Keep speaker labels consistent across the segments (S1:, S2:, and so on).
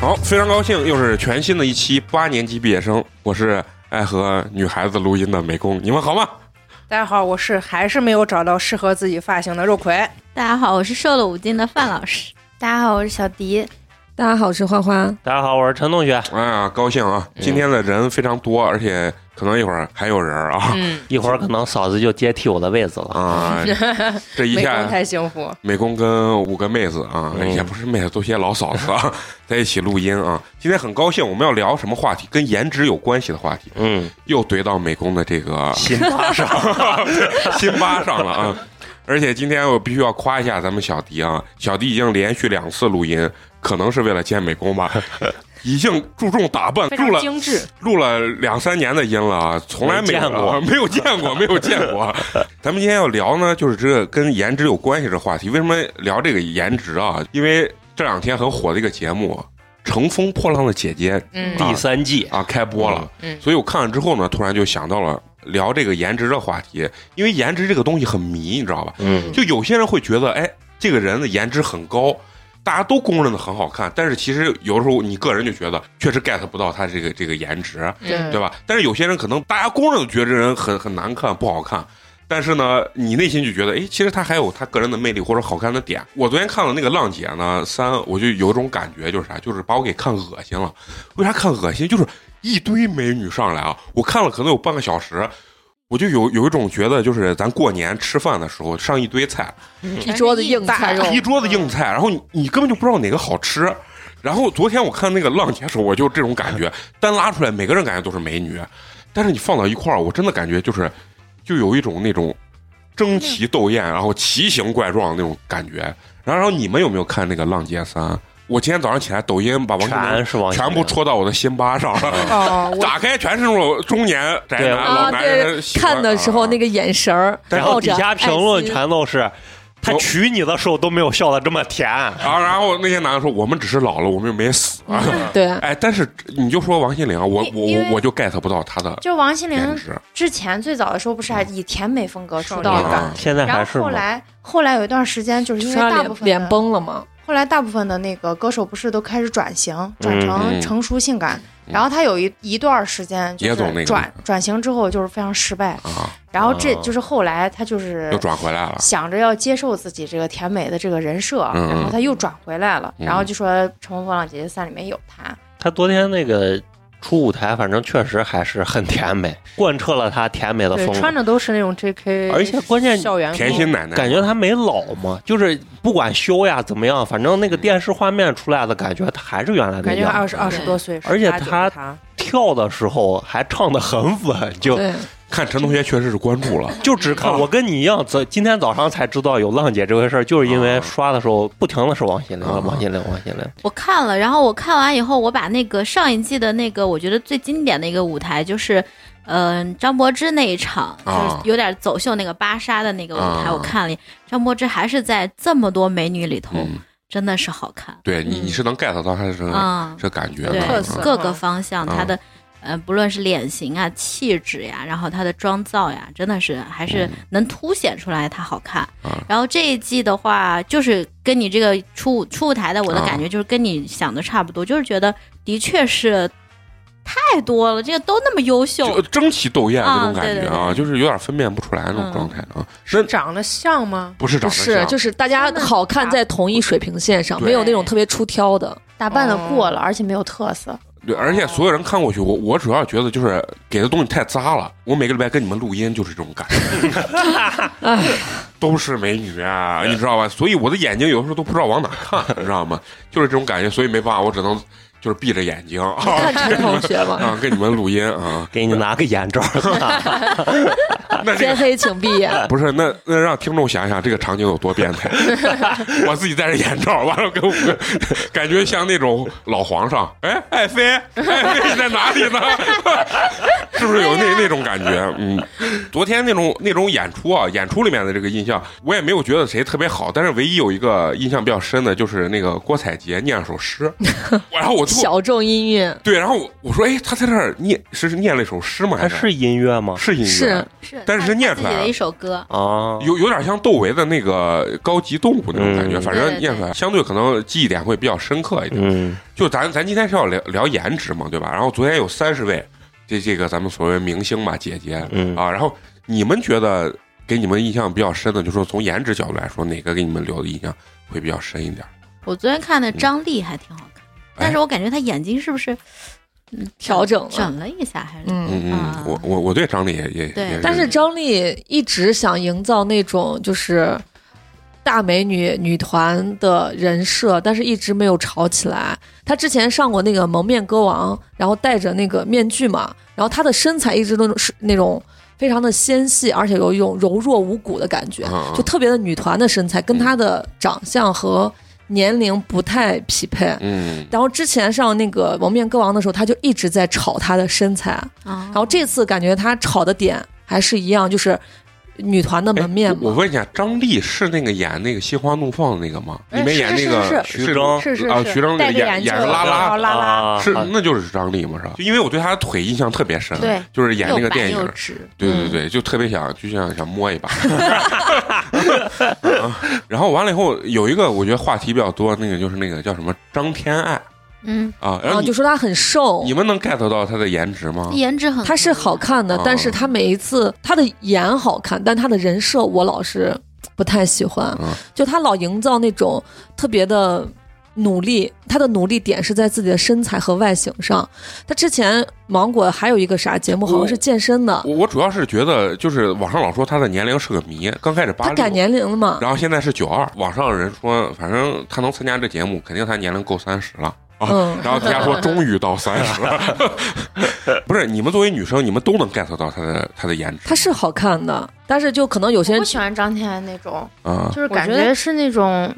S1: 好，非常高兴，又是全新的一期八年级毕业生，我是爱和女孩子录音的美工，你们好吗？
S2: 大家好，我是还是没有找到适合自己发型的肉葵。
S3: 大家好，我是瘦了五斤的范老师。
S4: 大家好，我是小迪。
S5: 大家好，我是花花。
S6: 大家好，我是陈同学。
S1: 哎呀，高兴
S2: 嗯
S1: 啊！今天的人非常多，而且可能一会儿还有人啊
S2: 嗯，
S6: 一会儿可能嫂子就接替我的位子了。
S1: 啊！这一
S2: 美工
S1: 下
S2: 太幸福。
S1: 美工跟五个妹子啊，
S6: 嗯
S1: 也不是妹子，都些老嫂子啊， 在一起录音啊。今天很高兴，我们要聊什么话题？跟颜值有关系的话题，
S6: 嗯，
S1: 又怼到美工的这个
S6: 新搭上
S1: 辛巴上了啊！而且今天我必须要夸一下咱们小迪啊，小迪已经连续两次录音，可能是为了见美工 吧，已经注重打扮，
S2: 非
S1: 录
S2: 常
S1: 了
S2: 精致，
S1: 录了两三年的音了啊，从来没有
S6: 没见过
S1: 没有见 过，没有见过。咱们今天要聊呢，就是这跟颜值有关系这话题。为什么聊这个颜值啊？因为这两天很火的一个节目《乘风破浪的姐姐
S2: 嗯
S6: 第三季》
S1: 啊开播了，
S2: 嗯
S1: 所以我看了之后呢，突然就想到了聊这个颜值的话题，因为颜值这个东西很迷，你知道吧？
S6: 嗯，
S1: 就有些人会觉得，哎，这个人的颜值很高，大家都公认的很好看，但是其实有的时候你个人就觉得确实 get 不到他这个这个颜值，
S2: 对
S4: 嗯
S1: 对吧？但是有些人可能大家公认都觉得这人很很难看、不好看，但是呢，你内心就觉得，哎，其实他还有他个人的魅力或者好看的点。我昨天看了那个浪姐呢三，我就有一种感觉，就是啥，就是把我给看恶心了。为啥看恶心？就是一堆美女上来啊，我看了可能有半个小时。我就有有一种觉得，就是咱过年吃饭的时候上一堆菜，
S4: 嗯
S5: 一桌子硬菜肉
S4: 哎
S1: 一桌子硬菜，然后你你根本就不知道哪个好吃。然后昨天我看那个浪姐的时候，我就这种感觉，单拉出来每个人感觉都是美女，但是你放到一块儿，我真的感觉就是就有一种那种
S5: 嗯
S1: 争奇斗艳，然后奇形怪状的那种感觉。然后然后你们有没有看那个《浪姐三》？我今天早上起来，抖音把王心凌
S6: 全是王心
S1: 全
S6: 凌
S1: 部戳到我的心巴上了。
S2: 哦，我
S1: 打开全是那种中年宅
S6: 对啊
S1: 男、老男人喜欢
S5: 看的时
S1: 啊
S5: 候那个眼神儿，
S6: 然后
S5: 冒
S6: 底
S5: 着
S6: 下
S5: 爱
S6: 评论
S5: 心
S6: 全都是，他
S1: 我
S6: 娶你的时候都没有笑的这么甜。
S1: 啊，然后那些男的说：“我们只是老了，我们又没死。啊
S5: 对啊，
S1: 哎，但是你就说王心凌啊，我
S4: 因
S1: 我
S4: 因为
S1: 我我就 get 不到她的
S4: 就王心
S1: 颜
S4: 凌
S1: 值，
S4: 之前最早的时候不是还以甜美风格出道
S2: 少
S4: 的，
S1: 啊
S6: 现在还
S4: 然
S6: 是
S4: 后
S6: 吗
S4: 后？来后来有一段时间，就是因为
S5: 说
S4: 大
S5: 到
S4: 部
S5: 脸
S4: 分
S5: 脸
S4: 的
S5: 崩了嘛，
S4: 后来大部分的那个歌手不是都开始转型，转
S1: 嗯
S4: 成成熟性感。然后他有一一段时间就
S1: 也总那个
S4: 是转转型之后就是非常失败，
S1: 啊，
S4: 然后这
S6: 啊
S4: 就是后来他就是
S1: 又转回来了。
S4: 想着要接受自己这个甜美的这个人设，
S1: 嗯嗯
S4: 然后他又转回来了，
S1: 嗯
S4: 然后就说《乘风破浪姐姐三》里面有他，
S6: 他昨天那个出舞台，反正确实还是很甜美，贯彻了他甜美的
S2: 对
S6: 风
S2: 穿
S6: 格。
S2: 着都是那种 JK，
S6: 而且关键
S2: 校园风
S1: 甜心奶奶
S6: 感觉他没老嘛，就是不管修呀怎么样，反正那个电视画面出来的感觉，他还是原来的
S2: 感觉
S6: 样
S2: 二
S6: 子。
S2: 十二十多岁，
S6: 而且
S2: 18
S6: 他
S2: 他
S6: 跳的时候还唱的很稳，就
S5: 对，
S1: 看陈同学确实是关注了，
S6: 就只看我跟你一样，早今天早上才知道有浪姐这回事儿，就是因为刷的时候不停的是王心凌
S1: 啊，
S6: 王心凌，王心凌。
S3: 我看了，然后我看完以后，我把那个上一季的那个我觉得最经典的一个舞台就是。嗯、张柏芝那一场
S1: 啊
S3: 就是有点走秀那个芭莎的那个舞台，
S1: 啊
S3: 我看了。张柏芝还是在这么多美女里头，
S1: 嗯，
S3: 真的是好看
S1: 对你你是能 get 到她是
S3: 啊、
S1: 这感觉的
S3: 对
S2: 特色，
S1: 嗯
S3: 各个方向
S1: 啊
S3: 她的，呃，不论是脸型啊、气质呀，然后她的妆造呀，真的是还是
S1: 嗯
S3: 能凸显出来她好看。
S1: 啊
S3: 然后这一季的话，就是跟你这个出出舞台的，我的
S1: 啊
S3: 感觉就是跟你想的差不多，就是觉得的确是太多了，这个都那么优秀
S1: 就，争奇斗艳那种
S3: 啊
S1: 感
S3: 对
S1: 觉
S3: 对
S1: 啊，就是有点分辨不出来那种
S3: 嗯
S1: 状态啊。那
S2: 长得像吗？
S1: 不是长
S5: 不
S1: 得
S5: 是
S1: 像，
S5: 就是大家好看在同一水平线上，
S1: 对
S5: 没有那种特别出挑的。
S4: 打扮的过
S3: 哦
S1: 嗯
S4: 了，而且没有特色。
S1: 对，而且所有人看过去，我我主要觉得就是给的东西太杂了。我每个礼拜跟你们录音就是这种感觉，都是美女啊，你知道吧？所以我的眼睛有的时候都不知道往哪看，你知道吗？就是这种感觉，所以没办法，我只能就是闭着眼睛啊
S5: 看陈同学嘛
S1: 啊，跟你们录音啊。
S6: 给你拿个眼罩，
S1: 那 这
S5: 天
S1: 个
S5: 黑请闭眼，
S1: 不是那那让听众想一想这个场景有多变 态，我自己戴着眼罩，完了跟我感觉像那种老皇上，哎，爱妃，爱妃你在哪里呢？ 是不是有那那种感觉？嗯，昨天那种那种演出啊，演出里面的这个印象，我也没有觉得谁特 别好，但是唯一有一个印象比较深的就是那个郭采洁念了首诗，然后我就
S5: 小众音乐
S1: 对，然后我我说，哎，他在这儿念是是念了一首诗吗？
S6: 它
S1: 还是
S6: 是音乐吗？
S1: 啊是音乐？啊
S5: 是
S3: 是，
S1: 但是
S3: 他
S1: 念
S3: 他
S1: 出
S3: 自己
S1: 来
S3: 的
S1: 了
S3: 一首歌，
S6: 啊，
S1: 有有点像窦唯的那个高级动物那种感觉，
S6: 嗯
S1: 反正
S3: 对
S1: 念出来相对可能记忆点会比较深刻一点。
S6: 嗯
S1: 就咱咱今天是要聊聊颜值嘛，对吧？然后昨天有三十位这这个咱们所谓明星嘛，姐姐
S6: 嗯
S1: 啊，然后你们觉得给你们印象比较深的，就说从颜值角度来说，哪个给你们留的印象会比较深一点？
S3: 我昨天看
S1: 嗯
S3: 的张丽还挺好看，
S1: 哎
S3: 但是我感觉她眼睛是不是嗯
S5: 调整了。
S3: 整了一下还是？
S5: 嗯，
S1: 嗯嗯
S3: 啊，
S1: 我我我对张丽也也
S3: 对
S1: 也
S5: 但是张丽一直想营造那种就是大美女女团的人设，但是一直没有炒起来。她之前上过那个《蒙面歌王》，然后戴着那个面具嘛，然后她的身材一直都是那种非常的纤细，而且有一种柔弱无骨的感觉，
S1: 啊
S5: 就特别的女团的身材，跟她的长相和年龄不太匹配。
S1: 嗯
S5: 然后之前上那个《蒙面歌王》的时候，她就一直在炒她的身材，
S3: 然
S5: 然后这次感觉他炒的点还是一样，就是女团的
S1: 哎
S5: 门面
S1: 我我
S5: 嘛。
S1: 问一下，张丽是那个演那个《心花怒放》的那个吗？
S2: 哎
S1: 里面演那个
S2: 是
S1: 徐
S6: 是
S1: 峥
S2: 是是
S1: 啊，
S2: 是
S1: 徐峥那个
S2: 戴着
S1: 演
S2: 眼
S1: 演个
S2: 镜
S1: 拉
S2: 然
S1: 拉
S2: 后，拉拉，
S6: 啊
S1: 是
S6: 啊
S1: 那就是张丽嘛，是吧？就因为我对她的腿印象特别深，
S4: 对，
S1: 就是演那个电
S3: 又
S1: 影，
S3: 直，
S1: 对对
S2: 嗯
S1: 对，就特别想，就想想摸一 把。啊然后完了以后，有一个我觉得话题比较多，那个就是那个叫什么张天爱
S3: 嗯，
S1: 啊，然
S5: 然
S1: 后
S2: 哦
S5: 后
S1: 你
S5: 就说她很瘦
S1: 你，们能 get 到她的颜值吗？
S3: 颜值很，
S5: 她是好，看的
S1: 哦，
S5: 但是她每一次她的颜好看，但她的人设我老是不太喜欢
S1: 嗯，
S5: 就她老营造那种特别的。努力，她的努力点是在自己的身材和外形上。她之前芒果还有一个啥节目，好像是健身的，
S1: 我我主要是觉得，就是网上老说她的年龄是个谜，刚开始八
S5: 她改
S1: 六，
S5: 年龄了嘛？
S1: 然后现在是九二，网上有人说，反正她能参加这节目，肯定她年龄够三十了。啊
S5: 嗯
S1: 然后大家说终于到三十了， 不是你们作为女生，你们都能 get 到她的她的颜值
S5: 她是好看的，但是就可能有些
S4: 我
S5: 人
S4: 不喜欢张天爱那种，
S1: 啊，
S4: 就是感
S2: 我觉
S4: 觉
S2: 得
S4: 是那种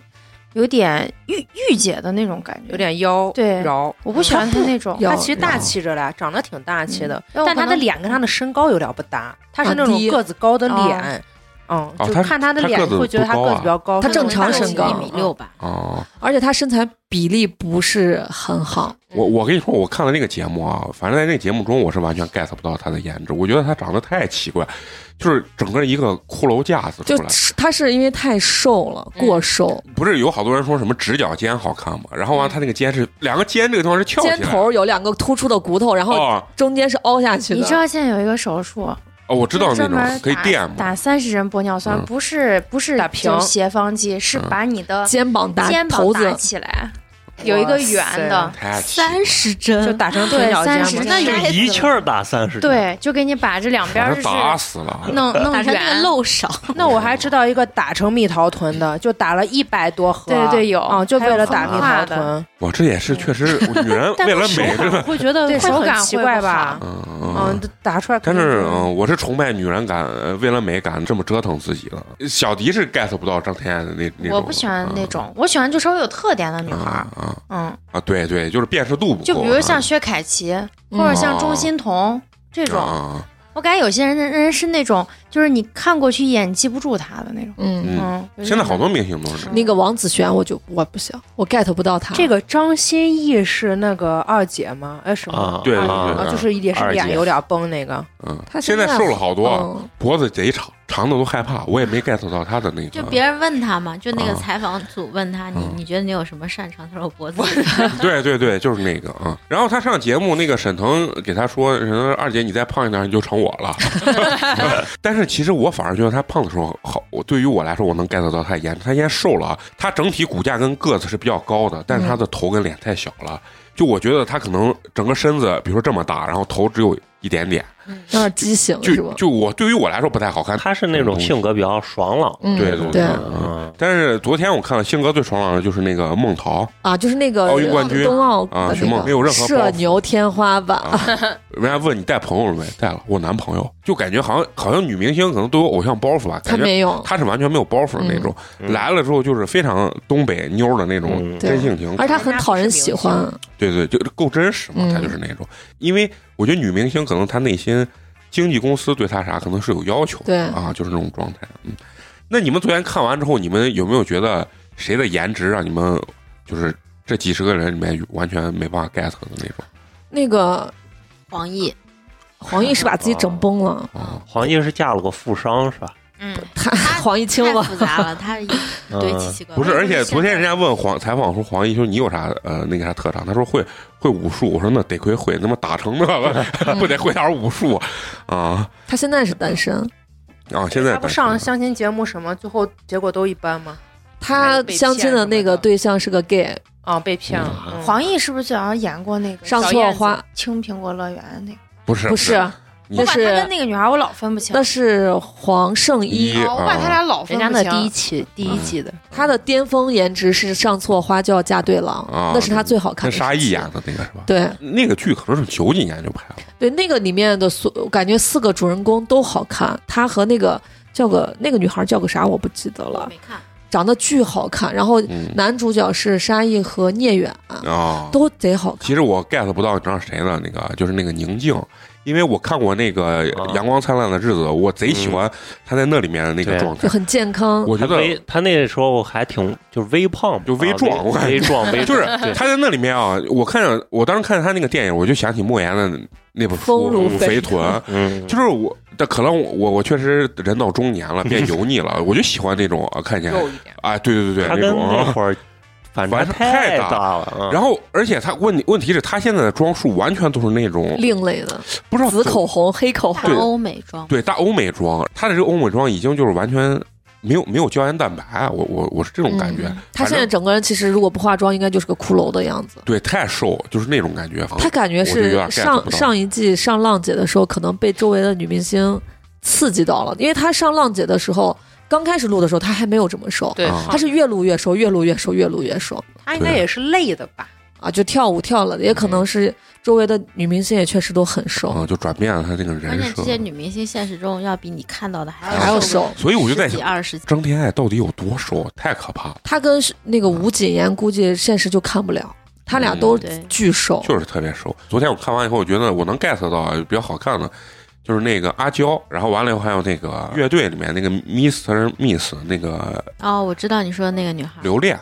S4: 有点御御姐的那种感觉，
S2: 有。点妖
S4: 对
S2: 娆。
S4: 我不喜欢她那种，
S5: 要
S2: 她其实大气着嘞，长得挺大气的，
S4: 嗯
S2: 但她的脸跟她的身高有点不搭。她是那
S5: 啊
S2: 种
S5: 低
S2: 个子高的脸，嗯，
S1: 哦
S2: 就
S1: 她
S2: 看她的
S1: 她
S2: 脸
S1: 个子
S2: 会觉得她
S1: 不高
S2: 个
S1: 啊
S2: 子比较高，
S5: 她正常身高
S3: 一米
S2: 嗯
S3: 六吧，
S1: 哦，
S5: 而且她身材比例不是很好，
S1: 我我跟你说，我看了那个节目啊，反正在那个节目中，我是完全 get 不到她的颜值，我觉得她长得太奇怪，就是整个一个骷髅架子
S5: 就
S1: 出来。
S5: 她是因为太瘦了，
S2: 嗯
S5: 过瘦，
S1: 不是有好多人说什么直角肩好看吗？然后完、她那个肩是两个肩这个地方是翘起来
S5: 肩
S1: 的，
S5: 头有两个突出的骨头，然后
S1: 哦
S5: 中间是凹下去
S4: 你知
S5: 的。
S4: 道现在有一个手术，
S1: 哦，我知道那
S4: 专门
S1: 种可以
S4: 打
S1: 垫嘛，
S4: 打三十针玻尿酸
S1: 嗯，
S4: 不是不是
S2: 打平
S4: 就是斜方肌，是
S1: 嗯
S4: 把你的
S5: 肩膀打
S4: 肩膀
S5: 头
S4: 打
S5: 子，
S4: 起来，有一个圆的
S2: 哇，
S1: 太奇怪
S3: 嗯三十
S2: 就
S3: 帧，
S2: 打成
S4: 对
S2: 平角肩
S4: 三
S2: 嘛
S4: 十，
S3: 那有
S6: 是一气儿打三十，，
S4: 对，就给你把这两边
S1: 把
S4: 儿
S1: 她
S4: 就是
S1: 打死了。
S4: 弄弄
S3: 打成那
S4: 圆
S3: 个漏勺，
S2: 那我还知道一个打成蜜桃臀的，就打了一百多盒，
S4: 对对有
S2: 嗯，就为了打
S4: 还有
S2: 蜜
S4: 膨化
S2: 桃
S4: 的
S2: 臀，
S1: 我这也是确实， 女人
S2: 但
S1: 为
S2: 是
S1: 了
S2: 手
S1: 美，这
S2: 感
S1: 个
S2: 会觉得
S4: 对
S2: 会
S4: 手
S2: 很
S4: 感
S2: 奇
S4: 会
S2: 怪
S4: 不
S2: 吧？
S1: 嗯
S2: 嗯
S1: 嗯。，
S2: 打出来
S1: 但
S2: 肯定
S1: 是，
S2: 就
S1: 嗯，我是崇拜女人敢，呃为了美敢这么折腾自己的。小迪是 get 不到张天爱的那那种，
S4: 我不喜欢那
S1: 嗯
S4: 种，我喜欢就稍微有特点的女孩儿
S1: 啊，啊
S4: 嗯，
S1: 啊！对对，就是辨识度不够。啊
S4: 就比如像薛凯琪或者像钟欣桐这
S1: 这
S4: 种，
S1: 啊，
S4: 我感觉有些人人是那种，就是你看过去一眼记不住她的那种，
S5: 嗯，
S1: 嗯，
S4: 嗯，有些
S1: 现在好
S4: 人
S1: 多明星都是。
S5: 那个王子璇我就我不行，我 get 不到她。
S2: 这个张歆艺是那个二姐吗？哎，什
S6: 啊
S2: 么？
S1: 对对
S6: 啊
S1: 对
S2: 啊，
S1: 对，
S2: 就是也是
S6: 二
S2: 脸
S6: 姐
S2: 有点崩那个。
S1: 嗯，
S5: 她
S1: 现在瘦了好多，啊
S5: 嗯，
S1: 脖子贼长，长的都害怕。我也没 get 到他的那个。
S3: 就别人问他嘛，就那个
S1: 啊
S3: 采访组问他，你
S1: 嗯
S3: 你觉得你有什么擅长？他说我脖 子，
S1: 对对对，就是那个啊。然后他上节目，那个沈腾给他说：“沈腾说二姐，你再胖一点，你就成我了。” 但是其实我反而觉得他胖的时候好，我对于我来说，我能 get 到他颜值。他现在瘦了啊，他整体骨架跟个子是比较高的，但是他的头跟脸太小了。就我觉得他可能整个身子，比如说这么大，然后头只有一点点，
S3: 嗯
S5: 有点畸形是
S1: 就
S5: 吧？
S1: 就我对于我来说不太好看。
S6: 他是那种性格比较爽朗，
S5: 嗯，
S1: 对对
S5: 对
S6: 嗯，
S1: 但是昨天我看了性格最爽朗的就是那个孟桃，
S5: 啊，就是那个
S1: 奥运冠军
S5: 冬奥
S1: 啊
S5: 的
S1: 徐
S5: 那
S1: 梦
S5: 个
S1: 没有任何包
S5: 社
S1: 袱
S5: 牛天花板，
S1: 啊，人家问你带朋友了没？带了，我男朋友。就感觉好像好像女明星可能都有偶像包袱吧，
S5: 她
S1: 感觉
S5: 没有，
S1: 她是完全没有包袱的那种。
S6: 嗯
S1: 来了之后就是非常东北妞的那种
S6: 嗯
S5: 对
S1: 真性情，
S5: 而且她很讨人喜欢，
S1: 对对，就够真实嘛，
S5: 嗯
S1: 她就是那种。因为我觉得女明星可能她内心经纪公司对她啥可能是有要求的，
S5: 对
S1: 啊，就是那种状态。嗯，那你们昨天看完之后，你们有没有觉得谁的颜值让你们就是这几十个人里面完全没办法 get 的那种
S5: 那个
S3: 黄奕，
S5: 黄奕是把自己整崩了，
S1: 啊。
S6: 黄奕是嫁了个富商是吧？
S3: 嗯，
S5: 他 黄奕清
S3: 太
S5: 吧，
S3: 复杂了，他一堆
S6: 嗯
S3: 奇奇怪怪。
S1: 不是，而且昨天人家问黄采访说黄奕说你有啥呃那个啥特长？他说会会武术。我说那得亏会，那么打成那了， 不得会点武术啊
S5: 他现在是单身，
S1: 啊！现在
S2: 他不上相亲节目什么，最后结果都一般吗？
S5: 他相亲的那个对象是个 gay，
S2: 啊，被骗了。嗯
S4: 黄奕是不是最早演过那个
S5: 上
S4: 小
S5: 错
S4: 燕子
S5: 花
S4: 青苹果乐园那个？
S1: 不是
S5: 不是，
S1: 你
S4: 我
S5: 那
S4: 把他跟
S5: 是
S4: 那个女孩我老分不清
S5: 那，是黄圣依
S1: 一，
S4: 哦我把他
S1: 啊
S4: 俩老分
S2: 人
S4: 不
S2: 家
S4: 清。
S2: 的第一期第一
S1: 嗯
S2: 季的，
S5: 他的巅峰颜值是上错花就要嫁对郎
S1: 啊，
S5: 那是他最好看
S1: 跟
S5: 的。
S1: 沙溢演。的那个是啊吧？
S5: 对
S1: 那个剧可能是九几年就拍了，
S5: 对，那个里面的所，我感觉四个主人公都好看。他和那个叫个那个女孩叫个啥我不记得
S3: 我
S5: 了，
S3: 没看，
S5: 长得巨好看。然后
S1: 嗯
S5: 男主角是沙溢和聂远，
S1: 啊，
S5: 都贼好看。
S1: 其实我 get 不到你知道谁的那个，就是那个宁静，因为我看过那个
S6: 啊嗯
S1: 《阳光灿烂的日子》，我贼喜欢他在那里面的那个
S6: 对
S1: 状
S5: 就
S1: 态。
S5: 很健康，
S1: 我觉
S6: 他
S1: 得
S6: 微他那时候还挺就是微胖，
S1: 就微壮
S6: 啊
S1: 我感觉
S6: 微微壮微
S1: 就是
S6: 对
S1: 他在那里面啊，我看着我当时看着他那个电影，我就想起莫言的那本书
S5: 丰乳
S1: 《
S5: 肥
S1: 肥臀》，
S6: 嗯，
S1: 就是我，但可能我我我确实人到中年了，变油腻了，我就喜欢那种啊看起来
S2: 肉一点。
S1: 啊，对对对
S6: 他
S1: 对，
S6: 跟
S1: 种
S6: 那
S1: 啊。
S6: 会儿反差
S1: 反差太大啊
S6: 大了，嗯
S1: 然后，而且他问题问题是他现在的装束完全都是那种
S5: 另类的，
S1: 不知道
S5: 紫
S1: 怎
S5: 口红、黑口
S3: 大
S5: 红，
S3: 欧美妆，
S1: 对，大欧美妆，他的这个欧美妆已经就是完全没有没有胶原蛋白，我我我是这种感觉。
S5: 嗯他
S1: 反
S5: 现
S1: 正
S5: 在整个人其实如果不化妆，应该就是个骷髅的样子。
S1: 对太瘦，就是那种感觉。啊
S5: 他感觉
S1: 嗯我就有
S5: 是
S1: 点 get 不
S5: 上
S1: 到
S5: 上一季上浪姐的时候，可能被周围的女明星刺激到了，因为他上浪姐的时候，刚开始录的时候，他还没有这么瘦，
S2: 对，
S1: 啊
S5: 他是越录越瘦，越录越瘦，越录越瘦
S2: 他应该也是累的吧？
S5: 啊！就跳舞跳了，也可能是周围的女明星也确实都很瘦，
S1: 嗯，就转变了他这个
S3: 关
S1: 人
S3: 键这
S1: 设。
S3: 些女明星现实中要比你看到的
S1: 嗯
S3: 还
S5: 还要
S3: 要
S5: 瘦。
S1: 所以我就在
S3: 十几
S1: 想，
S3: 二十几，
S1: 张天爱到底有多瘦？太可怕了，
S5: 他跟那个吴谨言估计现实就看不了，他俩都
S1: 嗯
S3: 对
S5: 巨瘦，
S1: 就是特别瘦。昨天我看完以后，我觉得我能 get 到啊比较好看的，就是那个阿娇，然后完了以后还有那个乐队里面那个 Mr. Miss 那个
S3: 哦，我知道你说的那个女孩，
S1: 刘恋，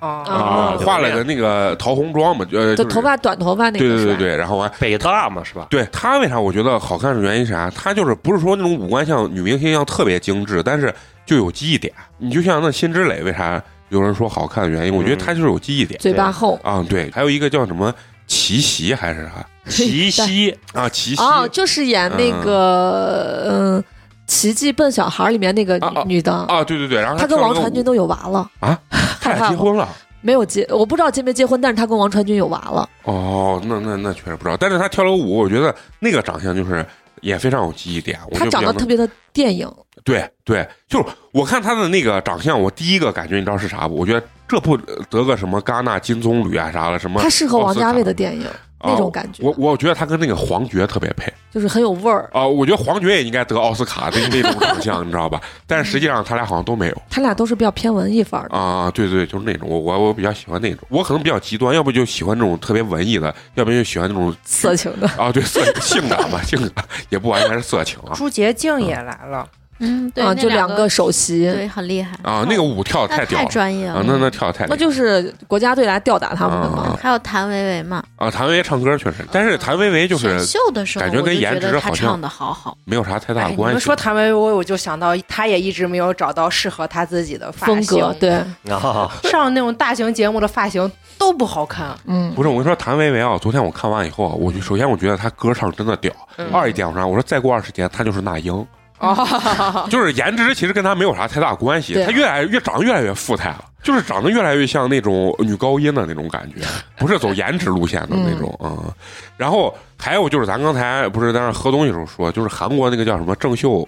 S6: 啊
S2: 哦，
S1: 化了个那个桃红妆嘛，呃，
S5: 就是头发短头发那
S1: 对
S5: 个
S1: 对
S5: 是
S1: 对
S5: 吧？
S1: 对，然后完
S6: 北大 嘛是吧？
S1: 对她为啥我觉得好看是原因啥？她就是不是说那种五官像女明星一样特别精致，但是就有记忆点。你就像那辛芷蕾，为啥有人说好看的原因？我觉得她就是有记忆点
S5: 嘴巴厚
S1: 啊。对，还有一个叫什么齐袭还是啥
S6: 齐溪，
S1: 啊？齐袭
S5: 哦，就是演那个嗯《奇迹笨小孩》里面那个
S1: 啊啊
S5: 女女的。
S1: 啊，对对对，然后
S5: 他
S1: 她
S5: 跟
S1: 跳了
S5: 王
S1: 个
S5: 传君
S1: 舞
S5: 都有娃了，
S1: 她俩
S5: 害怕
S1: 结婚了。
S5: 没有结，我不知道结没结婚，但是他跟王传君有娃了。
S1: 哦，那那那确实不知道，但是她跳了个舞，我觉得那个长相就是也非常有记忆点。我
S5: 他
S1: 就
S5: 长
S1: 比
S5: 得
S1: 较
S5: 特
S1: 能
S5: 别的电影，
S1: 对对，就是我看他的那个长相，我第一个感觉你知道是啥不？我觉得这不得个什么戛纳金棕榈啊啥了什么
S5: 他，适合王家卫的电影那种
S1: 啊
S5: 感觉，
S1: 我我觉得他跟那个黄觉特别配
S5: 就是很有味儿。
S1: 啊、我觉得黄觉也应该得奥斯卡的那种长相，你知道吧？但是实际上他俩好像都没有
S5: 他俩都是比较偏文艺范儿的。
S1: 啊、对对，就是那种我我我比较喜欢那种，我可能比较极端，要不就喜欢那种特别文艺的，要不然就喜欢那种
S5: 色情的，
S1: 啊对色 性感吧，性感也不完全是色情啊
S2: 朱洁静也来了，
S3: 嗯，对，
S5: 啊，
S3: 那
S5: 就
S3: 两
S5: 个首席，
S3: 对，很厉害
S1: 啊，那个舞跳的
S3: 那
S1: 太屌
S3: 太
S1: 了
S3: 专业
S1: 啊
S3: 了，，
S1: 那那跳的太厉害
S5: 那就是国家队来吊打他们的嘛。
S1: 啊
S3: 还有谭维维嘛，
S1: 啊，谭维维唱歌确实，但是谭维维就是
S3: 选秀的时候，
S1: 感觉
S3: 我
S1: 跟
S3: 就
S1: 颜值
S3: 得
S1: 好
S3: 她
S1: 像
S3: 唱的好好，
S1: 没有啥太大
S2: 哎，
S1: 的
S2: 你
S1: 关
S2: 们
S1: 系
S2: 说。谭维维，我就想到他也一直没有找到适合他自己的发
S5: 风
S2: 型
S5: 格，对，
S6: 啊，
S2: 上那种大型节目的发型都不好看。
S5: 嗯，
S1: 不是，我跟你说，谭维维啊，昨天我看完以后啊，我就首先我觉得她歌唱真的屌。
S2: 嗯
S1: 二一点我说，我说再过二十年，她就是那英，
S2: 哦，
S1: 就是颜值其实跟她没有啥太大关系，
S5: 对
S1: 她越来越长得越来越富态了，就是长得越来越像那种女高音的那种感觉， 不是走颜值路线的那种嗯然后还有就是咱刚才不是在那儿喝东西的时候说，就是韩国那个叫什么郑秀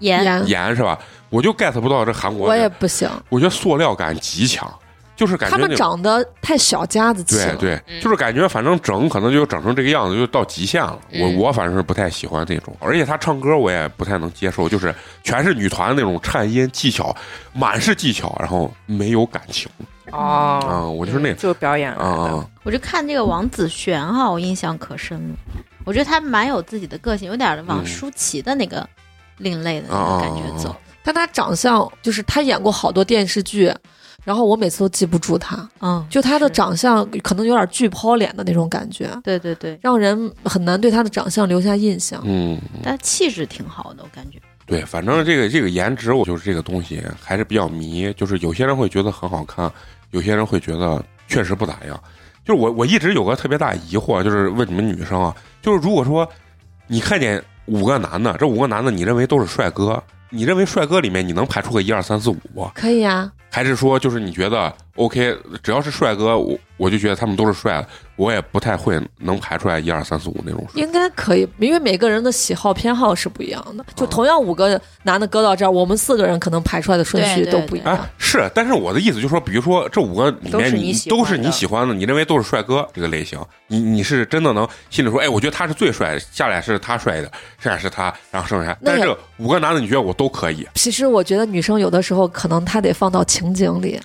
S3: 颜
S5: 颜
S1: 妍是吧？我就 get 不到这韩国
S5: 我
S1: 人，
S5: 也不行，
S1: 我觉得塑料感极强，就是感觉
S5: 他们
S1: 那种
S5: 长得太小家子气
S1: 对
S5: 了。
S1: 对，就是感觉反正整可能就整成这个样子，就到极限了。我我反正是不太喜欢那种，而且他唱歌我也不太能接受，就是全是女团那种颤音技巧，满是技巧，然后没有感情啊、
S2: 哦，
S1: 我就是
S4: 嗯
S1: 那种
S2: 就表演
S1: 啊
S2: 来的。
S1: 啊
S3: 我就看这个王子璇哈、我印象可深了。我觉得他蛮有自己的个性，有点往
S1: 嗯
S3: 舒淇的那个另类
S1: 啊
S3: 的那
S1: 啊
S3: 个
S1: 啊
S3: 感觉走。
S5: 但他长相就是他演过好多电视剧，然后我每次都记不住她，
S1: 哦
S3: 嗯，
S5: 就她的
S3: 是
S5: 长相可能有点巨抛脸的那种感觉，
S3: 对对对，
S5: 让人很难对她的长相留下印象。
S1: 嗯，
S3: 但气质挺好的，我感觉。
S1: 对，反正这个这个颜值，我就是这个东西还是比较迷，就是有些人会觉得很好看，有些人会觉得确实不咋样。就是我我一直有个特别大疑惑，就是问你们女生啊，就是如果说你看见五个男的，这五个男的你认为都是帅哥，你认为帅哥里面你能排出个一二三四五不？
S5: 可以啊，
S1: 还是说就是你觉得 OK，只要是帅哥，我我就觉得他们都是帅的，我也不太会能排出来一二三四五那种帅。
S5: 应该可以，因为每个人的喜好偏好是不一样
S1: 嗯
S5: 的。就同样五个男的搁到这儿，我们四个人可能排出来的顺序
S3: 对对
S5: 都不一
S1: 哎
S5: 样。，
S1: 是，但是我的意思就是说，比如说这五个里
S2: 都
S1: 面
S2: 是
S1: 你
S2: 你喜欢
S1: 都
S2: 的
S1: 是你喜欢的，你认为都是帅哥这个类型，你你是真的能心里说，哎，我觉得他是最帅的，下来是他帅的，剩下是他，然后剩下，
S5: 那
S1: 但
S5: 也
S1: 是这五个男的你觉得我都可以，
S5: 其实我觉得女生有的时候可能她得放到情景里，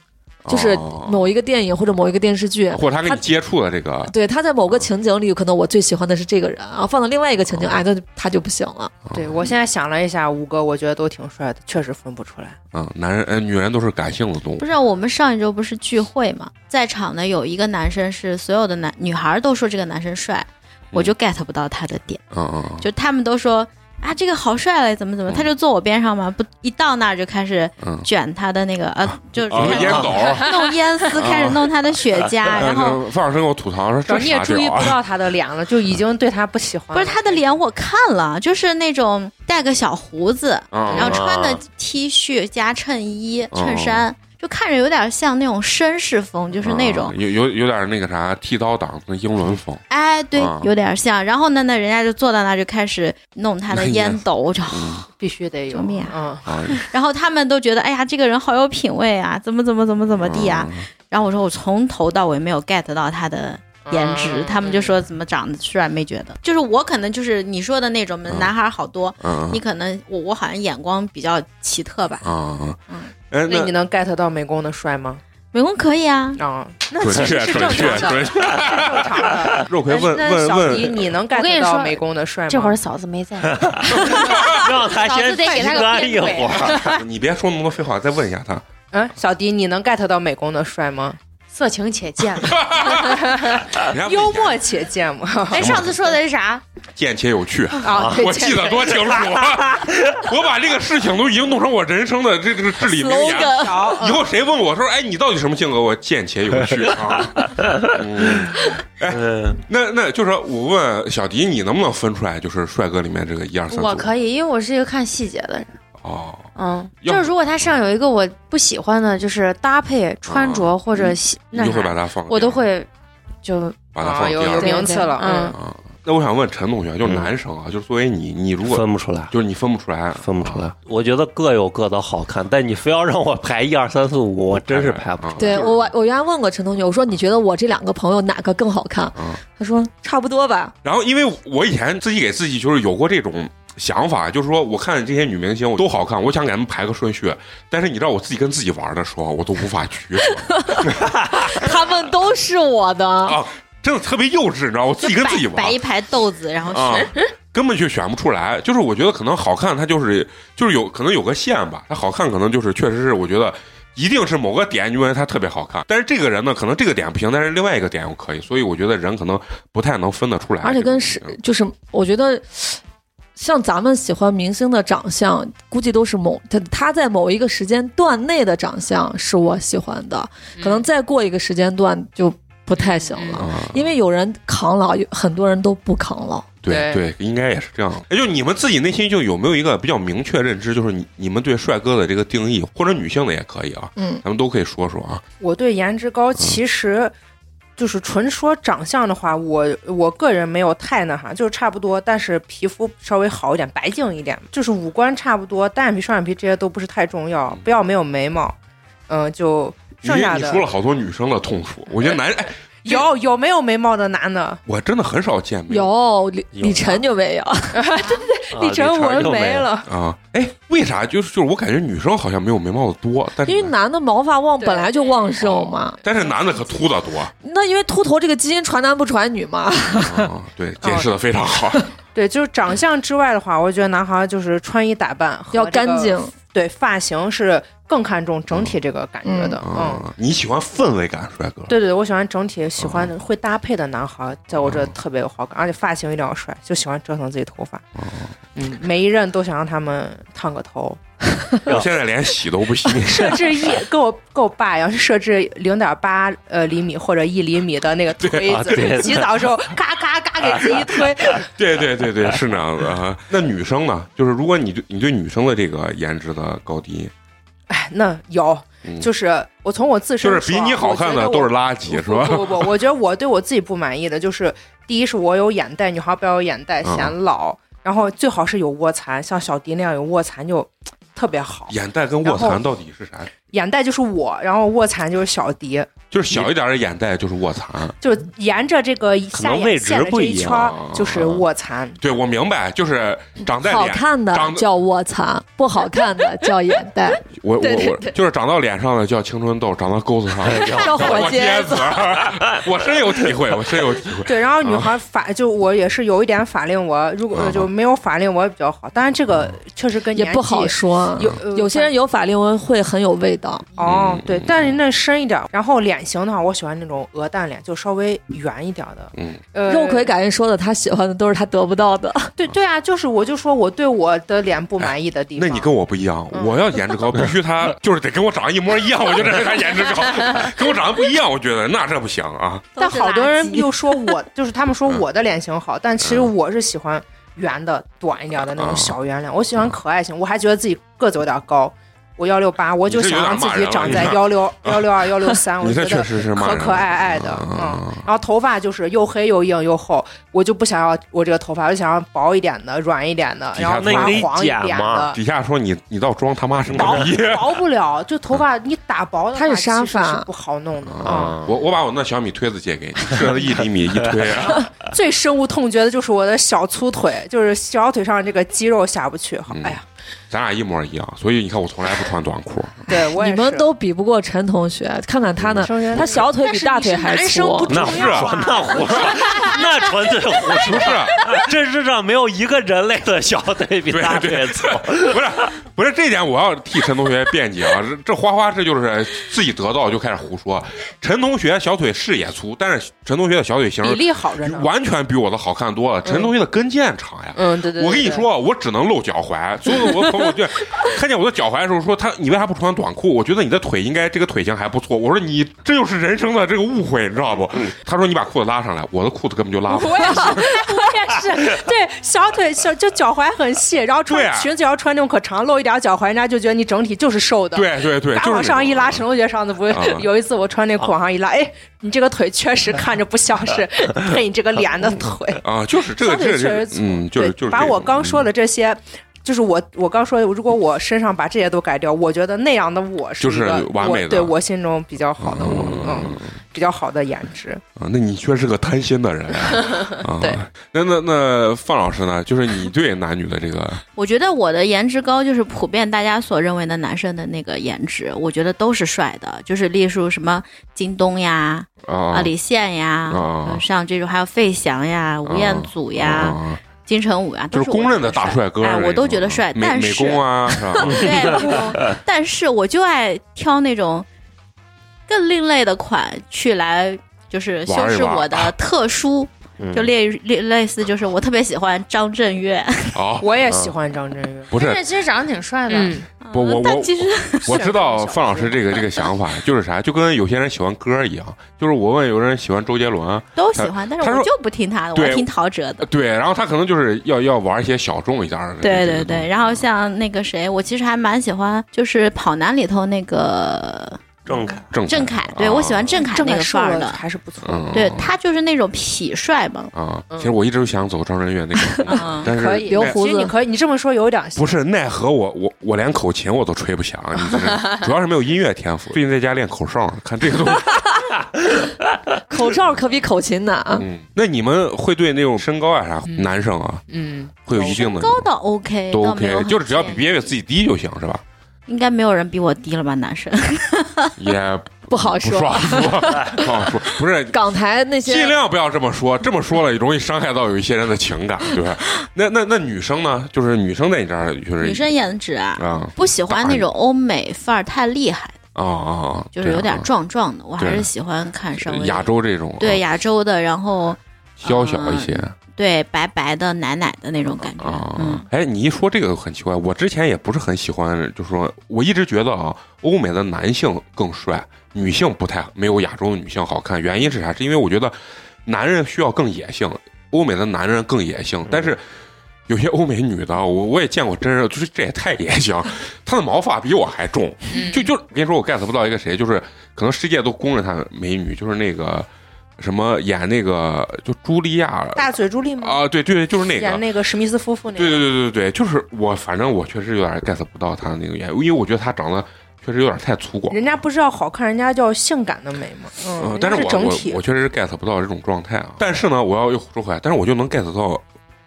S5: 就是
S1: 哦
S5: 某一个电影或者某一个电视剧，
S1: 或者他跟
S5: 他
S1: 你接触的这个
S5: 对她在某个情景里，可能我最喜欢的是这个人啊，放到另外一个情景，
S1: 哦
S5: 哎，那她就不行了。
S2: 对我现在想了一下，五个我觉得都挺帅的，确实分不出来。
S1: 嗯，男人呃女人都是感性的动物
S3: 不，是我们上一周不是聚会嘛，在场的有一个男生是所有的男女孩儿都说这个男生帅，我就 get 不到他的点，
S1: 嗯嗯
S3: 就他们都说啊这个好帅嘞，怎么怎么，他就坐我边上嘛，不一到那儿就开始
S1: 嗯，
S3: 卷他的那个呃，就是
S1: 啊
S3: 开始
S1: 烟斗。 啊嗯
S3: 弄烟丝，开始弄他的雪茄，啊然后。
S1: 呃范老师跟我吐槽说
S2: 主要
S1: 这
S2: 你也
S1: 傻
S2: 注意
S1: 屌
S2: 不
S1: 啊，
S2: 到他的脸了，就已经对他不喜欢
S3: 不
S2: 了。
S3: 是他的脸，我看了，就是那种戴个小胡子，
S1: 嗯
S3: 然后穿的
S6: 啊
S3: T 恤加衬衣、
S1: 哦
S3: 衬衫，就看着有点像那种绅士风，就是那种
S1: 嗯，有有有点那个啥剃刀党的英伦风，
S3: 哎，对
S1: 啊，
S3: 有点像。然后呢，那人家就坐到那儿就开始弄他的烟斗，我就
S1: 嗯
S2: 必须得有
S3: 救命，
S2: 嗯，
S1: 啊，
S3: 然后他们都觉得，哎呀，这个人好有品位啊，怎么怎么怎么怎么地啊。
S1: 嗯？
S3: 然后我说，我从头到尾
S4: 嗯
S3: 没有 get 到他的颜值，
S2: 嗯
S3: 他们就说怎么长得帅没觉得，就是我可能就是你说的那种
S1: 嗯
S3: 男孩好多，
S1: 嗯
S3: 你可能我我好像眼光比较奇特吧。
S1: 啊，
S3: 嗯
S1: 哎，
S2: 那
S1: 那
S2: 你能 get 到美工的帅吗？
S3: 美工可以啊，
S2: 啊，那
S1: 准
S2: 其
S1: 确
S2: 实是
S1: 准
S2: 正
S1: 确
S2: 常的，
S1: 准
S2: 是
S1: 确，
S2: 正常的。
S1: 肉葵
S2: 但是
S1: 问
S2: 那
S1: 呃问
S2: 小迪，
S1: 问，
S2: 你能
S4: 跟你
S2: get 到
S4: 说
S2: 美工的帅吗？
S4: 这会儿嫂子没在，
S6: 让他
S4: 嫂
S6: 先
S4: 子得给他个
S6: 干一
S4: 变
S6: 会
S4: 轨
S6: 儿。
S1: 你别说那么多废话，再问一下他，
S2: 嗯，小迪，你能 get 到美工的帅吗？
S4: 色情且 贱。
S1: 人家
S2: 呃幽默且见嘛。
S4: 哎，上次说的是啥？
S1: 见且有趣，
S2: 啊，对
S1: 我记得多清楚，啊 我把这个事情都已经弄成我人生的这这个至理名言。
S2: 见着
S1: 以后谁问我说，哎，你到底什么性格？我见且有趣啊。嗯，
S6: 嗯，
S1: 那那就是说我问小迪，你能不能分出来，就是帅哥里面这个一二三？
S4: 我
S1: 以。
S4: 可以，因为我是一个看细节的人。
S1: 哦，
S4: 嗯，
S1: 要
S4: 就是如果他身上有一个我不喜欢的，就是搭配、穿着或者喜
S1: 啊嗯你
S4: 那
S1: 就会把
S4: 啥，
S1: 它放，
S4: 我都会就
S1: 把它
S2: 啊，
S1: 放第
S2: 有
S1: 二
S2: 有
S1: 位
S2: 嗯名次了，
S4: 对对
S2: 嗯
S4: 嗯
S1: 啊。那我想问陈同学，就是男生啊，就是作为你，你如果
S6: 分不出来。
S1: 就是你分不出来，啊
S6: 分不出来，我觉得各有各的好看，但你非要让我排一二三四五，我真是排不出来。
S1: 啊
S5: 对我，我原来问过陈同学，我说你觉得我这两个朋友哪个更好看
S1: 嗯？
S5: 他说差不多吧。
S1: 然后，因为我以前自己给自己就是有过这种想法，就是说我看这些女明星我都好看，我想给她们排个顺序，但是你知道我自己跟自己玩的时候，我都无法取 舍
S5: 他们都是我的，
S1: 啊，真的特别幼稚，你知道，我自己 跟自己
S3: 摆摆
S1: 玩
S3: 一排豆子，然后
S1: 啊
S3: 选。，
S1: 根本就选不出来。就是我觉得可能好看，它就是就是有可能有个线吧，它好看可能就是确实是我觉得。一定是某个点，你觉得它特别好看，但是这个人呢，可能这个点不行，但是另外一个点又可以，所以我觉得人可能不太能分得出来。
S5: 而且跟是
S1: 嗯
S5: 就是，我觉得像咱们喜欢明星的长相，估计都是某他他在某一个时间段内的长相是我喜欢的，
S2: 嗯
S5: 可能再过一个时间段就不太行了，
S1: 啊，
S2: 嗯
S5: 因为有人扛老，有很多人都不扛老。
S1: 对对，应该也是这样的。哎，就你们自己内心就有没有一个比较明确认知，就是你你们对帅哥的这个定义，或者女性的也可以啊，
S5: 嗯，
S1: 咱们都可以说说啊。
S2: 我对颜值高其实。就是纯说长相的话，我我个人没有太那啥，就是差不多，但是皮肤稍微好一点，白净一点，就是五官差不多，单眼皮、双眼皮这些都不是太重要，不要没有眉毛，嗯、就
S1: 你
S2: 剩下
S1: 你
S2: 的
S1: 说了好多女生的痛处，我觉得男，哎，
S2: 有有没有眉毛的男的，
S1: 我真的很少见没
S5: 有李
S6: 有
S5: 李晨就没有，
S6: 啊
S2: 李晨
S6: 又
S2: 文
S6: 没
S2: 没了，
S1: 啊。哎，为啥？就是就是，我感觉女生好像没有眉毛的多， 但是
S5: 因为男的毛发旺
S2: 对
S5: 本来就旺盛嘛，
S1: 但是男的可秃的多
S5: 那因为秃头这个基因传男不传女嘛，
S1: 啊。对，解释的非常好。
S2: 对，就是长相之外的话，我觉得男孩就是穿衣打扮和
S5: 要
S2: 这个
S5: 干净，
S4: 对发型是更看重
S1: 嗯
S4: 整体这个感觉的，嗯。
S1: 啊，你喜欢氛围感帅哥？
S4: 对对对，我喜欢整体喜欢
S1: 嗯
S4: 会搭配的男孩，在我这特别有好感，而且发型一定要帅，就喜欢折腾自己头发。嗯，每一任都想让他们烫个 头，
S1: 我现在连洗都不洗，
S4: 设置一跟我跟我爸一样，设置零点八呃厘米或者一厘米的那个推
S6: 啊对
S4: 子，洗澡的时候咔 咔咔给自己一推，
S1: 对对对对，是那样子啊。那女生呢？就是如果你对你对女生的这个颜值的高低，
S4: 哎，那有
S1: 嗯。
S4: 就是我从我自身
S1: 就是比
S4: 说啊
S1: 你好
S4: 我觉
S1: 看
S4: 得
S1: 的
S4: 我
S1: 都是垃圾，是吧？
S4: 不不不，我觉得我对我自己不满意的就是，第一是我有眼袋，女孩不要有眼袋
S1: 嗯
S4: 显老，然后最好是有卧蚕，像小迪那样有卧蚕就特别好。
S1: 眼袋跟卧
S4: 然
S1: 蚕
S4: 后
S1: 到底是啥？
S4: 眼袋就是我，然后卧蚕就是小迪，
S1: 就是小一点的眼袋就是卧蚕。
S4: 就沿着这个下
S6: 可能位
S4: 眼
S6: 置
S4: 线的
S6: 不
S4: 这
S6: 一
S4: 一
S6: 样啊
S4: 圈儿就是卧蚕。
S1: 对，我明白，就是长在
S5: 好
S1: 脸，
S5: 看的
S1: 长得
S5: 叫卧蚕，不好看的 叫眼袋。
S1: 我我
S5: 对对
S1: 我
S5: 对
S1: 就是长到脸上的叫青春痘，长到沟子上的
S5: 叫火
S1: 火疖
S5: 疖
S1: 子。我深有体会，我深有体会。
S4: 对，然后
S6: 啊
S4: 女孩法就我也是有一点法令纹，如果呃
S1: 嗯
S4: 就没有法令纹比较好。当然这
S6: 啊
S4: 个确实跟
S5: 也
S4: 年
S5: 不
S4: 纪
S5: 好说。啊
S4: 有呃
S5: 有些人有法令纹会很有味道，
S4: 哦
S1: 嗯，
S4: 对，但是那深一点儿，然后脸型的话，我喜欢那种鹅蛋脸，就稍微圆一点儿的。
S1: 嗯，
S4: 呃，
S5: 肉葵感人说的，他喜欢的都是他得不到的。
S4: 对对啊，就是我就说我对我的脸不满意的地
S1: 哎那
S4: 方。
S1: 你跟我不一样，
S4: 嗯
S1: 我要颜值高，必须 他就是得跟我长得一模一样，我就认为他颜值 高。跟我长得不一样，我觉得那这不行啊。
S3: 都
S4: 但
S3: 是
S4: 好多
S3: 垃
S4: 人
S3: 圾
S4: 又说我，就是他们说
S1: 嗯
S4: 我的脸型好，但其实我是喜欢圆的、短一点的
S1: 嗯
S4: 那种小圆脸，我喜欢可爱型，我还觉得自己个子有点高。我幺六八，我就想让自己长在
S1: 你这嗯
S4: 幺六幺六二幺六三，我
S1: 你
S4: 觉
S1: 这确
S4: 得
S1: 实是骂
S4: 可
S1: 人
S4: 可爱爱的，嗯，
S1: 啊。
S4: 然后头发就是又黑又硬又厚，我就不想要我这个头发，我就想要薄一点的、软一点的，
S1: 底
S4: 然
S1: 下
S4: 后
S1: 那
S4: 发
S1: 你
S6: 得
S4: 黄一
S6: 剪
S4: 点
S6: 嘛
S4: 的，
S1: 底下说你你啊倒装他妈什
S4: 薄
S1: 么逼？
S4: 薄不了，就头发你打薄的话，
S5: 它是沙发
S4: 其实是不好弄的啊。
S6: 啊，
S1: 我我把我那小米推子借给你， 这嗯一厘米一推啊，
S4: 最深恶痛绝的就是我的小粗腿，就是小腿上这个肌肉下不去。好
S1: 嗯
S4: 哎呀，
S1: 咱俩一模一样，所以你看我从来不穿短裤。
S4: 对我也
S5: 你
S4: 是
S5: 们都比不过陈同学，看看他呢，
S4: 生人
S5: 他小腿比大腿还
S4: 但是你是男生
S5: 粗
S4: 不。
S6: 那
S4: 重
S6: 胡
S4: 要
S6: 说，
S4: 啊
S6: 那胡说，那 纯粹胡说。
S1: 不是，
S6: 这世上没有一个人类的小腿比大腿粗。
S1: 不是，不是，这点我要替陈同学辩解啊！这这花花这就是呃自己得到就开始胡说。啊陈同学小腿是也粗，但是陈同学的小腿型
S4: 比例嗯好着呢。
S1: 完全比我的好看多了。陈同学的跟腱长呀。
S4: 嗯，对对，对
S1: 我跟你
S4: 对
S1: 说，我只能露脚踝。所有的我的朋友就 看见我的脚踝的时候说：“他，你为啥不穿短裤？我觉得你的腿应该这个腿型还不错。”我说：“你这就是人生的这个误会，你知道不？”他说：“你把裤子拉上来。”我的裤子根本就拉不上。
S4: 我也是，我 也是，对，小腿小就脚踝很细，然后
S1: 对啊
S4: 穿裙子要穿那种可长，露一点脚踝，人家就觉得你整体就是瘦的。，
S1: 对对对，就是
S4: 往上一拉，沈同学上次不是
S1: 啊
S4: 有一次我穿内裤往上一拉，哎，你这个腿确实看着不像 是配你这个脸的腿。
S1: 啊，就是这个
S4: 小
S1: 这
S4: 腿
S1: 个
S4: 确实
S1: 这个
S4: 粗
S1: 嗯， 就是
S4: 对
S1: 就是
S4: 把
S1: 这
S4: 我
S1: 种
S4: 刚说
S1: 嗯
S4: 的这些。就是我，我刚说，如果我身上把这些都改掉，我觉得那样的我是
S1: 就
S4: 一
S1: 是
S4: 个
S1: 完
S4: 我
S1: 美的
S4: 对我心中比较好的我，嗯，比较好的颜值。
S1: 啊，那你确实是个贪心的人 啊！
S4: 对，
S1: 那那那范老师呢？就是你对男女的这 个，
S3: 我觉得我的颜值高就是普遍大家所认为的男生的那个颜值，我觉得都是帅的，就是例如什么京东呀、啊、
S1: 啊，
S3: 李现呀、
S1: 啊
S3: 呃像这种还有费翔呀、吴
S1: 嗯
S3: 彦祖呀、
S1: 啊，
S3: 金城武呀，
S1: 就
S3: 都
S1: 是
S3: 是
S1: 公认的大
S3: 帅。
S1: 帅哥那
S3: 哎
S1: 种啊，
S3: 我都觉得帅
S1: 美
S3: 但
S1: 美
S3: 是
S1: 工啊， 是吧？
S4: 啊
S3: 对， 但是我就爱挑那种更另类的款去来，就是修饰我
S1: 啊
S3: 的特 殊，
S1: 嗯
S6: 嗯
S3: 就类类类似就是我特别喜欢张震岳，
S1: 啊，
S4: 我也喜欢张震岳，
S1: 不是
S7: 但，是其实长得挺帅的，
S4: 嗯，
S1: 不我我
S3: 但其实
S1: 我知道范老师这 个这个想法就是啥，就跟有些人喜欢歌一样，就是我问有人喜欢周杰伦，
S3: 都喜欢，但是
S1: 他说
S3: 我就不听他的，
S1: 对
S3: 我听陶喆的。
S1: 对，然后他可能就是要要玩一些小众一点儿的这
S3: 对
S1: 个，
S3: 对对，然后像那个谁，我其实还蛮喜欢，就是《跑男》里头那个
S6: 郑恺，
S1: 郑哦
S3: 郑
S1: 恺
S3: 恺，对我喜欢郑恺
S4: 郑
S3: 那
S4: 恺
S3: 个
S4: 瘦
S3: 范儿
S4: 了
S3: 的，
S4: 还是不错。
S1: 嗯，
S3: 对他就是那种痞帅嘛，
S1: 啊，其实我一直想走张震岳那个路，
S3: 嗯，
S1: 但是
S4: 可以
S5: 留
S1: 那
S5: 胡
S4: 其实
S5: 子
S4: 你可以，你这么说有点像
S1: 不是奈何我我我连口琴我都吹不响，你知道 吗主要是没有音乐天赋。最近在家练口哨，看这个东西。
S5: 口罩可比口琴难啊！
S1: 嗯，那你们会对那种身高啊啥
S4: 嗯
S1: 男生啊
S4: 嗯，
S1: 会有一定的
S3: 高倒 OK，
S1: 都
S3: 倒没有
S1: OK，
S3: 很
S1: 就是只要比
S3: 介意
S1: 别人自己低就行，是吧？
S3: 应该没有人比我低了吧，男生。
S1: 也
S5: 不好
S1: 不
S5: 说。
S1: 好说， 不好说，不是。
S5: 港台那些
S1: 尽量不要这么说，这么说了容易伤害到有一些人的情感，对吧？那那那女生呢？就是女生在你这儿就是
S3: 女生颜值啊，
S1: 啊
S3: 不喜欢那种欧美范儿太厉害，
S1: 啊啊，
S3: 就是有点壮壮的，我还
S1: 对
S3: 是喜欢看稍微
S1: 亚洲这种啊
S3: 对亚嗯洲的，然后
S1: 娇小一些
S3: 对白白的奶奶的那种感觉，嗯
S1: 啊。哎，你一说这个很奇怪，我之前也不是很喜欢，就说我一直觉得啊，欧美的男性更帅，女性不太没有亚洲的女性好看。原因是啥？是因为我觉得男人需要更野性，欧美的男人更野性，但是。有些欧美女的，啊我我也见过真人，就是这也太野性，她的毛发比我还重，
S2: 嗯
S1: 就就别说我 get 不到一个谁，就是可能世界都公认她美女，就是那个什么演那个就茱莉亚
S2: 大嘴朱莉吗？
S1: 啊，对对，就是那个
S2: 演那个史密斯夫妇那
S1: 对
S2: 个，
S1: 对对对对，就是我，反正我确实有点 get 不到他那个演，因为我觉得他长得确实有点太粗犷。
S2: 人家不是要好看，人家叫性感的美嘛。
S1: 嗯
S2: 嗯，，
S1: 但是
S2: 人
S1: 我
S2: 家整
S1: 我
S2: 体
S1: 我确实是 get 不到这种状态啊。但是呢，我要又说回来，但是我就能 get 到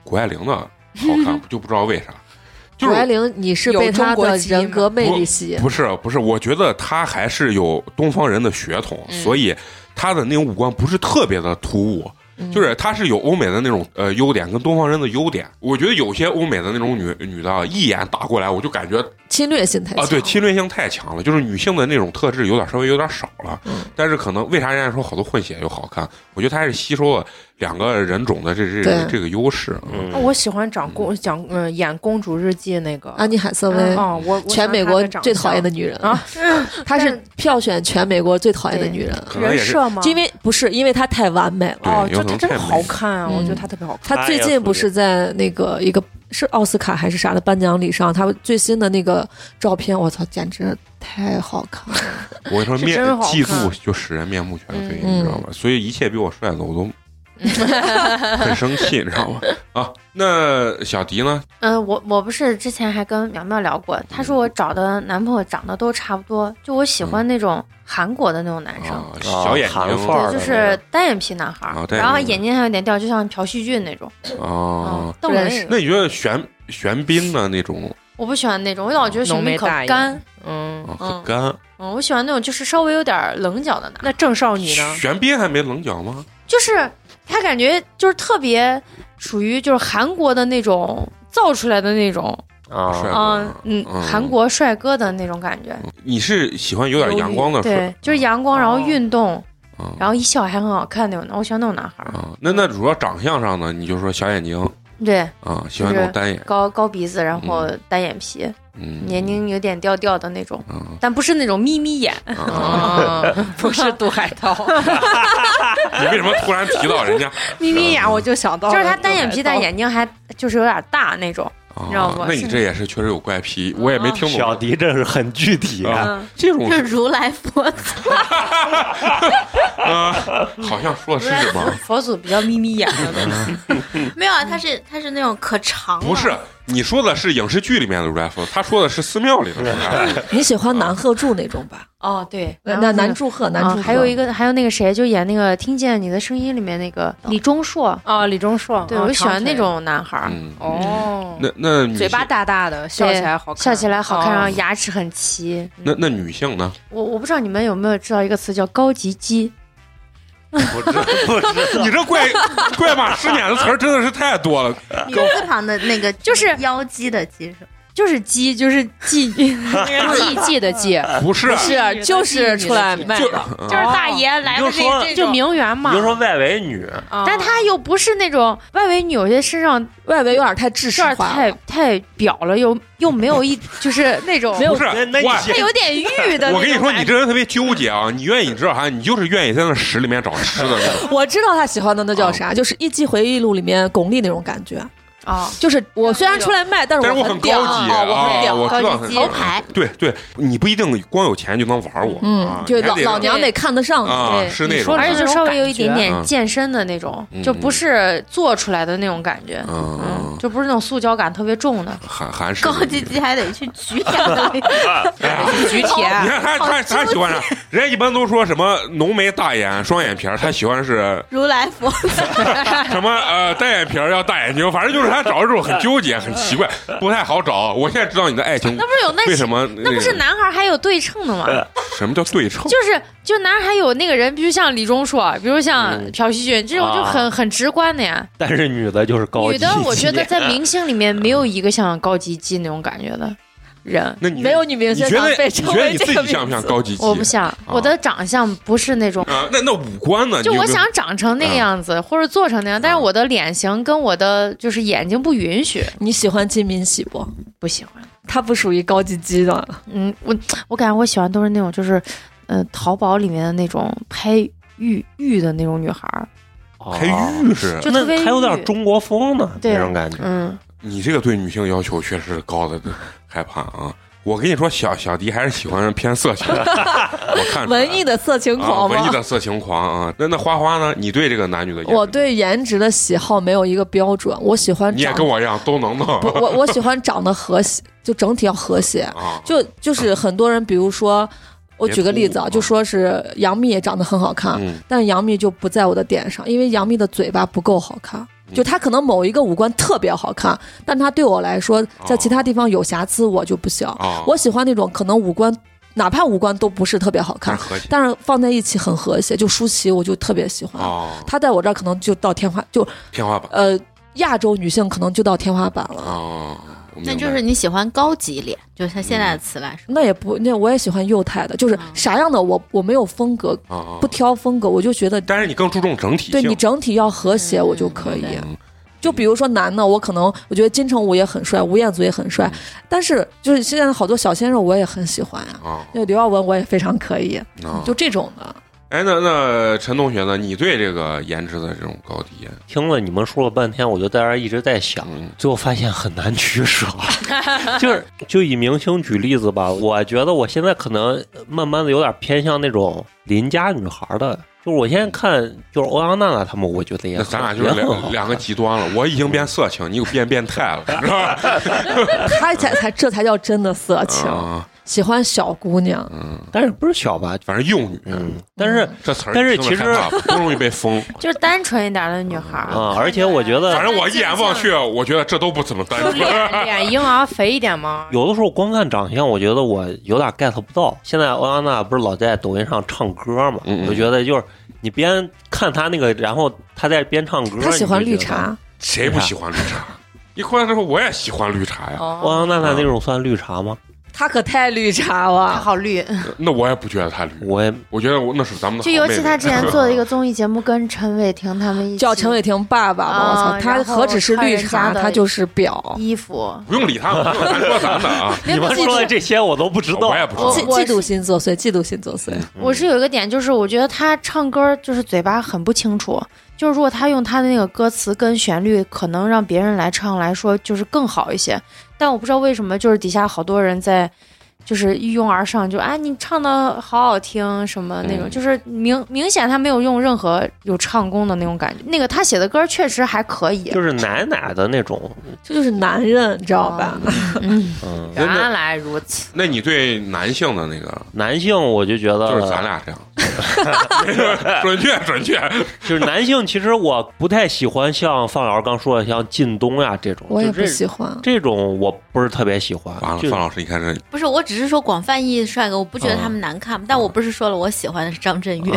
S1: 谷爱凌的好 看，就不知道为啥，就
S5: 谷爱
S1: 是
S5: 凌，你是
S2: 有
S5: 被
S2: 中
S5: 她
S2: 国
S5: 的
S2: 基因
S5: 人格魅
S1: 不
S5: 力吸引，
S1: 不是不是，我觉得她还是有东方人的血统，
S2: 嗯
S1: 所以她的那种五官不是特别的突兀。
S2: 嗯
S1: 就是她是有欧美的那种呃优点跟东方人的优点，我觉得有些欧美的那种女女的啊一眼打过来，我就感觉
S5: 侵略性太强
S1: 啊，对，侵略性太强了，就是女性的那种特质有点稍微有点少了，
S2: 嗯
S1: 但是可能为啥人家说好多混血又好看？我觉得她还是吸收了两个人种的这这这
S5: 对
S1: 这个优势，嗯，
S2: 啊
S6: 嗯，
S2: 我喜欢长公讲嗯演《公主日记》那个
S5: 安妮海瑟薇，
S4: 哦
S2: 啊，我我喜
S5: 全
S2: 欢
S5: 美
S2: 她
S5: 国
S2: 的长
S5: 最讨厌的
S2: 相
S5: 女人
S2: 啊！
S5: 她是
S2: 但
S5: 票选全美国最讨厌的女人，
S4: 嗯
S1: 可能
S2: 人
S1: 也是
S2: 设吗
S5: 就？因为不是因为她太完美了。
S1: 对
S2: 哦，
S1: 有
S2: 就
S1: 可能
S2: 她真
S1: 太
S2: 的
S1: 美
S2: 好看啊，
S5: 嗯
S2: 我觉得她特别好看。
S5: 她最近不是在那个一个是奥斯卡还是啥的颁奖礼上，她最新的那个照片，我操，简直太好 看了。
S1: 我跟你说
S2: 是
S1: 面
S2: 真好
S1: 嫉妒
S2: 看
S1: 就使人面目全非，
S5: 嗯
S1: 你知道吧？所以一切比我帅的我都 很生气，你知道吗？
S2: 嗯
S1: 啊，那小迪呢？
S4: 嗯、我我不是之前还跟苗苗聊过，她说我
S1: 嗯
S4: 找的男朋友长得都差不多，就我喜欢那种韩国的那种男生，
S1: 啊，小眼
S6: 韩
S1: 睛
S6: 范儿
S4: 对，就
S6: 的
S4: 是单眼皮男孩儿，
S1: 啊单眼皮
S4: 然后眼睛还有点掉，就像朴叙俊那种。
S2: 哦
S4: 嗯
S1: 啊，
S4: 但我
S5: 不认识
S4: 也
S1: 那你觉得玄玄彬的那种
S4: 我不喜欢那种，我老觉得
S2: 浓
S4: 熊
S2: 眉
S4: 妹可
S2: 大
S4: 干
S2: 眼。，嗯，
S1: 啊
S4: 嗯
S1: 很干？
S4: 嗯，我喜欢那种就是稍微有点棱角的男，
S2: 那郑少女呢？
S1: 玄彬还没棱角吗？
S4: 就是他感觉就是特别属于就是韩国的那种造出来的那种，
S1: 帅
S6: 啊，
S1: 哥
S4: 嗯嗯，
S1: 嗯
S4: 韩国帅哥的那种感觉。
S1: 你是喜欢有点阳光的
S4: 对
S1: 水，，
S4: 就是阳光，然后运动，
S1: 啊
S4: 然后一笑还很好看那种的，我喜欢那种男孩儿。
S1: 啊，那那主要长相上呢，你就说小眼睛
S4: 对，
S1: 啊，喜欢那种单眼，
S4: 高高鼻子，然后单眼皮，
S1: 嗯，
S4: 眼睛有点掉掉的那种，
S1: 啊
S4: 但不是那种眯眯眼。
S1: 啊，
S2: 啊，不是杜海涛，
S1: 你为什么突然提到人家？
S2: 眯
S1: 嗯
S2: 眯眼我就想到了，
S4: 就是他单眼皮，但眼睛还就是有点大那种。
S1: 啊
S4: 知道不
S1: 那你这也是确实有怪癖，我也没听
S6: 小
S1: 懂
S6: 迪这是很具体啊，
S1: 啊，这种
S3: 这
S4: 嗯
S3: 如来佛祖，
S1: 啊，好像说的是什么？
S2: 佛祖
S4: 啊
S2: 比较眯眯眼的那种，
S3: 没有啊，他是他是那种可长了，
S1: 不是，你说的是影视剧里面的如来佛，他说的是寺庙里的如来佛。
S5: 你喜欢南鹤柱那种吧？
S4: 哦，对，
S5: 那
S4: 然后
S5: 那
S4: 那
S5: 男
S4: 个
S5: 祝贺，男
S4: 啊
S5: 祝贺，，
S4: 还有一个，还有那个谁，就演那个《听见你的声音》里面那个李钟硕，
S2: 啊，李钟硕，
S4: 对
S2: 啊
S4: 我就喜欢那。
S2: 长腿
S4: 种男孩儿，
S1: 嗯，
S2: 哦，
S1: 那那女
S2: 嘴巴
S1: 性
S2: 大大的，笑起来好看，
S4: 笑起来好
S1: 哦
S4: 看，然后
S2: 啊，
S4: 牙齿很齐。
S1: 那那女性呢？
S4: 我我不知道你们有没有知道一个词叫高级鸡，
S6: 不知不知道
S1: 你这 怪怪马失免的词儿真的是太多了。
S3: 女字旁的那个
S4: 就是
S3: 妖姬的姬是吧
S4: 就是鸡，就是鸡，
S2: 记记的 记，
S1: 不是，
S5: 是就是出来卖
S1: 就
S5: 的，
S1: 嗯
S4: 就是大爷
S6: 你
S4: 来
S6: 就说
S2: 就名媛嘛
S6: 你。就说外围女，
S1: 哦
S2: 啊
S4: 但他又不是那种外围女，有些身上
S5: 外围有点太制式
S4: 这儿
S5: 化
S4: 太
S5: 了。
S4: 太表了，又又没有一就是那种
S5: 没有
S1: 不是
S6: 那那
S1: 我
S6: 你
S4: 他有点欲的那种感觉。
S1: 我跟你说，你这人特别纠结啊！你愿意知道啥，你就是愿意在那屎里面找吃的那种。
S5: 我知道他喜欢的那叫
S1: 啊
S5: 啥，就是《一季回忆录》里面巩俐那种感觉，
S4: 啊，
S5: 就是我虽然出来卖，但
S1: 但是我
S5: 很
S1: 很
S5: 屌，
S1: 高级
S5: 啊我很
S1: 啊，
S5: 屌。
S1: 我知道
S4: 高
S1: 很
S4: 级
S3: 头牌，
S1: 对对，你不一定光有钱就能玩我，啊
S5: 嗯，就
S1: 你还
S5: 老
S1: 得
S5: 老娘得看得上你。
S1: 啊，
S4: 对
S1: 是
S2: 你
S1: 那种
S2: 说的
S1: 的，
S4: 而且就稍微有一点
S1: 嗯
S4: 点健身的那种，
S1: 嗯
S4: 就不是做出来的那种感觉，
S1: 嗯
S4: 嗯，就不是那种塑胶感特别重的。
S1: 韩韩式
S3: 高
S1: 的
S3: 级
S1: 女
S3: 鸡还得去举两个，
S2: 举铁，
S1: 你看他他他喜欢啥？人家一般都说什么浓眉大眼双眼皮儿，他喜欢是
S3: 如来佛祖
S1: 什么呃单眼皮儿要大眼睛，反正就是他找这种很纠结、很奇怪，不太好找。我现在知道你的爱情
S4: 那不是有那
S1: 为什么嗯
S4: 那不是男孩还有对称的吗？
S1: 什么叫对称？
S4: 就是就男孩有那个人，比如像李钟硕，比如像
S6: 嗯
S4: 朴叙俊这种就很、
S6: 啊
S4: 很直观的呀。
S6: 但是女的就是高级
S4: 女的，我觉得
S6: 一些
S4: 在明星里面没有一个像高级鸡那种感觉的人。
S1: 那你
S5: 没有女明
S1: 你
S5: 星
S1: 觉得
S5: 想被
S1: 你
S5: 称
S1: 觉得
S5: 为
S1: 你
S5: 这
S1: 自
S5: 个
S1: 己像不
S5: 名
S1: 像
S5: 字
S1: 高级鸡？
S4: 我不
S6: 啊
S4: 像，我的长相不是那种，
S1: 啊，那那五官呢？
S4: 就
S1: 你有
S4: 我
S1: 没有
S4: 想长成
S6: 啊
S4: 那个样子、或者做成那样，但是我的脸型跟我的就是眼睛不允许，
S5: 你喜欢金敏喜不？
S4: 不喜欢。
S5: 她不属于高级鸡的，
S4: 嗯，我我感觉我喜欢都是那种就是，呃，淘宝里面的那种拍玉玉的那种女孩儿，
S6: 哦
S1: 还玉是？
S4: 就
S6: 那
S4: 特别
S6: 还有点
S4: 玉
S6: 中国风呢，
S4: 对
S6: 那种感觉。
S4: 嗯，
S1: 你这个对女性要求确实高的害怕啊！我跟你说，小小迪还是喜欢偏色情， 我看出来
S5: 文艺的色情
S1: 啊，
S5: 狂
S1: 文艺
S5: 吗？
S1: 的色情狂啊！那那花花呢？你对这个男女的，
S5: 我，对颜值的喜好没有一个标准，我喜欢
S1: 你也
S5: 长
S1: 跟我一样都能弄
S5: 不我我喜欢长得和谐，就整体要和谐。
S1: 啊，
S5: 就就是很多人，比如说，我
S1: 别
S5: 举个例
S1: 突兀
S5: 子啊，
S1: 啊
S5: 就说是杨幂也长得很好看，
S1: 嗯
S5: 但是杨幂就不在我的点上，因为杨幂的嘴巴不够好看。
S1: 嗯
S5: 就她可能某一个五官特别好看，但她对我来说，在其他地方有瑕疵，我就不行。
S1: 啊，
S5: 我喜欢那种可能五官，哪怕五官都不是特别好
S1: 看
S5: 看，
S1: 和谐
S5: 但是放在一起很和谐，就舒淇我就特别喜欢。
S1: 啊，
S5: 她在我这儿可能就到天花，就
S1: 天花板
S5: 呃亚洲女性可能就到天花板了。
S1: 啊，我明白
S3: 那就是你喜欢高级脸，就是他现在的词来说，
S5: 那也不，那我也喜欢幼态的，就是
S3: 啊
S5: 啥样的我我没有风格，
S1: 啊啊，
S5: 不挑风格，我就觉得
S1: 但是你更注重整体性，
S5: 对你整体要和谐，
S3: 嗯
S5: 我就可以。
S1: 嗯
S5: 就比如说男的，我可能我觉得金城武也很帅，吴彦祖也很帅
S1: 嗯，
S5: 但是就是现在的好多小鲜肉我也很喜欢呀、
S1: 啊
S5: 那刘耀文我也非常可以，
S4: 嗯
S1: 啊，
S5: 就这种的。
S1: 哎，那那陈同学呢？你对这个颜值的这种高低，
S6: 听了你们说了半天，我就在这儿一直在想，
S1: 嗯
S6: 最后发现很难 取舍。就是就以明星举例子吧，我觉得我现在可能慢慢的有点偏向那种邻家女孩的。就是我现在看，就是欧阳娜娜他们，我觉得也
S1: 那
S6: 很
S1: 咱俩就是
S6: 也很好
S1: 两两个极端了。我已经变色情，你又变变态了，是 吧？
S5: 他才才这才叫真的色情，
S4: 嗯
S1: 啊，
S5: 喜欢小姑娘。
S6: 但是不是小吧？
S1: 反正幼女
S6: 嗯，但是
S1: 这词儿，
S6: 但是其实
S1: 不容易被 封。
S4: 就是单纯一点的女孩儿，
S6: 啊，而且我觉
S1: 反
S6: 得
S1: 正我一眼望去，我觉得这都不怎么单
S2: 就
S1: 纯。
S2: 脸脸婴
S4: 啊
S2: 儿肥一点吗？
S6: 有的时候光看长相，我觉得我有点 get 不到。现在欧阳娜娜不是老在抖音上唱歌嘛
S1: 嗯嗯，
S6: 我觉得就是你边看她那个，然后她在边唱歌，
S5: 他喜欢
S6: 你就
S5: 绿
S6: 觉得
S5: 茶，
S1: 谁不喜欢绿茶？一过来之后，我也喜欢绿茶呀。
S6: 欧
S2: 哦，
S6: 阳娜娜那种算绿茶吗？
S5: 他可太绿茶
S2: 他
S5: 了。
S2: 好绿，
S1: 那我也不觉得她绿，
S6: 我也
S1: 我觉得我那是咱们的
S4: 就
S1: 好
S4: 尤
S1: 妹
S4: 其
S1: 妹
S4: 她之前做 的一个综艺节目，跟陈伟霆他们一起
S5: 叫陈伟霆爸爸吧，我操、
S4: 啊
S5: 他
S4: 然后
S5: 何止是绿
S4: 穿
S5: 茶，
S4: 人家的
S5: 他就是婊。
S4: 衣服，
S1: 不用理他们，不用咱说咱的啊，
S6: 你们说的这些我都不 知道
S1: 哦我。也不知
S4: 我
S1: 道
S5: 嫉
S4: 我嗯
S5: 嫉妒心作祟，嫉妒心作祟。
S1: 嗯
S4: 我是有一个点，就是我觉得她唱歌就是嘴巴很不清楚，就是如果她用她的那个歌词跟旋律，可能让别人来唱来说就是更好一些。但我不知道为什么，就是底下好多人在。就是一拥而上，就啊，你唱的好好听，什么那种，
S1: 嗯
S4: 就是明明显她没有用任何有唱功的那种感觉。那个她写的歌确实还可
S1: 嗯
S4: 以，
S6: 就是奶奶的那种，
S5: 这就是男人，你知道吧？
S4: 嗯，
S6: 嗯，
S1: 真的
S2: 原来如此。
S1: 那你对男性的那 个，
S6: 男性我就觉得
S1: 就是咱俩这样， 准确准确，
S6: 就是男性，其实我不太喜欢像范老师刚说的，像靳东呀这种，
S5: 我也
S6: 就
S5: 不
S6: 这
S5: 喜欢。
S6: 这种，我不是特别喜欢。
S1: 完了，
S6: 就
S1: 范老师，你看这
S3: 不是，我只是说广泛意义的帅哥，我不觉得他们难
S1: 嗯
S3: 看，但我不是说了我喜欢的是张震岳，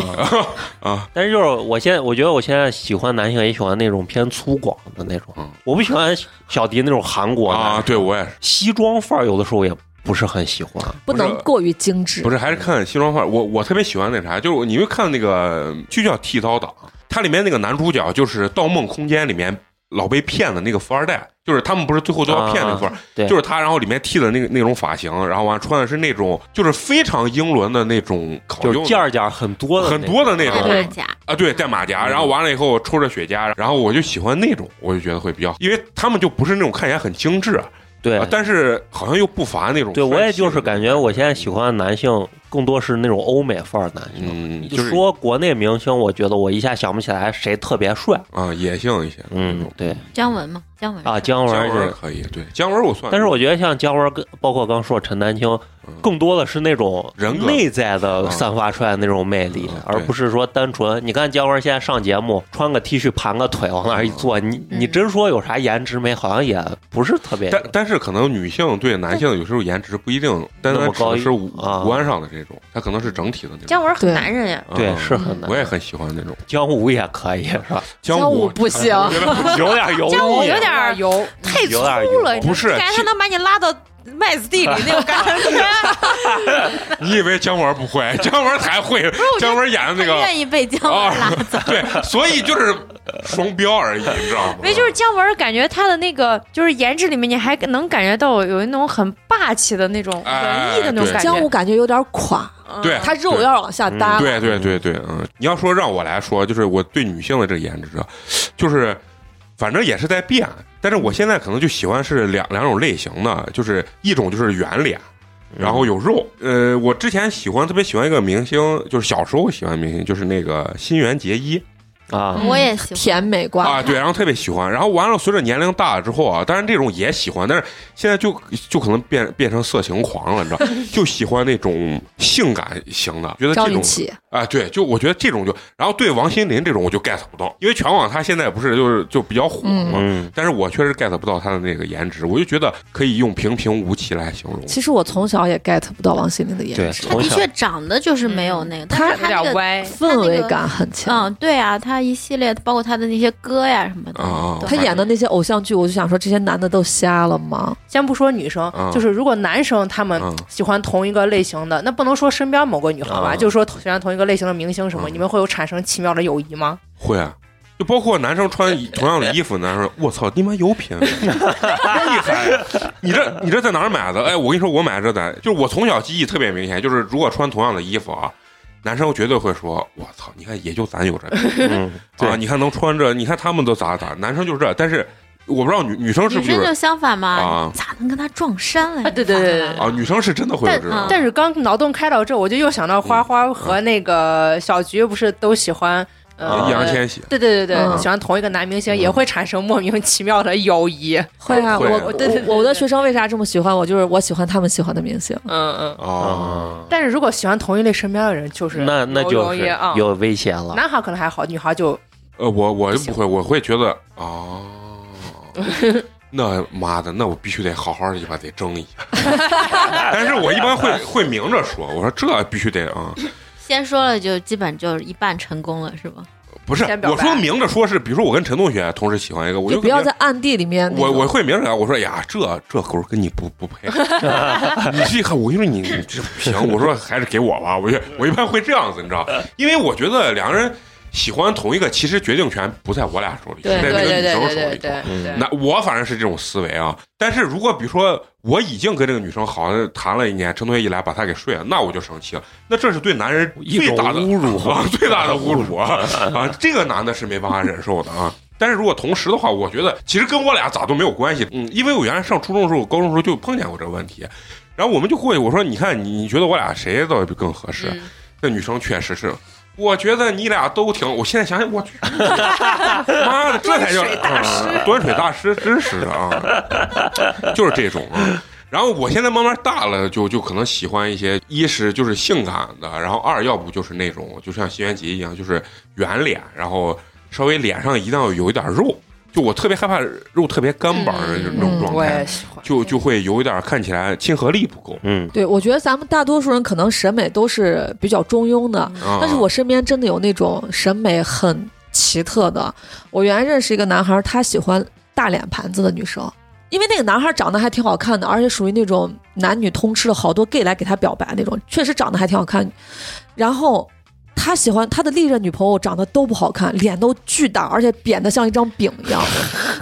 S1: 啊，
S6: 但是就是我现在，我觉得我现在喜欢男性也喜欢那种偏粗犷的那种，
S1: 嗯
S6: 我不喜欢小迪那种韩国的
S1: 啊，对我也是，
S6: 西装范儿，有的时候也不是很喜欢。
S5: 不能过于精致
S1: 不。是还是看西装范？我我特别喜欢那啥，就是你会看那个剧叫《剃刀党》，它里面那个男主角就是《盗梦空间》里面老被骗的那个富二代，就是他们不是最后都要骗那个富二代，
S6: 啊对，
S1: 就是他，然后里面剃的那个那种发型，然后完了穿的是那种就是非常英伦的那种考
S6: 就是
S1: 究
S6: 件儿件儿很多的那
S1: 很
S6: 种，
S1: 多的那
S3: 戴
S1: 种
S3: 马甲，
S1: 啊，对，戴马甲，然后完了以后抽着雪茄，然后我就喜欢那种，我就觉得会比较，因为他们就不是那种看起来很精致，啊
S6: 对
S1: 啊但是好像又不乏那种帅气的那种。
S6: 对，我也就是感觉我现在喜欢的男性更多是那种欧美范儿的男星。
S1: 嗯，
S6: 就
S1: 就是
S6: 说国内明星，我觉得我一下想不起来谁特别帅。
S1: 啊，野性一些，
S6: 嗯，对
S3: 姜文嘛，姜文
S6: 啊，姜文
S1: 姜文
S6: 是
S1: 可以，对姜文我算，
S6: 但是我觉得像姜文跟包括刚说陈丹青
S1: 啊嗯，
S6: 更多的是那种
S1: 人格
S6: 内在的散发出来的那种魅力
S1: 嗯，
S6: 而不是说单纯。你看姜文现在上节目，穿个 T 恤盘个腿往那儿一坐，
S1: 嗯
S6: 你
S5: 嗯
S6: 你真说有啥颜值没，好像也不是特别。
S1: 但但是可能女性对男性有时候颜值不一定单
S6: 那
S1: 单
S6: 么高
S1: 只是五
S6: 啊
S1: 五官上的这种，它可能是整体的那种。
S2: 姜文很
S5: 对
S2: 男人呀，
S1: 啊
S6: 对，是很难
S1: 我。也很喜欢那种
S6: 姜武也可以是 吧？
S5: 姜
S1: 武
S5: 武 不行
S1: 我觉得不行
S6: 有点油
S5: 姜武
S6: 腻
S5: 有，点儿
S2: 油，
S5: 太粗
S6: 有点油
S5: 了，
S1: 不是
S5: 感觉他能把你拉到麦子地里那种感觉。
S1: 你以为姜文不会？姜文才会，姜文演的那
S3: 他
S1: 个
S3: 愿意被姜
S1: 啊
S3: 文拉，
S1: 对，所以就是双标而已，你知道吗？
S4: 没，就是姜文，感觉他的那个就是颜值里面，你还能感觉到有一种很霸气的那种
S1: 哎
S4: 文艺的那种
S1: 对
S4: 感
S5: 姜
S4: 觉
S5: 武。感觉有点垮，
S1: 对，
S5: 他肉要往下搭。
S1: 对对对对，嗯，你要说让我来说，就是我对女性的这个颜值啊，就是反正也是在变，但是我现在可能就喜欢是两两种类型的，就是一种就是圆脸。然后有肉，呃，我之前喜欢特别喜欢一个明星，就是小时候喜欢明星，就是那个新垣结衣
S6: 啊，
S3: 我也喜欢。
S5: 甜美挂，
S1: 啊，对，然后特别喜欢。然后完了，随着年龄大了之后啊，当然这种也喜欢，但是现在就就可能变变成色情狂了，你知道，就喜欢那种性感型的，觉得
S5: 张
S1: 这
S5: 雨
S1: 种
S5: 绮
S1: 啊，对，就我觉得这种就，然后对王心凌这种我就 get 不到，因为全网她现在不是就是就比较火嘛，
S6: 嗯，
S1: 但是我确实 get 不到她的那个颜值，我就觉得可以用平平无奇来形容。
S5: 其实我从小也 get 不到王心凌的颜
S6: 对，
S5: 值，
S3: 他
S6: 从
S3: 的
S6: 小
S3: 确长得就是没有那个，但
S5: 他
S3: 是他
S2: 嗯有
S3: 那
S2: 点
S3: 个，
S2: 歪。
S5: 氛围感很强。
S3: 嗯，对啊，他一系列包括他的那些歌呀什么的，
S1: 啊
S3: 都
S5: 他演的那些偶像剧，我就想说，这些男的都瞎了吗？
S2: 先不说女生
S1: 嗯，
S2: 就是如果男生他们
S1: 嗯
S2: 喜欢同一个类型的，那不能说身边某个女孩吧，
S6: 嗯
S2: 就说喜欢同一个类型的明星什么，
S1: 嗯
S2: 你们会有产生奇妙的友谊吗？
S1: 会啊，就包括男生穿一同样的衣服，男生说我操，你妈有品位，厉害！你这你这在哪儿买的？哎，我跟你说，我买这在就是我从小记忆特别明显，就是如果穿同样的衣服啊，男生绝对会说，我操，你看也就咱有这品位。
S6: 嗯，对
S1: 啊，你看能穿着，你看他们都咋咋，男生就是这，但是我不知道女女生是
S3: 女
S1: 不是
S3: 生就相反嘛
S1: 啊，
S3: 咋能跟他撞衫了呀？
S2: 啊对对对对
S1: 啊，女生是真的会有这种
S3: 但，
S2: 但是刚脑洞开到这，我就又想到花
S1: 嗯
S2: 花和那个小菊不是都喜欢
S6: 啊
S2: 呃
S1: 易烊千玺
S2: 对对对对，
S5: 嗯
S2: 喜欢同一个男明星
S1: 嗯
S2: 也会产生莫名其妙的友谊。
S5: 会啊，
S1: 会
S5: 我
S1: 啊
S5: 我
S2: 对对对
S5: 我的学生为啥这么喜欢我？就是我喜欢他们喜欢的明星。
S2: 嗯嗯。
S1: 啊，
S2: 但是如果喜欢同一类身边的人，就是
S6: 那那
S2: 有
S6: 就
S2: 容易
S6: 是
S5: 嗯
S2: 啊。
S6: 有威胁了。
S2: 男孩可能还好，女孩就
S1: 呃，我我就不会，我会觉得 啊，那妈的，那我必须得好好的就把得争一下。 但是我一般会会明着说，我说这必须得啊、
S3: 先说了就基本就一半成功了，是吧？
S1: 不是
S2: 先表白
S1: 我说明着说是，比如说我跟陈同学同时喜欢一个，我
S5: 就
S1: 就
S5: 不要在暗地里面那
S1: 我
S5: 种。
S1: 我会明着啊讲，我说哎呀，这这狗跟你不不 配，你这看，我跟你说你你这不行，我说还是给我吧，我就我一般会这样子，你知道，因为我觉得两个人喜欢同一个，其实决定权不在我俩手里，是在
S2: 对
S1: 这个
S2: 对
S1: 女
S2: 对
S1: 生
S2: 对
S1: 手
S2: 对
S1: 里。
S2: 对
S6: 嗯
S2: 对。
S1: 那我反正是这种思维啊，但是如果比如说我已经跟这个女生好像谈了一年，陈同学一来把她给睡了，那我就生气了，那这是对男人
S6: 一
S1: 最
S6: 种
S1: 大的
S6: 侮辱嗯
S1: 啊，最大的侮辱啊！啊，这个男的是没办法忍受的啊。但是如果同时的话，我觉得其实跟我俩咋都没有关系。嗯，因为我原来上初中的时候、高中的时候就碰见过这个问题，然后我们就会我说，你看你你觉得我俩谁到底更合适？
S3: 嗯
S1: 那女生确实是。我觉得你俩都挺，我现在想想，我去，妈的，这才叫啊端水大师，真是的啊，就是这种啊。然后我现在慢慢大了，就就可能喜欢一些，一是就是性感的，然后二要不就是那种，就像新垣结衣一样，就是圆脸，然后稍微脸上一定要有一点肉，就我特别害怕肉特别干板儿的就
S3: 嗯
S1: 是那种状
S2: 我
S1: 态
S2: 也，喜欢。
S1: 就就会有一点看起来亲和力不够。
S6: 嗯，
S5: 对，我觉得咱们大多数人可能审美都是比较中庸的，
S1: 啊
S5: 但是我身边真的有那种审美很奇特的。我原来认识一个男孩，他喜欢大脸盘子的女生，因为那个男孩长得还挺好看的，而且属于那种男女通吃的，好多 gay 来给他表白那种，确实长得还挺好看。然后他喜欢他的历任女朋友长得都不好看，脸都巨大，而且扁的像一张饼一样，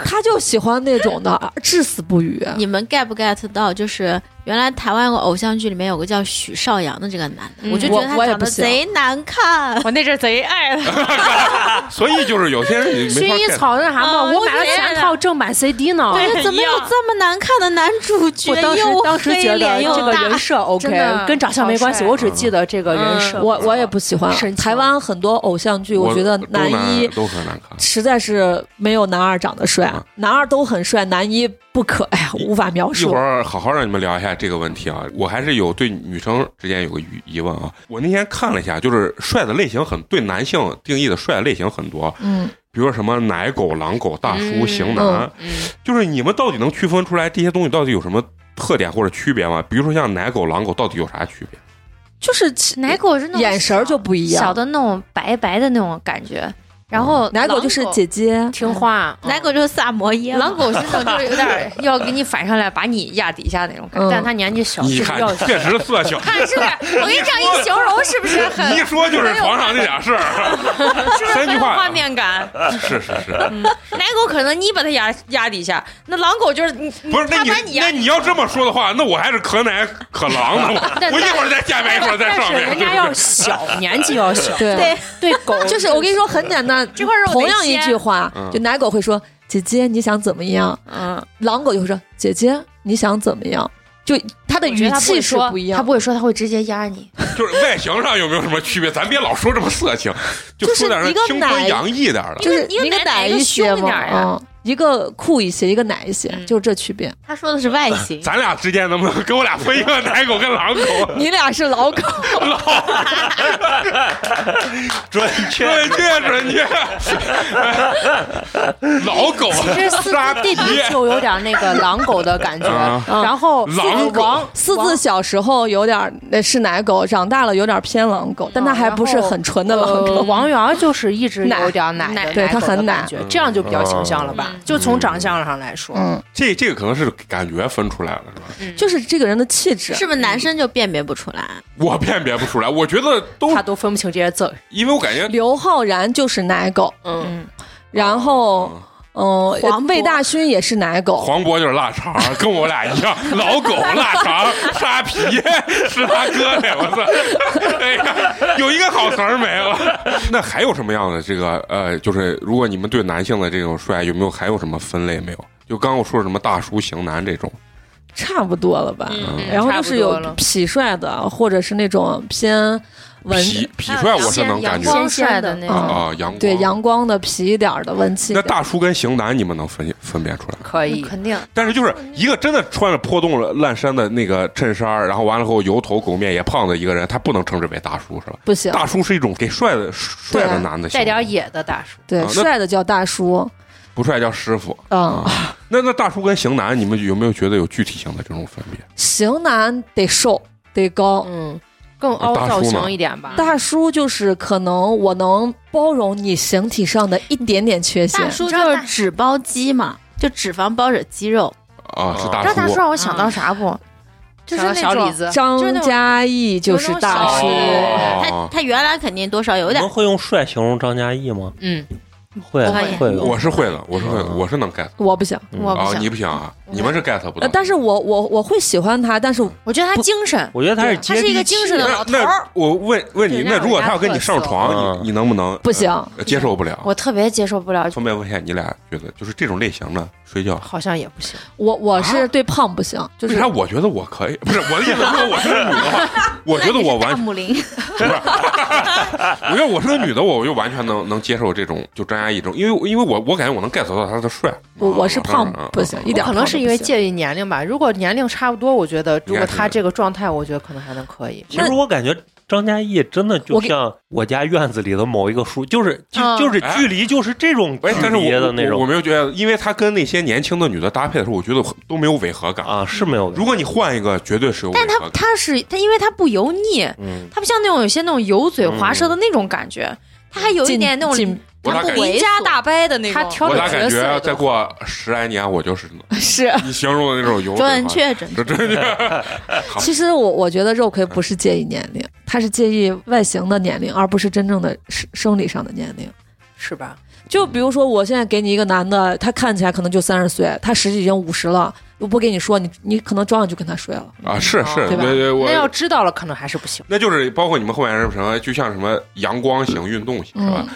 S5: 他就喜欢那种的，至死不渝。
S3: 你们 get 不 get 到？就是原来台湾有个偶像剧里面有个叫许绍洋的这个男的，
S2: 嗯
S3: 我就觉得他
S5: 我我也
S3: 长
S5: 不
S3: 得
S5: 行
S3: 贼难看。
S2: 我那阵儿贼爱 他，
S1: 所以就是有些人你没
S2: 薰
S1: 法
S2: 衣
S1: get。
S2: 草那啥嘛，
S3: 啊
S2: 哦我买了
S3: 我也
S2: 全套正版 CD 呢。
S3: 我说怎么有这么难看的男主角？
S2: 我当时
S3: 又
S2: 当时
S3: 黑
S2: 觉得
S3: 脸又
S2: 这个
S3: 大
S2: 人设 OK，
S4: 真的
S2: 跟长相没关系，
S4: 好帅
S2: 我只记得这个人设。
S5: 我我也不喜欢
S2: 神奇
S5: 台湾很多偶像剧，我觉得
S1: 都
S5: 男一
S1: 都很难看。
S5: 实在是没有男二长得帅
S1: 啊，
S5: 男二都很帅，男一不可，哎呀，无法描
S1: 一
S5: 述
S1: 会。儿好好让你们聊一下这个问题啊，我还是有对女生之间有个疑疑问啊。我那天看了一下，就是帅的类型很对男性定义的帅的类型很多，
S5: 嗯，
S1: 比如说什么奶狗、狼狗、大叔、
S2: 嗯
S1: 型男，
S5: 嗯
S1: 就是你们到底能区分出来这些东西到底有什么特点或者区别吗？比如说像奶狗、狼狗到底有啥区别？
S5: 就是其
S4: 奶狗是那种
S5: 眼神儿就不一样
S4: 小的那种白白的那种感觉，然
S2: 嗯
S4: 后嗯
S5: 奶狗就是姐姐，
S2: 听话，嗯
S3: 奶狗就是萨摩耶嘛，
S4: 狼狗。狼狗是那种就是有点儿要给你反上来把你压底下那种感觉，
S5: 嗯
S4: 但它年纪小，
S1: 你
S4: 就是
S1: 看
S4: 要，
S1: 确实 色情。
S4: 看是不是？我跟你这样一形容，是不是很
S1: 你一说就是床上这俩 事儿，
S4: 是不是
S1: 三
S4: 很
S1: 句
S4: 有
S1: 话
S4: 画面感？
S1: 是是是，
S4: 奶狗可能你把它压压底下，那狼狗就是你
S1: 不是？那
S4: 它把
S1: 你
S4: 压
S1: 那你要这么说的话，那我还是可奶可狼的嘛
S4: 但
S1: 我一会儿在下面，一会儿在
S2: 但
S1: 上
S2: 是
S1: 面，
S2: 人
S1: 对不
S2: 家
S1: 对
S2: 要小，年纪要小，
S5: 对
S3: 对，
S2: 对狗
S5: 就是我跟你说很简单，
S4: 这块肉
S5: 同
S4: 得
S5: 样一
S4: 切
S5: 句话
S1: 嗯，
S5: 就奶狗会说姐姐你想怎么样，
S4: 嗯，
S5: 狼狗就会说姐姐你想怎么样，就他的
S4: 我觉
S5: 语
S4: 得它不
S5: 气
S4: 会
S5: 是
S4: 说
S5: 不一样
S4: 它。不会说，它会直接压你。
S1: 就是外形上有没有什么区别？咱别老说这么色情，就
S5: 就是
S1: 说点儿
S5: 一个
S1: 青
S5: 奶
S1: 春洋溢点儿的。
S5: 就是
S4: 一个奶
S5: 奶
S4: 一个
S5: 些
S4: 凶一
S5: 嘛，
S4: 点儿呀
S5: 嗯，一个酷一些，一个奶一些，
S3: 嗯
S5: 就是这区别。
S3: 他说的是外形，
S1: 咱俩之间能不能给我俩分一个奶狗跟啊狼 狗？
S5: 你俩是 老狗，
S6: 准确
S1: 准确准确，老狗啊
S2: 这四
S1: 傻
S2: 字弟
S1: 逼，
S2: 弟就有点那个狼狗的感觉，
S1: 啊
S4: 嗯
S2: 然后
S1: 狼狗
S2: 王
S5: 四字小时候有点儿那是奶狗，长大了有点儿偏狼狗，但他还不是很纯的狼
S2: 呃
S5: 狗。
S2: 王源就是一直有点奶
S4: 奶
S2: 的，
S5: 对他
S2: 狗的
S5: 很奶
S2: 感觉，这样就比较形象了吧？
S3: 嗯
S2: 就从长相上来说，
S5: 嗯，
S1: 这这个可能是感觉分出来了，是吧？
S5: 就是这个人的气 质。
S3: 是不是男生就辨别不出来？
S1: 我辨别不出来，我觉得都
S2: 他，都分不清这些字儿。
S1: 因为我感觉
S5: 刘昊然就是奶狗，
S2: 嗯，
S5: 然后嗯，呃
S3: 黄渤
S5: 魏大勋也是奶狗，
S1: 黄渤就是腊肠，跟我俩一样，老狗腊肠沙皮是他哥的，我操！哎呀，有一个好词儿没有？ 那还有什么样的这个呃，就是如果你们对男性的这种帅，有没有还有什么分类没有？就刚刚我说什么大叔型男这种，
S5: 差不多了吧？
S1: 嗯
S5: 然后就
S2: 差
S5: 是
S2: 不多
S5: 有
S2: 了
S5: 痞帅的，或者是那种偏文
S1: 痞痞帅我是能感觉
S4: 呃光帅的嗯那
S5: 种
S4: 种，
S1: 啊，阳光
S5: 对阳光的痞一点儿的文气一
S1: 那
S5: 点儿。
S1: 大叔跟型男，你们能分分别出来？
S2: 可以。
S4: 肯定
S1: 但是就是一个真的穿着破洞了烂衫的那个衬衫儿，然后完了后油头狗面也胖的一个人，他不能称之为大叔是吧？
S5: 不行，
S1: 大叔是一种给帅的帅的男的形
S2: 带
S1: 容，
S2: 点野的大叔，
S5: 对、
S1: 啊那
S5: 帅的叫大叔，
S1: 不帅叫师傅。
S5: 嗯，
S1: 那那大叔跟型男，你们有没有觉得有具体性的这种分别？
S5: 型男得瘦得高，
S2: 嗯，更凹造型一点吧。
S5: 大叔就是可能我能包容你形体上的一点点缺陷
S3: 大。叔就是脂包肌嘛，就脂肪包着肌肉。
S1: 啊，是大
S4: 知道大叔
S1: 叔。
S4: 让我想到啥不？就是
S2: 想
S4: 那
S2: 到嗯小李
S4: 种
S2: 子，
S5: 张
S4: 就是那种
S5: 嘉译啊就是大叔，
S4: 有那
S1: 种小
S3: 他他原来肯定多少有
S6: 你
S3: 点
S6: 们会用帅形容张嘉译吗？
S2: 嗯，
S6: 会
S3: 可以
S6: 会用
S1: 我是会的，我是会的，
S6: 嗯
S1: 我是能 get
S5: 我不行。
S4: 我不
S1: 啊，你
S4: 想，
S1: 不行啊，你们是 get 不
S5: 呃
S1: 到。
S5: 但是我我我会喜欢他，但是
S4: 我觉得他精神，
S6: 我觉得他是接
S4: 啊他是一
S6: 地
S4: 个
S6: 气
S4: 精神的
S5: 啊
S4: 老头
S1: 那
S4: 儿，
S1: 我问问你，
S2: 对
S1: 那如果他要跟你上床，
S6: 嗯
S1: 你你能不能
S5: 不行，
S1: 呃接受不了？
S4: 我特别接受不了。
S1: 方便问一下你俩觉得，就是这种类型的睡觉，
S2: 好像也不行。
S5: 我我是对胖不行，就
S1: 为
S5: 是
S1: 啥我觉得我可以？不是我的意思，如果我是个女的，我觉得我完
S3: 大母林，
S1: 不是，我要我是个女的，我就完全能能接受这种就张嘉译这种，因为因为我我感觉我能 get 到她的帅。
S5: 我我是
S1: 啊
S5: 胖
S1: 啊啊
S5: 不行，一点
S2: 可
S5: 胖
S2: 能
S5: 都
S2: 是
S5: 不
S2: 因为
S5: 行
S2: 介意年龄吧。如果年龄差不多，我觉得如果他这个状态，我觉得可能还能可以。
S6: 其实我感觉张嘉译真的就
S5: 我给
S6: 像我家院子里的某一个树，就是就
S2: 嗯
S6: 就是距离就是这种
S1: 哎，
S6: 距
S1: 但是
S6: 离
S1: 我
S6: 的那
S1: 我我
S6: 种
S1: 没有觉得，因为他跟那些年轻的女的搭配的时候，我觉得都没有违和感。
S6: 啊，是没有的。
S1: 如果你换一个，绝对是有违
S4: 但他
S1: 和感。
S4: 他是他，因为他不油腻，
S6: 嗯，
S4: 他不像那种有些那种油嘴滑舌的那种感觉，他还有一
S5: 进
S4: 点那
S5: 进
S4: 种
S1: 我咋
S3: 他
S1: 感
S3: 不
S1: 觉，
S4: 邻家大伯的那种。
S2: 他挑
S1: 我
S2: 的
S1: 咋感
S2: 角色
S1: 觉
S2: 也
S1: 再
S2: 都
S1: 过十来年，我就是
S5: 是。
S1: 你形容的那种油嘴
S3: 准
S1: 滑舌。
S3: 确准确。
S1: 这真的，
S5: 其实我我觉得肉葵不是介意年龄，他是介意外形的年龄，而不是真正的生生理上的年龄。
S2: 是吧？
S5: 就比如说，我现在给你一个男的，他看起来可能就三十岁，他实际已经五十了。我不给你说，你你可能照样就跟他睡了。
S1: 啊，是是，
S5: 对吧
S1: 对对，我
S2: 那要知道了，可能还是不行。
S1: 那就是包括你们后面是什么，就像什么阳光型、运动
S5: 嗯
S1: 型是吧？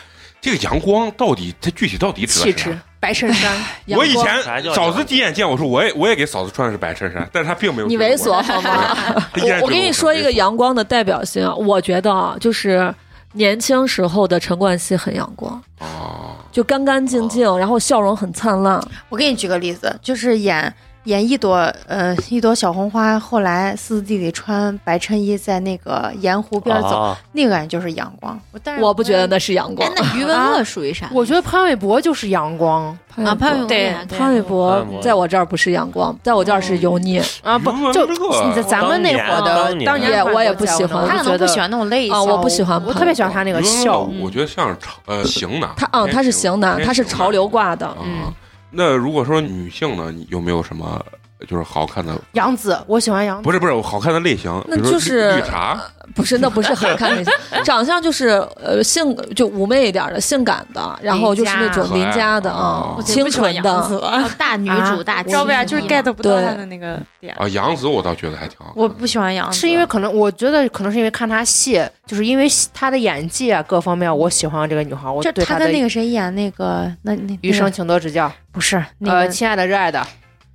S1: 这个阳光到底它具体到底指的
S2: 气
S1: 是啥？
S2: 质，白衬衫，
S1: 我以前
S6: 啥叫
S1: 嫂子
S6: 阳
S1: 第一眼见我说，我也我也给嫂子穿的是白衬衫，但是她并没有
S5: 你
S1: 觉得
S5: 猥
S1: 我
S5: 琐好吗？
S1: 她依然
S5: 我我
S1: 觉得
S5: 跟你说
S1: 很
S5: 一
S1: 猥
S5: 个
S1: 琐
S5: 阳光的代表性啊，我觉得啊，就是年轻时候的陈冠希很阳光，
S1: 哦，
S5: 就干干净净，然后笑容很灿烂。
S4: 我给你举个例子，就是演演一朵呃一朵小红花，后来四弟弟穿白衬衣在那个盐湖边走，
S6: 啊，
S4: 那个人就是阳光。我但是
S5: 我不觉得那是阳光
S3: 哎，。那余文乐属于啥？
S2: 我觉得潘玮柏就是阳光
S4: 嗯
S3: 啊，潘玮柏
S2: 对
S3: 呀
S5: 潘玮柏
S6: 潘玮柏
S5: 在我这儿不是阳光，在我这儿是油腻
S2: 啊，不
S1: 余文
S2: 就
S1: 乐
S2: 咱咱们那会儿的
S6: 啊当年
S2: 当
S5: 也
S2: 年
S5: 我也不喜欢
S2: 我
S4: 他
S2: 就
S4: 可
S2: 觉
S4: 能
S2: 得
S4: 不喜欢那种类型，
S5: 啊，我不喜欢潘玮
S2: 我
S5: 柏。
S2: 特别喜欢他那个笑，
S1: 嗯我觉得像是潮呃型男，
S5: 他啊，
S1: 偏
S5: 他是型男，
S1: 偏
S5: 他是潮流挂的
S1: 啊。
S2: 嗯
S1: 那如果说女性呢，你有没有什么就是好看的？
S2: 杨紫，我喜欢杨紫，
S1: 不是不是，我好看的类型，
S5: 那
S1: 比如说
S5: 就是
S1: 绿绿茶，
S5: 不是，那不是好看 的，长相就是呃性就妩媚一点的、性感的，然后就是那种
S1: 邻
S5: 邻
S1: 家
S5: 家的
S1: 哦
S5: 啊，
S1: 我
S5: 清纯的。
S3: 哦大女主大
S4: 不啊知
S3: 气质
S4: 道
S3: 嘛，
S4: 为啥，就是 get 不到
S5: 对
S4: 他的那个点。
S1: 啊，杨紫我倒觉得还挺好看的。
S4: 我不喜欢杨紫，
S2: 是因为可能我觉得可能是因为看她戏，就是因为她的演技啊各方面，我喜欢这个女孩，我
S4: 就
S2: 对
S4: 他
S2: 的
S4: 跟那个谁演那个那那
S2: 余生，
S4: 那个
S2: 请多指教，
S4: 不是那
S2: 呃，
S4: 个
S2: 亲爱的热爱的，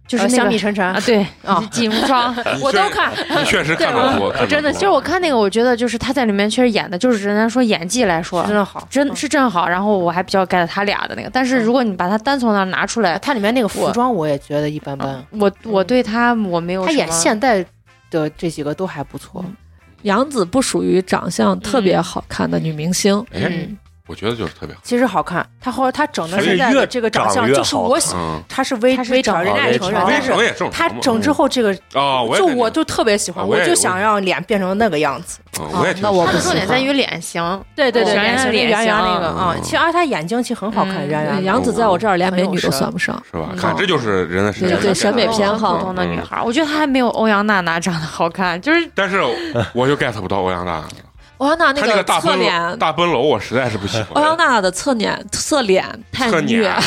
S4: 就是
S2: 呃
S4: 那
S2: 香蜜
S4: 个
S2: 沉沉
S4: 啊，对
S2: 啊，
S4: 锦无双，
S1: 你
S2: 我
S1: 确
S2: 都看，
S1: 你确实看到过，看到
S4: 真的
S1: 过
S4: 就是我看那个，我觉得就是他在里面确实演的，就是人家说演技来说
S2: 真。的好。
S4: 真是正好，然后我还比较 get 他俩的那个，但是如果你把他单从那儿拿出来，
S2: 它里面那个服
S4: 我
S2: 装我也觉得一般般，
S4: 我我对他我没有
S2: 她演
S4: 什么
S2: 现代的这几个都还不错。
S5: 杨紫不属于长相特别好看的女明星，
S1: 哎，我觉得就是特别好。
S2: 其实好看，她后来她整的
S6: 还是
S2: 现在的
S6: 越
S2: 这个长
S6: 长
S2: 相，
S6: 越
S2: 就是
S6: 好
S2: 我
S6: 看
S2: 喜，
S1: 嗯，
S2: 她是微
S4: 她是
S2: 微
S4: 整
S2: 调，人家
S6: 好
S2: 也
S6: 微
S2: 承认，
S6: 调
S2: 但
S1: 微整
S2: 是
S1: 也正
S2: 她
S1: 常嘛。
S2: 整之后这个，
S1: 啊，我也
S2: 就
S1: 感觉
S2: 我就特别喜欢，
S1: 啊我也
S2: 就想让脸变成那个样子。
S1: 嗯我也
S5: 啊
S1: 挺
S5: 那我
S4: 他
S5: 不
S4: 的
S5: 喜
S4: 重点
S5: 欢
S4: 在于脸型，
S2: 对对对，
S4: 哦
S2: 圆
S4: 圆
S2: 圆
S4: 圆
S2: 圆
S4: 脸
S2: 圆
S4: 型
S2: 那个
S1: 嗯
S2: 啊，其实而她眼睛其实很好看，
S4: 嗯
S5: 对
S2: 圆圆的。
S5: 哎杨紫在我这儿连美女
S2: 很
S5: 都
S2: 有神
S5: 算不上。
S1: 是吧？
S2: 嗯
S1: 看这就是人的审
S5: 对
S1: 美，
S4: 嗯
S5: 对审美偏好
S4: 哦普通的女
S1: 嗯
S4: 孩，我觉得她还没有欧阳娜娜长得好看，就是
S1: 但是我就 get 不到欧阳娜，
S5: 欧阳娜
S1: 她那个大
S5: 侧
S1: 奔
S5: 脸，
S1: 楼大奔楼，我实在是不喜
S5: 欧阳
S1: 欢。啊
S5: 娜娜的侧脸侧脸太
S1: 特
S5: 虐
S1: 娘，，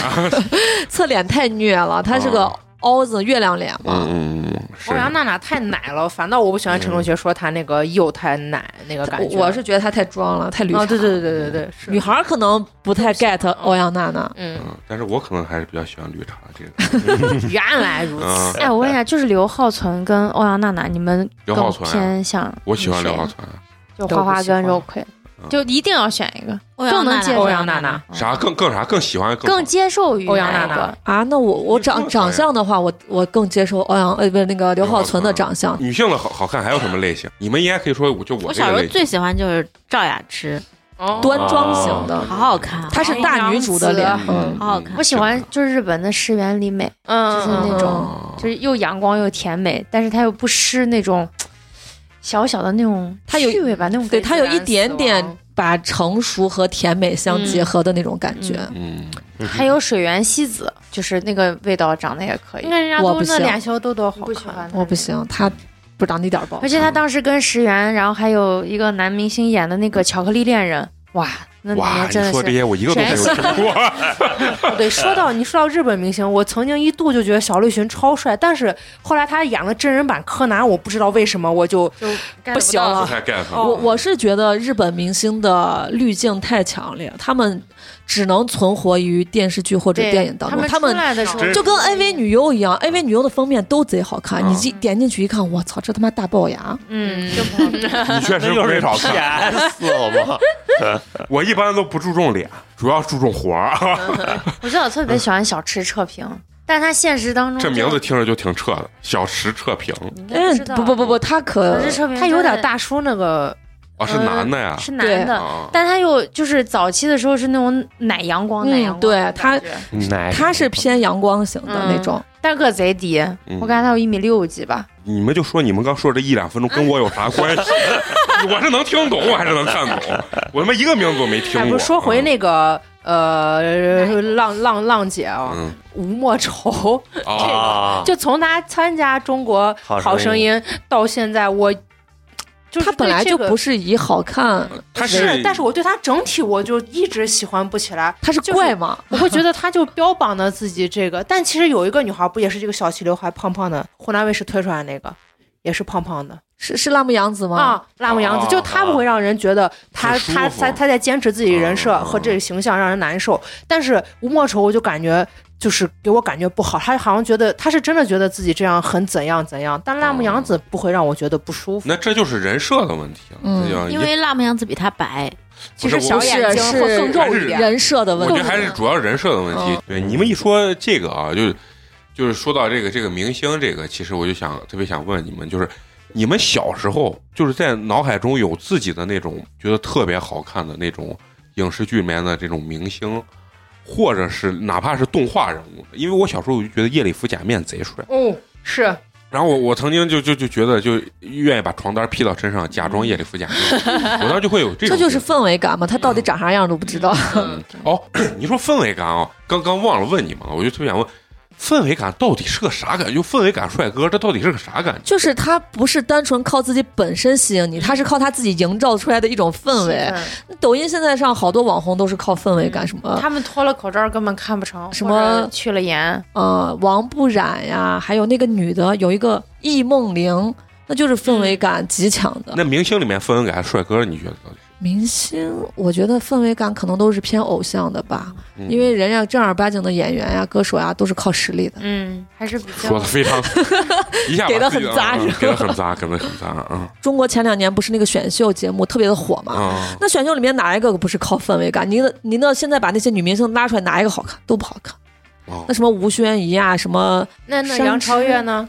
S5: 侧脸太虐了，她是
S1: 啊
S5: 个凹子月亮脸嘛。
S1: 嗯嗯嗯，是
S2: 欧。阳娜娜太奶了，反倒我不喜欢陈同学说她那个又太奶那个感觉。
S5: 我是觉得她太装了，太绿茶。
S2: 啊，对对对对对对，是
S5: 女孩儿可能不太 get 欧阳娜娜，
S2: 嗯，
S1: 嗯，但是我可能还是比较喜欢绿茶这个。
S2: 原来如
S1: 嗯
S2: 此。，
S4: 哎，我问一下，就是刘浩存跟欧阳娜娜，你们
S1: 刘
S4: 更
S1: 浩存啊
S4: 偏向
S1: 我喜欢
S4: 谁
S1: 刘浩存，
S4: 就花花跟肉葵
S1: 嗯，
S4: 就一定要选一个，
S3: 欧阳
S4: 更能
S3: 娜
S4: 接
S3: 娜，
S4: 受嗯
S2: 欧
S1: 哦
S2: 阳娜娜，
S1: 啥更更啥更喜欢
S4: 更接受于
S2: 欧阳娜
S4: 哪一
S2: 娜
S4: 个。
S5: 啊，那我我
S1: 你
S5: 长
S1: 更
S5: 长相的话，我我更接受欧阳呃不是那个刘浩存的长相，
S1: 女性的好好看还有什么类型？你们应该可以说，我就我
S3: 我
S1: 这
S3: 小时
S1: 个
S3: 候
S1: 类型。
S3: 最喜欢就是赵雅芝，
S2: 哦
S5: 端
S1: 啊
S5: 庄型
S1: 哦
S5: 的，
S3: 好好看，啊
S5: 她是大女主的脸
S4: 哦，
S5: 嗯，
S3: 好好看
S4: 我喜欢就是日本的石原里美，
S2: 嗯
S4: 就是那种
S1: 哦
S4: 就是又阳光又甜美，但是她又不失那种小小的那种
S5: 她有
S4: 趣味吧，那种
S5: 对
S4: 感
S5: 她
S4: 觉
S5: 有一点点
S4: 啊
S5: 把成熟和甜美
S4: 嗯
S5: 相结合的那种感觉。
S1: 嗯，
S4: 还有水原希子，就是那个味道长得也可以
S2: 你。看人家
S5: 我
S2: 都
S5: 不
S4: 嗯
S2: 那
S5: 行
S2: 脸小豆豆好
S4: 不喜
S2: 看
S4: 欢，
S5: 我不行，她不长得一点儿不好
S4: 而。且她当时跟石原，然后还有一个男明星演的那个《巧克力恋人》，哇，那
S1: 嗯
S4: 里
S1: 哇，
S4: 面
S1: 你
S4: 真的
S1: 说这
S4: 是
S1: 些我一个都没有听过。
S2: 对，说到你说到日本明星，我曾经一度就觉得小栗旬超帅，但是后来他演了真人版柯南，我不知道为什么我就
S4: 就 get
S5: 不行
S4: 到
S5: 了
S1: 不太 get
S5: 我我是觉得日本明星的滤镜太强烈，他们只能存活于电视剧或者
S4: 对
S5: 电影当中，他
S4: 他们
S5: 们
S4: 出。来的时候
S1: 真
S5: 就跟 AV 女优一样，AV 女优的封面都贼好看，
S1: 啊
S5: 你进点进去一看，我操，这他妈大龅牙！
S4: 嗯，
S1: 你确实
S6: 那就是
S1: 没少看。
S6: PS 好吗？
S1: 我一般都不注重脸，主要注重活儿。
S4: 我知道我特别喜欢小池彻平，但他现实当 中
S1: 这
S4: 嗯就
S1: 名字听着就挺扯的，小石彻平
S4: 你应该
S5: 嗯
S4: 知，道
S5: 不不不不，他可
S4: 小池彻平
S2: 他有
S4: 真
S2: 点
S4: 的
S2: 大叔那个，
S1: 啊，是男的呀？
S4: 嗯是
S5: 对
S4: 男的，
S1: 啊，
S4: 但他又就是早期的时候是那种奶阳光奶阳光
S5: 嗯，
S4: 的
S5: 对
S4: 感觉，
S5: 他
S6: 奶
S5: 他是偏阳光型的
S4: 嗯
S5: 那种，
S4: 但个贼低，
S1: 嗯
S4: 我感觉他有一米六几吧。
S1: 你们就说你们刚说这一两分钟跟我有啥关系？ 我是能听懂，我还是能看懂。我他妈一个名字都没听
S2: 哎，
S1: 过。
S2: 不是说回那个呃浪浪浪姐啊，
S1: 嗯
S2: 吴莫愁，
S1: 啊，
S6: 啊，
S2: 就从她参加中国
S6: 好
S2: 好声
S6: 声音
S2: 音到现在，我
S4: 就是
S5: 她本来就不
S4: 是，
S5: 是以好看，
S1: 他
S4: 是，但是我对她整体我就一直喜欢不起来，
S5: 她是
S4: 就是
S5: 怪嘛？
S4: 我会觉得她就标榜了自己这个，但其实有一个女孩不也是这个小齐刘海胖胖的，湖南卫视推出来那个。也是胖胖的
S5: 是是辣目洋子吗？
S4: 啊，辣目洋子，
S1: 啊
S4: 就她不会让人觉得她
S1: 很舒
S4: 她
S1: 服
S4: 她她在坚持自己人设
S1: 啊
S4: 和这个形象让人难受。但是吴莫愁，我就感觉就是给我感觉不好，她好像觉得她是真的觉得自己这样很怎样怎样，但辣
S1: 啊
S4: 目洋子不会让我觉得不舒服。
S1: 那这就是人设的问题了。
S5: 嗯
S1: 这就
S3: 因为辣目洋子比她白，
S1: 不
S4: 其实
S1: 是
S4: 小
S1: 我
S4: 眼睛
S5: 是
S4: 会更
S1: 还
S4: 肉
S1: 是
S4: 一点，
S5: 人设的
S1: 我
S5: 问
S1: 觉
S5: 题
S1: 得，还是主要是人设的问题
S5: 嗯。
S1: 对，你们一说这个啊，就是就是说到这个这个明星这个，其实我就想特别想问你们，就是你们小时候就是在脑海中有自己的那种觉得特别好看的那种影视剧里面的这种明星，或者是哪怕是动画人物，因为我小时候我就觉得夜里服假面贼帅，
S4: 哦，是
S1: 然后我我曾经就就就觉得就愿意把床单披到身上，假装夜里服假面，我当时就会有这种嗯
S5: 这
S1: 觉得，
S5: 就是氛围感嘛？她到底长啥样都不 知道。
S1: 哦，你说氛围感啊，刚刚忘了问你们了，我就特别想问，氛围感到底是个啥感觉？就氛围感帅哥，这到底是个啥感觉？
S5: 就是她不是单纯靠自己本身吸引你，
S4: 嗯
S5: 她是靠她自己营造出来的一种氛围。抖音现在上好多网红都是靠氛围
S4: 嗯
S5: 感，什么
S2: 他们脱了口罩根本看不成，
S5: 啊什
S2: 或者
S5: 么
S2: 去了盐，
S5: 呃王不染呀，还有那个女的有一个易梦玲，那就是氛
S4: 嗯
S5: 围感极强的。
S1: 那明星里面氛围感帅哥，你觉得到底
S5: 明星，我觉得氛围感可能都是偏偶像的吧，
S1: 是？嗯
S5: 因为人家正儿八经的演员呀、歌手啊呀，都是靠实力的。
S2: 嗯，还是比较
S1: 说的非常，一下把
S5: 给得
S1: 自己
S5: 很扎
S1: 嗯
S5: 是吧
S1: 给的很扎，给的很扎 啊
S5: 中国前两年不是那个选秀节目特别的火嘛？
S1: 啊！
S5: 那选秀里面哪一个不是靠氛围感？你那你那现在把那些女明星拉出来，哪一个好看？都不好看。
S1: 哦
S5: 那什么吴宣仪啊，什么
S4: 那那
S5: 山
S4: 杨超
S5: 之
S4: 越呢？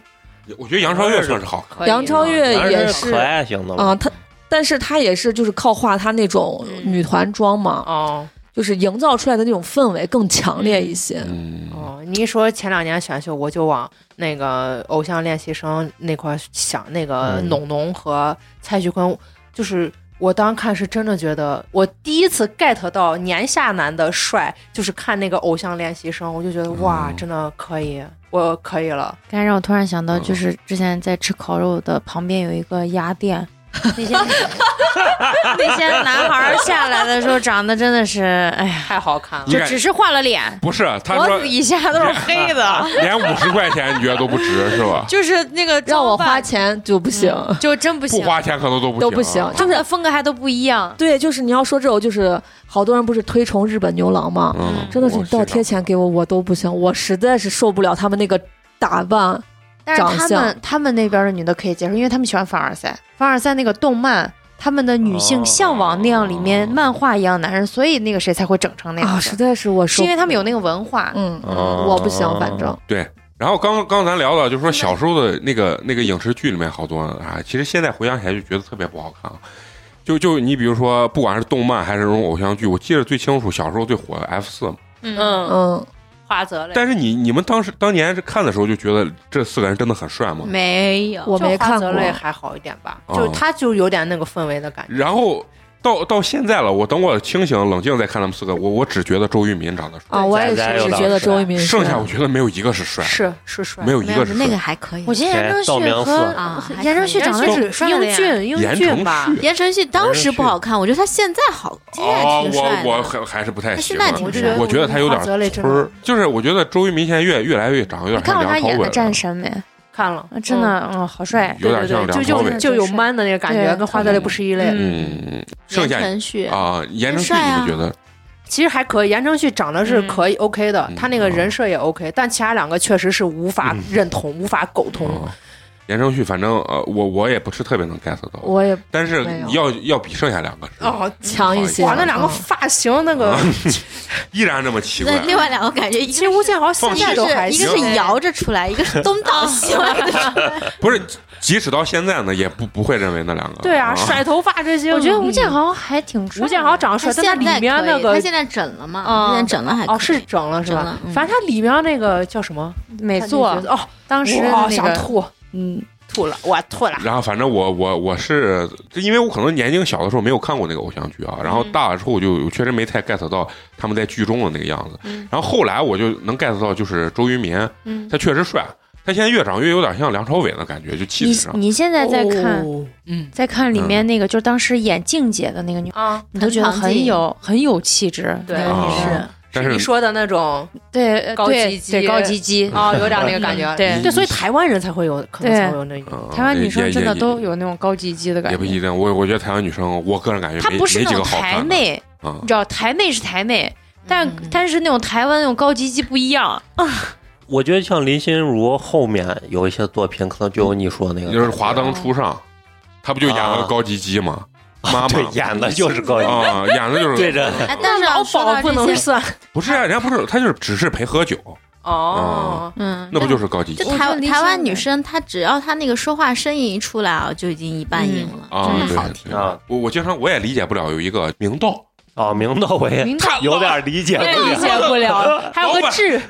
S1: 我觉得杨超越算是好看，
S4: 可以
S5: 杨超越
S6: 男
S5: 也
S6: 人
S5: 是
S6: 可爱型的
S5: 啊、
S1: 嗯
S6: 嘛，
S5: 她，但是她也是就是靠画她那种
S4: 嗯
S5: 女团妆嘛，
S4: 哦
S5: 就是营造出来的那种氛围更强烈一些。
S1: 嗯，
S4: 哦，你一说前两年选秀，我就往那个偶像练习生那块儿想，那个
S6: 嗯
S4: 农农和蔡徐坤，就是我当时看是真的觉得，我第一次 get 到年下男的帅，就是看那个偶像练习生，我就觉得哇，
S1: 嗯
S4: 真的可以，我可以了。
S2: 刚才让我突然想到，
S1: 嗯
S2: 就是之前在吃烤肉的旁边有一个鸭店，那 些那些男孩儿下来的时候长得真的是，哎呀，
S4: 太好看了
S1: 你，
S2: 就
S1: 看
S2: 只是换了脸，
S1: 不是，他
S2: 脖
S1: 说
S2: 子以下都是黑的，
S1: 连五十块钱你觉得都不值是吧？
S2: 就是那个
S5: 让我
S2: 装扮
S5: 花钱就 不行。
S1: 嗯
S2: 就真不
S1: 不
S2: 行，
S1: 花钱可能都不
S5: 都不
S1: 行啊，
S5: 行
S2: 他们的风格还都不一样。
S5: 对，就是你要说这种，就是好多人不是推崇日本牛郎吗？
S1: 嗯，
S5: 真的是你倒贴钱给我，我都不行，我实在是受不了他们那个打扮。
S2: 但是
S5: 长
S2: 他
S5: 相
S2: 们他们那边的女的可以接受，因为他们喜欢凡尔赛，凡尔赛那个动漫。他们的女性向往那样里面
S1: 哦
S2: 漫画一样男人，所以那个谁才会整成那
S5: 啊，
S2: 样
S5: 实
S2: 子，
S5: 在是我
S2: 是
S5: 受
S2: 因，为他们有那个文化。
S5: 嗯，
S6: 哦
S5: 我不行，反正
S1: 然后刚刚咱聊到，
S3: 嗯
S1: 就是说小时候的那个那个影视剧里面好多啊，其实现在回想起来就觉得特别不好看啊。就就你比如说，不管是动漫还是那种偶像剧，我记得最清楚，小时候最火的 F 四嘛。
S4: 嗯，
S5: 嗯，
S4: 花泽类，
S1: 但是你你们当时当年是看的时候就觉得这四个人真的很帅
S3: 嗯
S1: 吗？
S3: 没有。
S5: 我
S4: 就
S5: 没
S4: 花
S5: 看
S4: 泽
S5: 过。
S4: 类还好一点吧，
S1: 哦
S4: 就是他就有点那个氛围的感觉。
S1: 然后到到现在了，我等我清醒冷静再看他们四个，我我只觉得周渝民长得
S3: 哦
S5: 啊，我也
S6: 咱
S5: 是
S6: 有
S5: 只
S6: 道
S5: 觉得
S6: 理
S5: 周渝民
S1: 帅，
S5: 是
S1: 剩下我觉得没有一个是帅，
S4: 是是帅，
S1: 没有一
S3: 没有
S1: 个是
S3: 那个
S1: 帅。
S3: 还可以
S2: 我，觉得
S1: 哎
S2: 言承
S6: 谁道
S2: 旭
S6: 明寺
S2: 和
S3: 啊还
S2: 言承
S3: 可以
S2: 旭长得
S4: 但
S2: 是
S4: 是
S2: 帅
S4: 英
S2: 的呀
S4: 俊英
S1: 言
S4: 俊
S1: 承
S4: 吧，
S1: 旭
S3: 言承旭当时不好看，我觉得他现在好，现在
S1: 哦，
S3: 挺帅
S1: 我我
S3: 的。
S1: 还还是不太
S3: 他
S1: 喜
S3: 现
S1: 欢
S3: 在。挺
S4: 我就
S3: 帅
S4: 觉
S3: 的
S4: 得
S1: 我觉得他有点
S4: 花泽类真
S1: 村
S4: 的
S1: 儿，就是我觉得周渝民现在越越来越长，有点
S2: 你看
S1: 像
S2: 过
S1: 梁
S2: 他
S1: 朝
S2: 演
S1: 伟
S2: 的
S1: 了
S2: 《战神》没？
S4: 看了。
S2: 啊，真的，嗯，好帅。
S1: 有点像
S4: 对对
S1: 梁
S4: 对
S1: 朝
S4: 就
S1: 伟
S4: 就。就有
S2: 对
S4: man 的那个感觉，
S2: 对
S4: 跟花泽类不是一类。
S1: 嗯，剩
S3: 言
S1: 下
S3: 承旭，
S1: 啊，言承旭
S3: 帅啊
S1: 你们觉得
S4: 其实还可以，言承旭长得是可以 OK 的
S1: 嗯，
S4: 他那个人设也 OK，但其他两个确实是无法认同、无法苟同。
S1: 啊？言承旭，反正呃，我我也不是特别能 get 到，
S5: 我也
S1: 但是
S5: 没
S1: 要
S5: 有
S1: 要比剩下两个是
S4: 哦，
S5: 强一些。
S4: 哇，那两个
S5: 嗯
S4: 发型那个，
S1: 嗯依然这么奇怪
S3: 那。另外两个感觉，一
S4: 其
S3: 个
S4: 实
S3: 是
S4: 吴建豪现
S1: 放
S4: 在
S1: 弃
S4: 都还
S3: 一个
S4: 行哦
S3: 是一个是摇着出来，一个是东倒西歪的。
S1: 不是，即使到现在呢，也不不会认为那两个。
S4: 对啊，甩头发这些，
S2: 我觉得
S4: 嗯
S2: 吴建豪还挺帅的。
S4: 吴建豪长得帅，但他
S3: 现在
S4: 里面
S3: 可以
S4: 那
S3: 他
S4: 个
S3: 现在整了嘛？
S4: 嗯
S3: 他现在整了还可以
S4: 哦是整了是
S3: 整
S4: 吧
S3: 了？嗯
S4: 反正他里面那个叫什么
S2: 美
S4: 他
S2: 作
S4: 那个角色哦，
S2: 当时
S4: 哇
S2: 那
S4: 想
S2: 个，
S4: 吐
S2: 嗯，
S4: 吐了，我吐了。
S1: 然后反正我我我是，就因为我可能年龄小的时候没有看过那个偶像剧
S4: 嗯
S1: 啊，然后大了之后我就我确实没太 get 到他们
S4: 嗯
S1: 在剧中的那个样子。然后后来我就能 get 到，就是周渝民，他确实帅，她现在越长越有点像梁朝伟的感觉，就气
S4: 你
S1: 质上。
S4: 你现在在看，
S8: 嗯，
S4: 在看里面那个，就是当时演静姐的那个女，
S2: 啊，
S4: 你都觉得很有很有气质。
S2: 对
S4: 那个女
S1: 啊
S4: 生
S1: 但是
S2: 你说的那种
S4: 对呃
S2: 高
S4: 对
S2: 级
S4: 对
S2: 肌
S4: 高级肌，
S2: 哦，有点那个感觉。
S4: 对
S2: 对，所以台湾人才会有，可能
S4: 对
S2: 才会有那种。
S1: 嗯
S4: 台湾女
S1: 也
S4: 生真的
S1: 也
S4: 都
S1: 也
S4: 有那种高级肌的感
S1: 也不一
S4: 觉。
S1: 定，我我觉得台湾女生，我个人感觉
S4: 她
S1: 没
S4: 不是
S1: 没
S4: 那
S1: 几
S4: 种
S1: 个好
S4: 台
S1: 看的
S4: 妹，
S1: 啊
S4: 你。知道台妹是台妹，但
S8: 嗯
S4: 但是那种台湾那种高级肌不 一样。
S6: 我觉得像林心如后面有一些作品，可能就有你说那个，
S1: 就是《华灯初上》，
S4: 嗯
S1: 她不就演
S4: 啊
S1: 了个高级鸡吗？妈
S6: 对
S1: 妈
S6: 演的就是 高级，
S1: 啊，演的就是
S6: 对着
S3: 哎，但是啊说到这些，
S2: 算
S1: 不是啊，人家不是，她就是只是陪喝酒，
S2: 哦。
S3: 嗯，
S1: 那不就是高级鸡
S3: 就
S4: 我觉得
S3: 台
S4: 林
S3: 台湾
S4: 心如
S3: 女生，她只要她那个说话声音一出来啊，就已经一半音了，
S1: 啊？
S3: 真的好
S1: 对
S3: 听。
S1: 对，
S6: 啊
S1: 我我经常我也理解不了有一个明道
S6: 啊，明道我也
S4: 明道
S6: 有点理解不
S1: 哎
S4: 理
S6: 了。
S4: 解 不了，还有
S1: 老
S4: 个
S1: 板
S4: 智，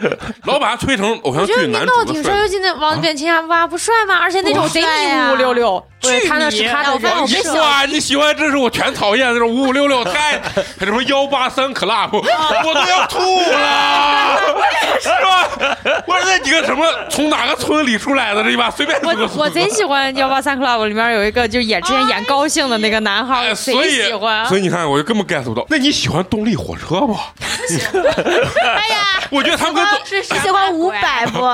S1: 老把他吹成偶像
S4: 我觉
S1: 剧
S4: 得明
S1: 男
S4: 道
S1: 主
S4: 挺
S1: 的
S4: 帅，
S1: 帅啊
S4: 尤其那王变青哇不帅吗？而且那种啊
S3: 不
S4: 贼
S3: 帅
S4: 你
S3: 呀
S4: 五五六六，
S2: 对他那是
S4: 巨迷
S2: 他的
S4: 我
S2: 人
S4: 看我
S1: 你
S4: 跟小
S1: 哇，你喜欢这是我全讨厌那种五五六六太，还什么幺八三 club，我都要吐了，是吧？我说那几个什么从哪个村里出来的这一把随便
S4: 我
S1: 组 个村
S4: 我贼喜欢幺八三 club 里面有一个就是演之前演高兴的那个男
S9: 啊
S4: 孩，
S1: 哎
S4: 我
S1: 所
S4: 贼
S1: 以
S4: 喜欢。
S1: 所以你看，我就根本 get 不到。那你喜欢动力火车不？
S3: 哎呀，
S1: 我觉得他们跟动
S3: 是喜欢伍佰不？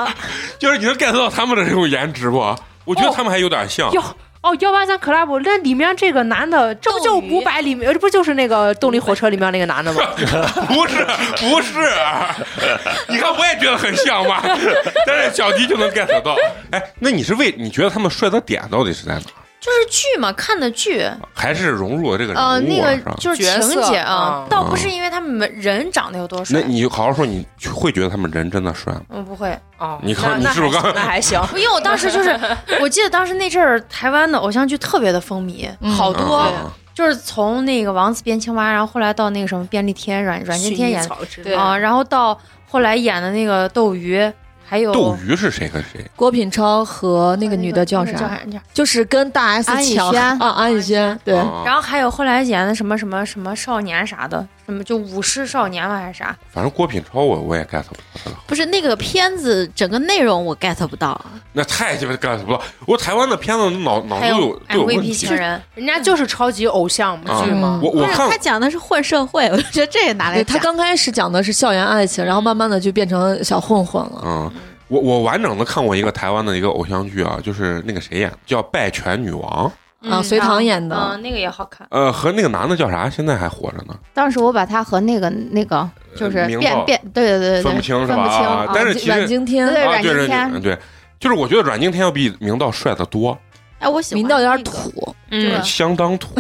S1: 就是你能 get 到他们的这种颜值不？我觉得他们还有点像。
S2: 哟哦，幺八三 club 那里面这个男的，这不就
S3: 斗鱼
S2: 伍佰里面，这不就是那个动力火车里面那个男的吗？
S1: 不是不是，啊你看我也觉得很像吧， 但是小迪就能 get 到。哎，那你是为你觉得他们帅的点到底是在哪儿？
S4: 就是剧嘛，看的剧，
S1: 还是融入了这个人物、啊
S4: 呃，那
S1: 是
S4: 个
S1: 吧
S4: 就是
S2: 角
S4: 情
S2: 色
S4: 节啊
S2: 嗯，
S4: 倒不是因为他们人长得有多
S1: 那
S4: 帅，
S1: 你好好说，你会觉得他们人真的帅吗？
S4: 嗯，不会，
S2: 哦，
S1: 你看
S2: 那
S1: 你是不是
S2: 那还
S1: 刚才
S2: 那还行？
S4: 因为我当时就是，我记得当时那阵儿台湾的偶像剧特别的风靡，好多
S1: 嗯
S4: 就是从那个王子变青蛙，然后后来到那个什么便利贴阮阮经天演的
S2: 对
S4: 啊，然后到后来演的那个斗鱼，还有
S1: 斗鱼是谁和谁？
S5: 郭品超和那个女的叫
S4: 那个
S5: 啥？
S4: 叫啥
S5: 就是跟大 S
S3: 安以
S5: 抢
S3: 轩
S5: 啊，安以轩对，
S1: 啊
S4: 然后还有后来演的什么什么什么少年啥的，什么就舞狮少年嘛还是啥，
S1: 反正郭品超我我也 get 不到他的好，
S3: 不是那个片子整个内容我 get 不到，
S1: 那太鸡巴 get 不到。我台湾的片子脑脑子
S4: 还
S1: 哦都
S4: 有
S1: 有都有问
S4: MVP
S1: 题
S4: 情。人，
S2: 人家就是超级偶像
S1: 啊
S2: 剧嘛。
S1: 我我
S3: 不是
S1: 看
S3: 他讲的是混社会，我就觉得这也拿来
S5: 对他
S3: 讲。
S5: 刚开始讲的是校园爱情，然后慢慢的就变成小混混了。
S1: 嗯，我我完整的看过一个台湾的一个偶像剧啊，就是那个谁演的叫《拜权女王》，
S5: 啊
S4: 嗯
S5: 隋唐演的
S4: 嗯，那个也好看。
S1: 呃，和那个男的叫啥，现在还活着呢，
S9: 当时我把他和那个那个就是
S1: 明
S9: 变
S1: 报
S9: 变，对对对对，
S1: 呃分不清是吧？啊
S9: 分不
S1: 但是
S5: 阮
S9: 清。
S1: 其
S5: 阮
S1: 实
S5: 经天
S9: 对
S1: 啊，
S9: 阮
S1: 对
S9: 经
S1: 对对
S9: 天
S1: 对，就是我觉得阮经天要比明道帅得多，
S3: 哎，我喜欢
S5: 明道有
S3: 那
S5: 点
S3: 个，
S5: 土，
S3: 对
S4: 嗯，
S1: 相当土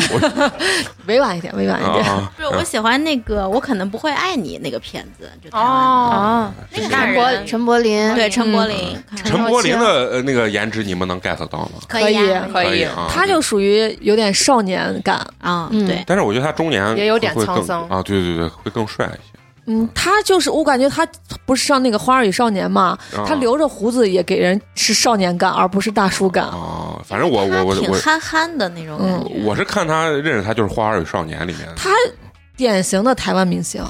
S5: 委婉一点，委婉一点。
S1: 啊。
S3: 不是我喜欢那个，我可能不会爱你那个片子，就台湾
S2: 哦，
S4: 啊，
S3: 那
S1: 这
S3: 个
S1: 个
S3: 男
S9: 陈
S3: 人
S9: 柏陈柏霖，
S3: 对陈柏霖，嗯看
S1: 陈柏霖的呃那个颜值你们能 get 到吗？
S3: 可以啊
S2: 可以
S1: 以
S6: 哦
S1: 啊，
S5: 他就属于有点少年感，
S3: 啊，
S5: 嗯
S3: 对，
S1: 但是我觉得他中年
S2: 也有点
S1: 会更
S2: 沧桑
S1: 啊，对对对，会更帅一
S5: 嗯，他就是我感觉他不是上那个《花儿与少年》嘛，
S1: 些。啊
S5: 他留着胡子也给人是少年感，而不是大叔感。
S1: 啊，反正我我我
S3: 挺
S1: 我
S3: 憨憨的那种感觉。
S1: 我是看他认识他就是《花儿与少年》里面的，
S5: 他典型的台湾明星，
S1: 啊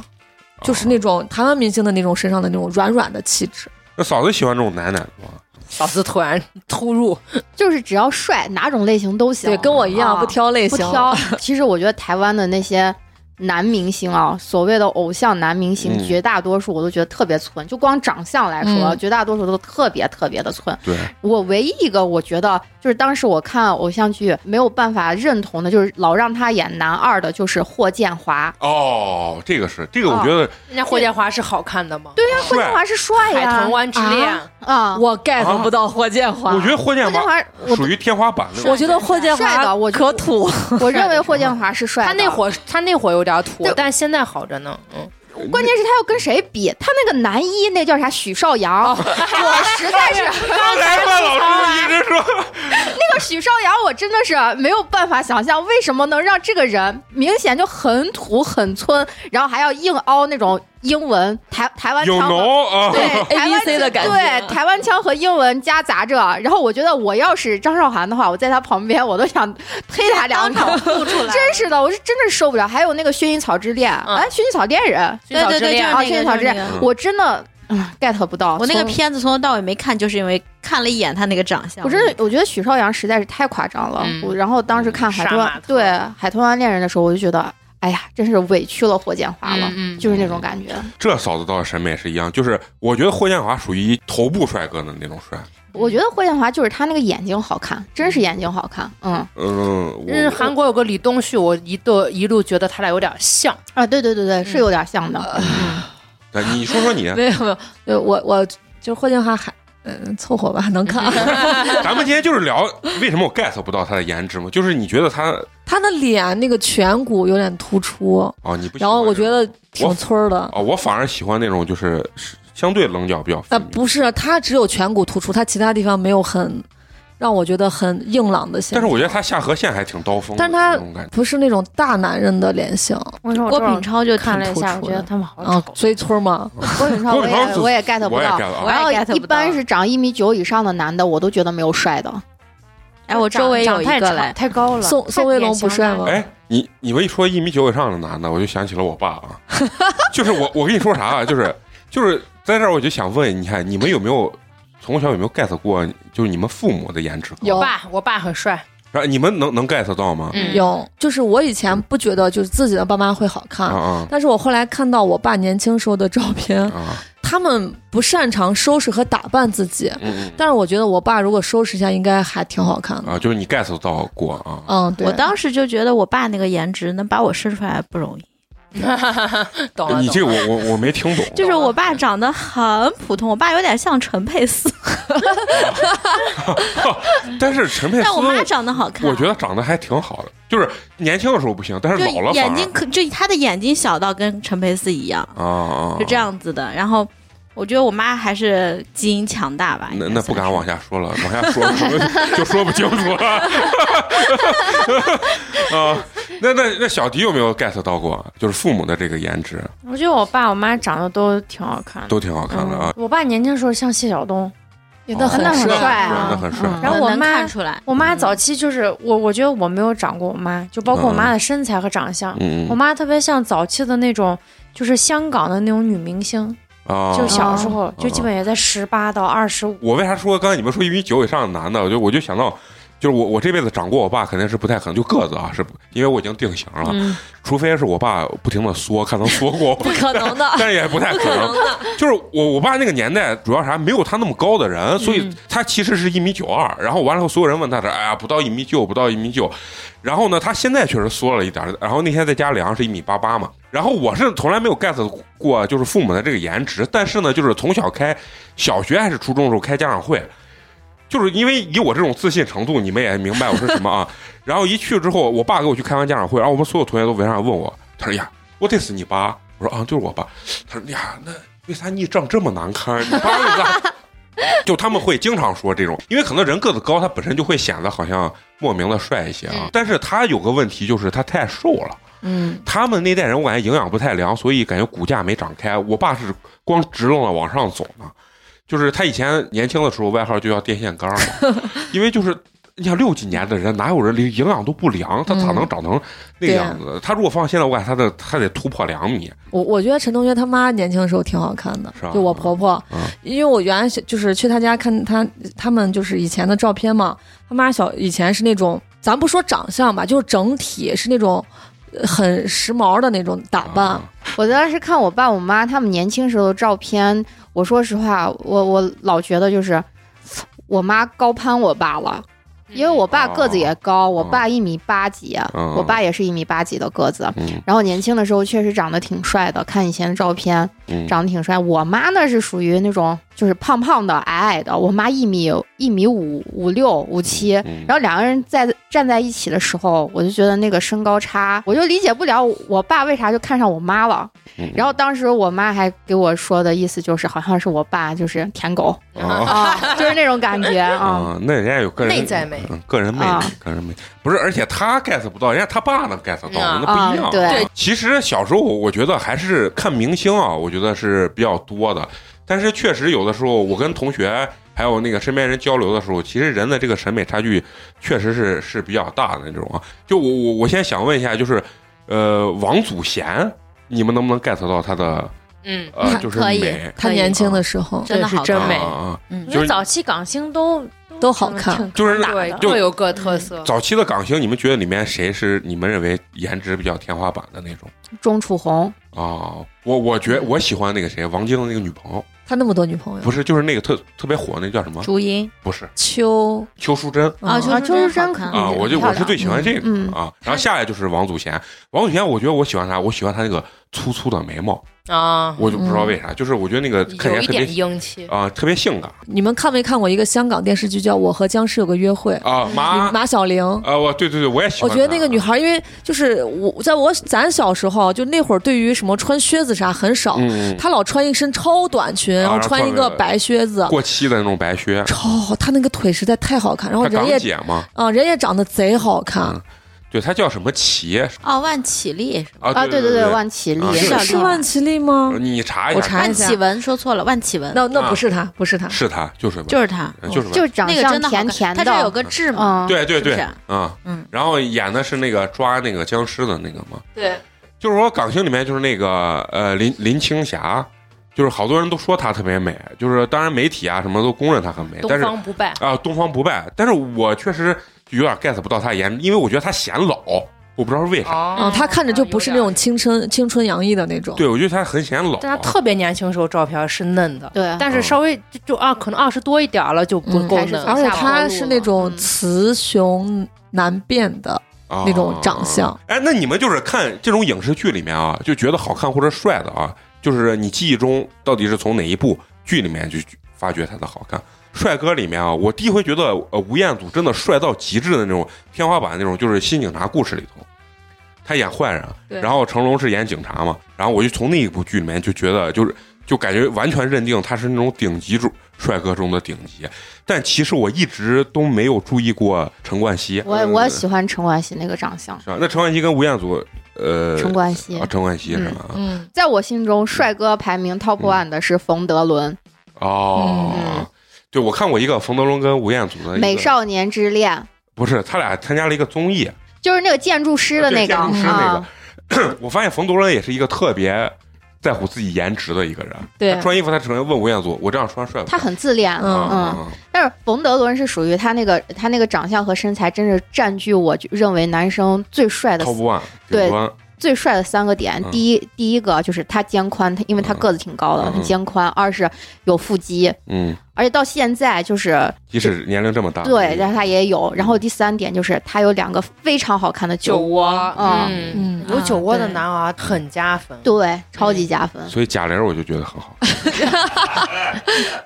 S5: 就是那种台湾明星的那种身上的那种软软的气质。
S1: 那嫂子喜欢这种奶奶吗？
S2: 嫂子突然突入，
S9: 就是只要帅，哪种类型都行。
S5: 对，跟我一样
S2: 啊
S5: 不挑类
S9: 不
S5: 型，
S9: 挑。其实我觉得台湾的那些男明星啊，所谓的偶像男明星，
S1: 嗯
S9: 绝大多数我都觉得特别寸，就光长相来说，
S5: 嗯
S9: 绝大多数都特别特别的寸。
S1: 对，
S9: 我唯一一个我觉得就是当时我看偶像剧没有办法认同的，就是老让他演男二的，就是霍建华。
S1: 哦，这个是这个，我觉得
S2: 人家霍建华是好看的吗？
S9: 对呀、霍建华是帅
S2: 海
S9: 呀
S2: 豚、湾之恋
S5: 啊》
S9: 啊！
S5: 我 get 不到霍建华。
S1: 我觉得霍建
S9: 霍建
S1: 华
S9: 华，我
S1: 属于天花板那种。
S5: 我觉得霍建华
S9: 帅的我
S5: 可土，
S9: 我认为霍建华是帅的。
S2: 他那会儿他那会儿有点土
S9: 对，
S2: 但现在好着呢。嗯，
S9: 关键是他要跟谁比？他那个男一那叫啥许绍洋，
S2: 哦
S9: 我实在是
S1: 刚才范哎老师一直说，
S9: 那个许绍洋，我真的是没有办法想象为什么能让这个人明显就很土很村，然后还要硬凹那种英文台台湾
S1: 有
S9: 腔和。
S1: 能啊，
S9: 对台
S5: ABC
S9: 湾
S5: 的感觉
S9: 对台湾腔和英文夹杂着，然后我觉得我要是张韶涵的话，我在她旁边我都想推她两口，
S3: 吐出来，
S9: 真是的，我是真的受不了。还有那个《薰衣草之恋》，
S2: 嗯
S9: 哎，《薰衣草恋人》
S2: 对
S3: 对对对，就是
S9: 啊，
S3: 那
S9: 薰衣
S3: 个
S9: 草之
S3: 就是
S9: 恋
S3: 那个，
S9: 我真的啊 get 不到。
S3: 我那个
S9: 从
S3: 片子从头到尾没看，就是因为看了一眼他那个长相。
S9: 我真是我觉得许绍洋实在是太夸张了。
S3: 嗯
S9: 我然后当时看《海豚
S2: 杀
S9: 湾
S2: 马》特
S9: 对《海豚湾恋人》的时候，我就觉得，哎呀，真是委屈了霍建华了，
S3: 嗯嗯
S9: 就是那种感觉。
S1: 这嫂子倒是审美是一样，就是我觉得霍建华属于头部帅哥的那种帅。
S9: 我觉得霍建华就是他那个眼睛好看，真是眼睛好看。嗯
S1: 嗯，
S2: 嗯，
S1: 我
S2: 韩国有个李东旭，我一度一路觉得他俩有点像，
S9: 啊，对对对对，
S3: 嗯
S9: 是有点像
S3: 呃
S9: 的。
S1: 哎你说说你，
S5: 没有没有，对我我就是霍建华还嗯凑合吧，能看。
S1: 咱们今天就是聊为什么我 get 不到他的颜值嘛，就是你觉得他
S5: 他的脸那个颧骨有点突出，
S1: 哦，你不喜欢
S5: 然后我觉得
S1: 我
S5: 挺村儿的。
S1: 哦，我反而喜欢那种就是是相对棱角比较分
S5: 啊，
S1: 明。
S5: 不是，他只有颧骨突出，他其他地方没有很让我觉得很硬朗的线
S1: 但。是我觉得他下颌线还挺刀锋的，
S5: 但是他
S1: 那种感觉。
S5: 不是那种大男人的脸型
S4: 我说我
S3: 郭
S4: 这会儿
S3: 品超就
S4: 看了一下，我
S3: 挺突
S4: 觉
S3: 出
S4: 得
S3: 的
S4: 他们好
S5: 啊
S2: 哦
S4: 丑。，
S5: 所以村儿嘛，
S9: 郭永超我
S1: 郭永
S9: 也
S1: 超
S9: 我也 get 不
S1: 我也啊
S9: 到
S1: get 不到，
S9: 然后
S3: 我也 get 不
S9: 一般
S3: 到
S9: 是长一米九以上的男的，我都觉得没有帅的。
S3: 哎，我周围有一个嘞，
S4: 太高了。
S5: 宋宋威龙不帅吗？
S1: 哎，你你们一说一米九以上的男的，我就想起了我爸啊，就是我我跟你说啥啊，就是就是在这儿我就想问，你看你们有没有从小有没有 get 过，就是你们父母的颜值高？
S5: 有
S2: 我爸我爸很帅，
S1: 然后你们能能 get 到吗？
S3: 嗯，
S5: 有，就是我以前不觉得就是自己的爸妈会好看，
S1: 啊啊
S5: 但是我后来看到我爸年轻时候的照片，
S1: 啊！
S5: 他们不擅长收拾和打扮自己，
S1: 嗯嗯
S5: 但是我觉得我爸如果收拾一下，应该还挺好看的。
S1: 啊，就是你 get 到过啊？
S5: 嗯，对，
S3: 我当时就觉得我爸那个颜值能把我生出来不容易，
S2: 懂了
S1: 你
S2: 懂
S1: 这
S2: 了。
S1: 个我我我没听懂，
S3: 就是我爸长得很普通，我爸有点像陈佩斯，
S1: 但是陈佩 斯，
S3: 但我妈长得好看，
S1: 我觉得长得还挺好的，就是年轻的时候不行，但是
S3: 就
S1: 老了反
S3: 眼
S1: 而
S3: 睛可就他的眼睛小到跟陈佩斯一样，
S1: 啊啊，啊
S3: 就这。样子的。然后我觉得我妈还是基因强大吧，
S1: 那
S3: 应该
S1: 那
S3: 算
S1: 不敢
S3: 是
S1: 往下说了，往下说就就说不 清楚了。啊，那那那小迪有没有 get 到过？就是父母的这个颜值
S4: 我觉得我爸我妈长得都挺好看的。
S1: 都挺好看的啊
S4: 嗯，，我爸年轻时候像谢晓东，哦
S5: 也那很
S9: 那很
S5: 帅
S9: 帅
S4: 嗯
S9: 啊
S1: 那很帅。嗯
S4: 然后我
S3: 能
S4: 妈
S3: 看出来，
S4: 我妈早期就是我，我觉得我没有长过我妈，就包括我妈的身材和长相。
S1: 嗯
S4: 我
S1: 嗯
S4: 妈特别像早期的那种，就是香港的那种女明星，
S1: 啊，
S4: 就小时
S1: 啊。
S5: 哦
S4: 候就基本也在十八到二十五。
S1: 我为啥说刚才你们说一米九以上的男的，我就我就想到，就是我我这辈子长过我爸肯定是不太可能，就个子啊，是不因为我已经定型了，
S4: 嗯，
S1: 除非是我爸不停的缩，看能缩过，，
S5: 不可能的
S1: 但是也不太可能。就是我我爸那个年代，主要啥没有他那么高的人，所以他其实是一米九二。然后完了以后，所有人问他是，哎呀，不到一米九，不到一米九。然后呢，他现在确实缩了一点儿。然后那天在家里好像是一米八八嘛。然后我是从来没有 get 过就是父母的这个颜值，但是呢，就是从小开小学还是初中的时候开家长会。就是因为以我这种自信程度，你们也明白我是什么啊。 然后一去之后，我爸给我去开完家长会，然后我们所有同学都围上来问我，他说：“呀，what is 你爸？”我说：“啊，就是我爸。”他说：“呀，那为啥你长这么难看？你爸为啥？” 就他们会经常说这种，因为可能人个子高，他本身就会显得好像莫名的帅一些
S9: 嗯
S1: 啊。但是他有个问题就是他太瘦了，
S5: 嗯，
S1: 他们那代人我感觉营养不太良，所以感觉骨架没长开。我爸是光直愣的往上走呢，就是他以前年轻的时候外号就叫电线杆儿 嘛，因为就是。你想六几年的人，哪有人营养都不良？他咋
S9: 嗯
S1: 能长成那
S9: 啊
S1: 个样子？他如果放现在，我感觉他的他得突破两米。
S5: 我我觉得陈同学他妈年轻的时候挺好看的
S1: 是吧，
S5: 就我婆婆
S1: 嗯，
S5: 因为我原来是就是去她家看她他们就是以前的照片嘛，他妈小以前是那种，咱不说长相吧，就是整体是那种呃很时髦的那种打扮，
S1: 啊
S9: 我当时看我爸我妈他们年轻时候的照片，我说实话，我我老觉得就是我妈高攀我爸了，
S3: 嗯
S9: 因为我爸
S1: 哦
S9: 个子也高，我爸一米八几，
S1: 嗯
S9: 我爸也是一米八几的个子。
S1: 嗯
S9: 然后年轻的时候确实长得挺帅的，看以前的照片
S1: 嗯，
S9: 长得挺帅。我妈呢是属于那种就是胖胖的、矮矮的，我妈一米一米五五六五七，
S1: 嗯
S9: 然后两个人在站在一起的时候，我就觉得那个身高差，我就理解不了我爸为啥就看上我妈了。
S1: 嗯
S9: 然后当时我妈还给我说的意思就是，好像是我爸就是舔狗
S1: 啊
S9: 啊， 就是那种感觉啊。
S1: 啊，那人家有个人
S2: 内在美
S1: 嗯个人魅
S9: 啊
S1: 力，个人魅力不是，而且他 get 不到，人家他爸能 get 到，
S2: 嗯
S1: 那不一
S9: 啊
S1: 样。
S9: 对，
S1: 其实小时候我觉得还是看明星啊，我觉得是比较多的，但是确实有的时候我跟同学。还有那个身边人交流的时候，其实人的这个审美差距确实是是比较大的那种啊。就我我我先想问一下，就是，呃，王祖贤，你们能不能 get 到他的
S2: 嗯，
S1: 呃，就是
S3: 可以
S1: 美，
S5: 她
S3: 可以
S5: 年轻的时候，
S3: 真的
S2: 是
S3: 好
S2: 真
S3: 看
S2: 美
S1: 啊啊啊
S3: 嗯
S1: 就是
S4: 早期港星都
S5: 都好看
S4: 挺
S1: 就是
S4: 打
S2: 对
S4: 的，嗯
S1: 就
S2: 各有各特色。
S1: 早期的港星，你们觉得里面谁是你们认为颜值比较天花板的那种？
S9: 钟楚红，
S1: 哦，我我觉我喜欢那个谁，王晶的那个女朋友，
S5: 她那么多女朋友，
S1: 不是，就是那个特特别火那叫什么？
S3: 朱茵
S1: 不是
S5: 秋
S1: 邱淑贞
S3: 啊，
S5: 嗯
S3: 就是
S9: 邱淑贞
S3: 好
S9: 可
S3: 看
S9: 嗯
S1: 啊，我就
S9: 漂
S1: 我
S9: 亮
S1: 是最喜欢这个
S9: 嗯
S1: 啊。然后下来就是王祖贤，王祖贤，我觉得我喜欢她，我喜欢她那个粗粗的眉毛，
S2: 啊，
S1: 我就不知道为啥，就是我觉得那个看起
S2: 有
S1: 来
S2: 一
S1: 特别
S2: 点英气。
S1: 啊，特别性感
S5: 你们看没看过一个香港电视剧叫《我和僵尸有个约会》？
S1: 啊，妈
S5: 马小玲，
S1: 啊，我对对对，我也喜
S5: 我
S1: 欢。
S5: 觉得那个女，孩，因为就是我，在我咱小时候就那会儿，对于什么穿靴子啥很少，
S1: 嗯，
S5: 她老穿一身超短裙，然后穿一个白靴子，
S1: 过期的那种白靴，
S5: 超她那个腿实在太好看，然后
S1: 她
S5: 人
S1: 港
S5: 也
S1: 姐嘛，
S5: 啊、人也长得贼好看
S1: 嗯，对，她叫什么琪
S3: 哦，万绮丽是吧？
S1: 啊？
S9: 啊，对
S1: 对
S9: 对，
S1: 对，
S9: 万绮
S1: 啊
S9: 丽，
S1: 是
S5: 是万绮丽吗
S1: 呃？你查一
S5: 我
S1: 下，
S5: 查
S3: 万
S5: 一下
S3: 绮，雯说错了，万绮雯
S5: 那那不是她，不是她，
S1: 是她，就是吧
S3: 就是她，
S1: 呃就是吧
S9: 就是长
S3: 那个
S9: 相
S3: 真的好
S9: 甜
S3: 看
S9: 甜
S3: 她
S9: 的，
S3: 这有个痣嘛，
S9: 嗯，
S1: 对对
S3: 是不
S1: 对
S3: 是，
S1: 啊，
S3: 嗯，
S1: 然后演的是那个抓那个僵尸的那个嘛，
S2: 对，
S1: 就是说港星里面就是那个呃林林青霞，就是好多人都说她特别美，就是当然媒体啊什么都公认她很美，但
S2: 东
S1: 是
S2: 方不败，
S1: 啊东方不败，但是我确实有点 get 不到她颜值，因为我觉得她显老，我不知道是为啥，
S5: 嗯，
S2: 哦
S5: 她看着就不是那种青春青春洋溢的那种。
S1: 对我觉得她很显老，
S2: 但他特别年轻时候照片是嫩的，
S9: 对，
S2: 但是稍微就就啊，可能二十多一点儿了就不
S5: 嗯
S2: 够
S9: 开始
S2: 嫩
S9: 走
S5: 而
S2: 了。
S5: 且
S9: 下坡
S5: 她
S9: 路
S5: 是
S9: 了
S5: 那种
S9: 嗯
S5: 雌雄难辨的，
S1: 啊
S5: 那种长相。
S1: 哎，那你们就是看这种影视剧里面啊，就觉得好看或者帅的啊，就是你记忆中到底是从哪一部剧里面去发掘他的好看？帅哥里面啊，我第一回觉得呃吴彦祖真的帅到极致的那种天花板那种，就是《新警察故事》里头，他演坏
S5: 对
S1: 人，啊然后成龙是演警察嘛，然后我就从那一部剧里面就觉得就是。就感觉完全认定他是那种顶级中帅哥中的顶级，但其实我一直都没有注意过陈冠希。
S9: 我我
S1: 嗯
S9: 喜欢陈冠希那个长相，
S1: 是吧？那陈冠希跟吴彦祖，呃，
S9: 陈冠希
S1: 啊，，陈冠希是吧？
S5: 嗯，
S9: 在我心中帅哥排名 top
S1: 嗯
S9: one 的是冯德伦，
S1: 哦，
S9: 嗯
S1: 对，我看过一个冯德伦跟吴彦祖的一
S9: 《
S1: 个
S9: 美，少年之恋》，
S1: 不是他俩参加了一个综艺，
S9: 就是那个建筑师的那个
S1: 建筑师那
S9: 啊
S1: 个，我发现冯德伦也是一个特别在乎自己颜值的一个人。
S5: 对
S1: 他，穿衣服，他只能问吴彦祖：“我这样穿帅不？”
S9: 他很自恋，
S5: 嗯
S1: 啊，
S9: 但是冯德伦是属于他那个他那个长相和身材，真是占据我认为男生最帅的
S1: top one
S9: 对
S1: 顶端
S9: 最帅的三个点
S1: 嗯。
S9: 第一，第一个就是他肩宽，他因为他
S1: 嗯
S9: 个子挺高的，
S1: 嗯
S9: 他肩宽；二是有腹肌，
S1: 嗯，
S9: 而且到现在就是
S1: 即使年龄这么大，
S9: 对，但是他也
S1: 嗯
S9: 有。然后第三点就是他有两个非常好看的
S2: 酒
S9: 酒，
S2: 窝，
S9: 嗯
S2: 嗯，
S5: 嗯
S2: 有酒窝的
S5: 对
S2: 男娃很加分。
S9: 对，超级加分。
S1: 所以贾玲我就觉得很好。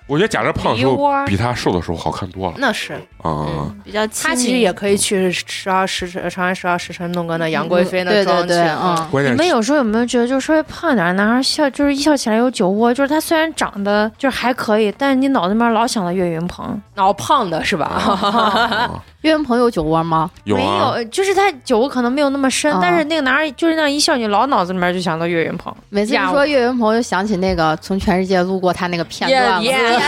S1: 我觉得贾玲胖的时
S2: 梨
S1: 候
S2: 窝
S1: 比她瘦的时候好看多了
S2: 那是，
S9: 嗯
S1: 啊。
S3: 嗯比较亲
S2: 他其实
S3: 民
S2: 也可以去十二时辰、长安十二时辰弄个那杨贵妃那
S9: 对
S2: 妆
S9: 对
S2: 去，
S9: 对，嗯，
S1: 关
S4: 你
S1: 键
S4: 们有时候有没有觉得，就是稍微胖一点的男孩笑，就是一笑起来有酒窝，就是他虽然长得就是还可以，但是你脑子里面老想到岳云鹏，
S2: 脑胖的是吧？
S1: 啊
S9: 岳云鹏有酒窝吗？
S1: 有
S4: 没
S1: 啊，
S4: 有，就是他酒窝可能没有那么深，
S9: 啊
S4: 但是那个男孩就是那样一笑，你老脑子里面就想到岳云鹏。
S9: 每次一
S2: 呀
S9: 说岳云鹏，就想起那个从全世界路过他那个片段 了。
S1: 燕子，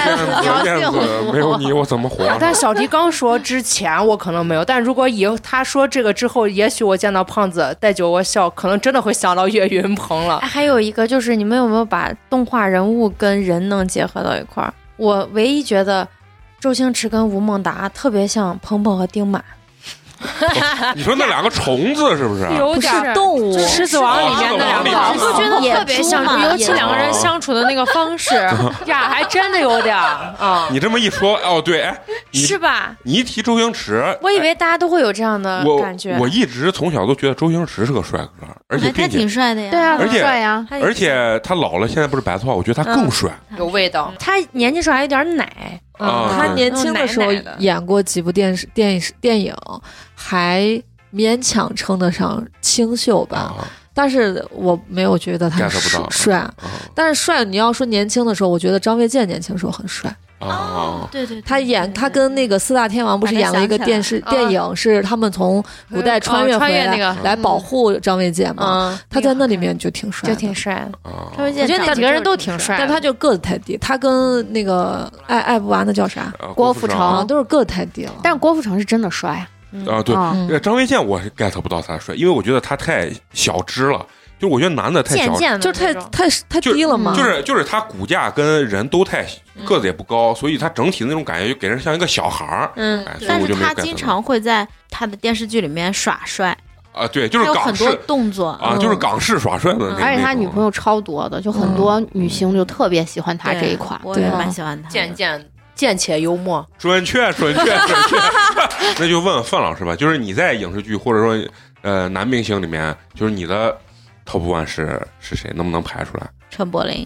S1: 燕子，没有你我怎么活？
S2: 但小迪刚说之前我可能没有，但如果以后他说这个之后，也许我见到胖子带酒窝笑，可能真的会想到岳云鹏了
S4: 哎。还有一个就是，你们有没有把动画人物跟人能结合到一块儿？我唯一觉得周星驰跟吴孟达特别像鹏鹏和丁满，
S1: 你说那两个虫子是不啊是？
S4: 有
S5: 不是动物，
S4: 狮子王里面那两
S1: 狮子王
S4: 个，我就觉得特别像
S3: 野猪，嘛
S4: 尤其两个人相处的那个方式，
S2: 呀，还真的有点儿啊。
S1: 你这么一说，哦，对，哎，你
S4: 是吧？
S1: 你一提周星驰，哎
S4: 我以为大家都会有这样的
S1: 我
S4: 感觉。
S1: 我一直从小都觉得周星驰是个帅哥，而且
S3: 哎他
S1: 并且
S3: 挺帅的呀，
S9: 对啊，
S1: 而
S9: 很
S1: 且
S9: 帅呀。
S4: 他嗯
S1: 而且他老了，现在不是白头发，我觉得他更帅
S2: 有味道，
S4: 他年轻时候还有点奶，
S1: 啊。
S5: 他
S1: 对
S4: 嗯
S5: 年轻的时候嗯演过几部电视、电视、电影，还勉强称得上清秀
S4: 嗯
S5: 吧。
S1: 啊
S5: 但是我没有觉得他
S1: get 不
S5: 帅
S1: 到
S5: 帅。但是帅，你要说年轻的时候，我觉得张卫健年轻时候很帅。
S1: 啊
S3: 哦
S1: 啊，
S3: 对对，对
S5: 他演
S4: 嗯
S3: 对
S5: 他
S3: 对
S5: 跟那个四大天王不是演了一个电视
S4: 我才想起来
S5: 电影，是他们从古代穿越
S4: 哦
S5: 回
S4: 嗯穿越那
S5: 来
S4: 个，
S5: 来保护张卫健嘛。
S4: 嗯，
S5: 他在那里面就挺帅
S4: 就
S5: 的，
S4: 挺帅的。
S1: 啊！
S3: 张
S4: 我
S3: 卫健
S4: 觉得
S3: 长
S4: 哪
S3: 得
S4: 几个人
S3: 就
S4: 都
S3: 是
S4: 挺
S3: 帅
S4: 帅的，
S5: 但他就个子太低。他跟那个爱爱不完的叫啥
S1: 啊
S9: 郭
S1: 富
S9: 富
S5: 啊，
S9: 城
S5: 都是个子太低了。
S9: 但是郭富城是真的帅啊，
S1: 啊，对，
S9: 啊
S5: 嗯
S1: 呃张卫健我是 get 不到他的帅，因为我觉得他太小只了。就是我觉得男的太
S4: 贱嗯
S1: 小，
S4: 贱的那种，
S5: 就是太太太
S1: 就
S5: 低了嘛，
S1: 就是就是他骨架跟人都太个子也不高，所以他整体的那种感觉就给人像一个小孩儿。
S3: 嗯
S1: 哎所以
S3: 但
S1: 我
S3: 是
S1: 就没
S3: 他
S1: 有 get
S3: 经
S1: 到
S3: 常会在他的电视剧里面耍帅，
S1: 啊，对，就
S3: 他
S1: 是
S3: 有
S1: 港
S3: 很多嗯
S1: 式
S3: 动作，
S1: 啊，就是港式耍帅的那。
S9: 而且他
S1: 那种
S9: 女朋友超多的，就很多女星就特别喜欢他这一款。
S3: 我也
S5: 嗯对
S3: 蛮喜欢他的。
S2: 贱贱贱且幽默，
S1: 准确，准确，准确。那就问问范老师吧，就是你在影视剧或者说呃男明星里面，就是你的 top one 是是谁？能不能排出来？
S3: 陈柏霖，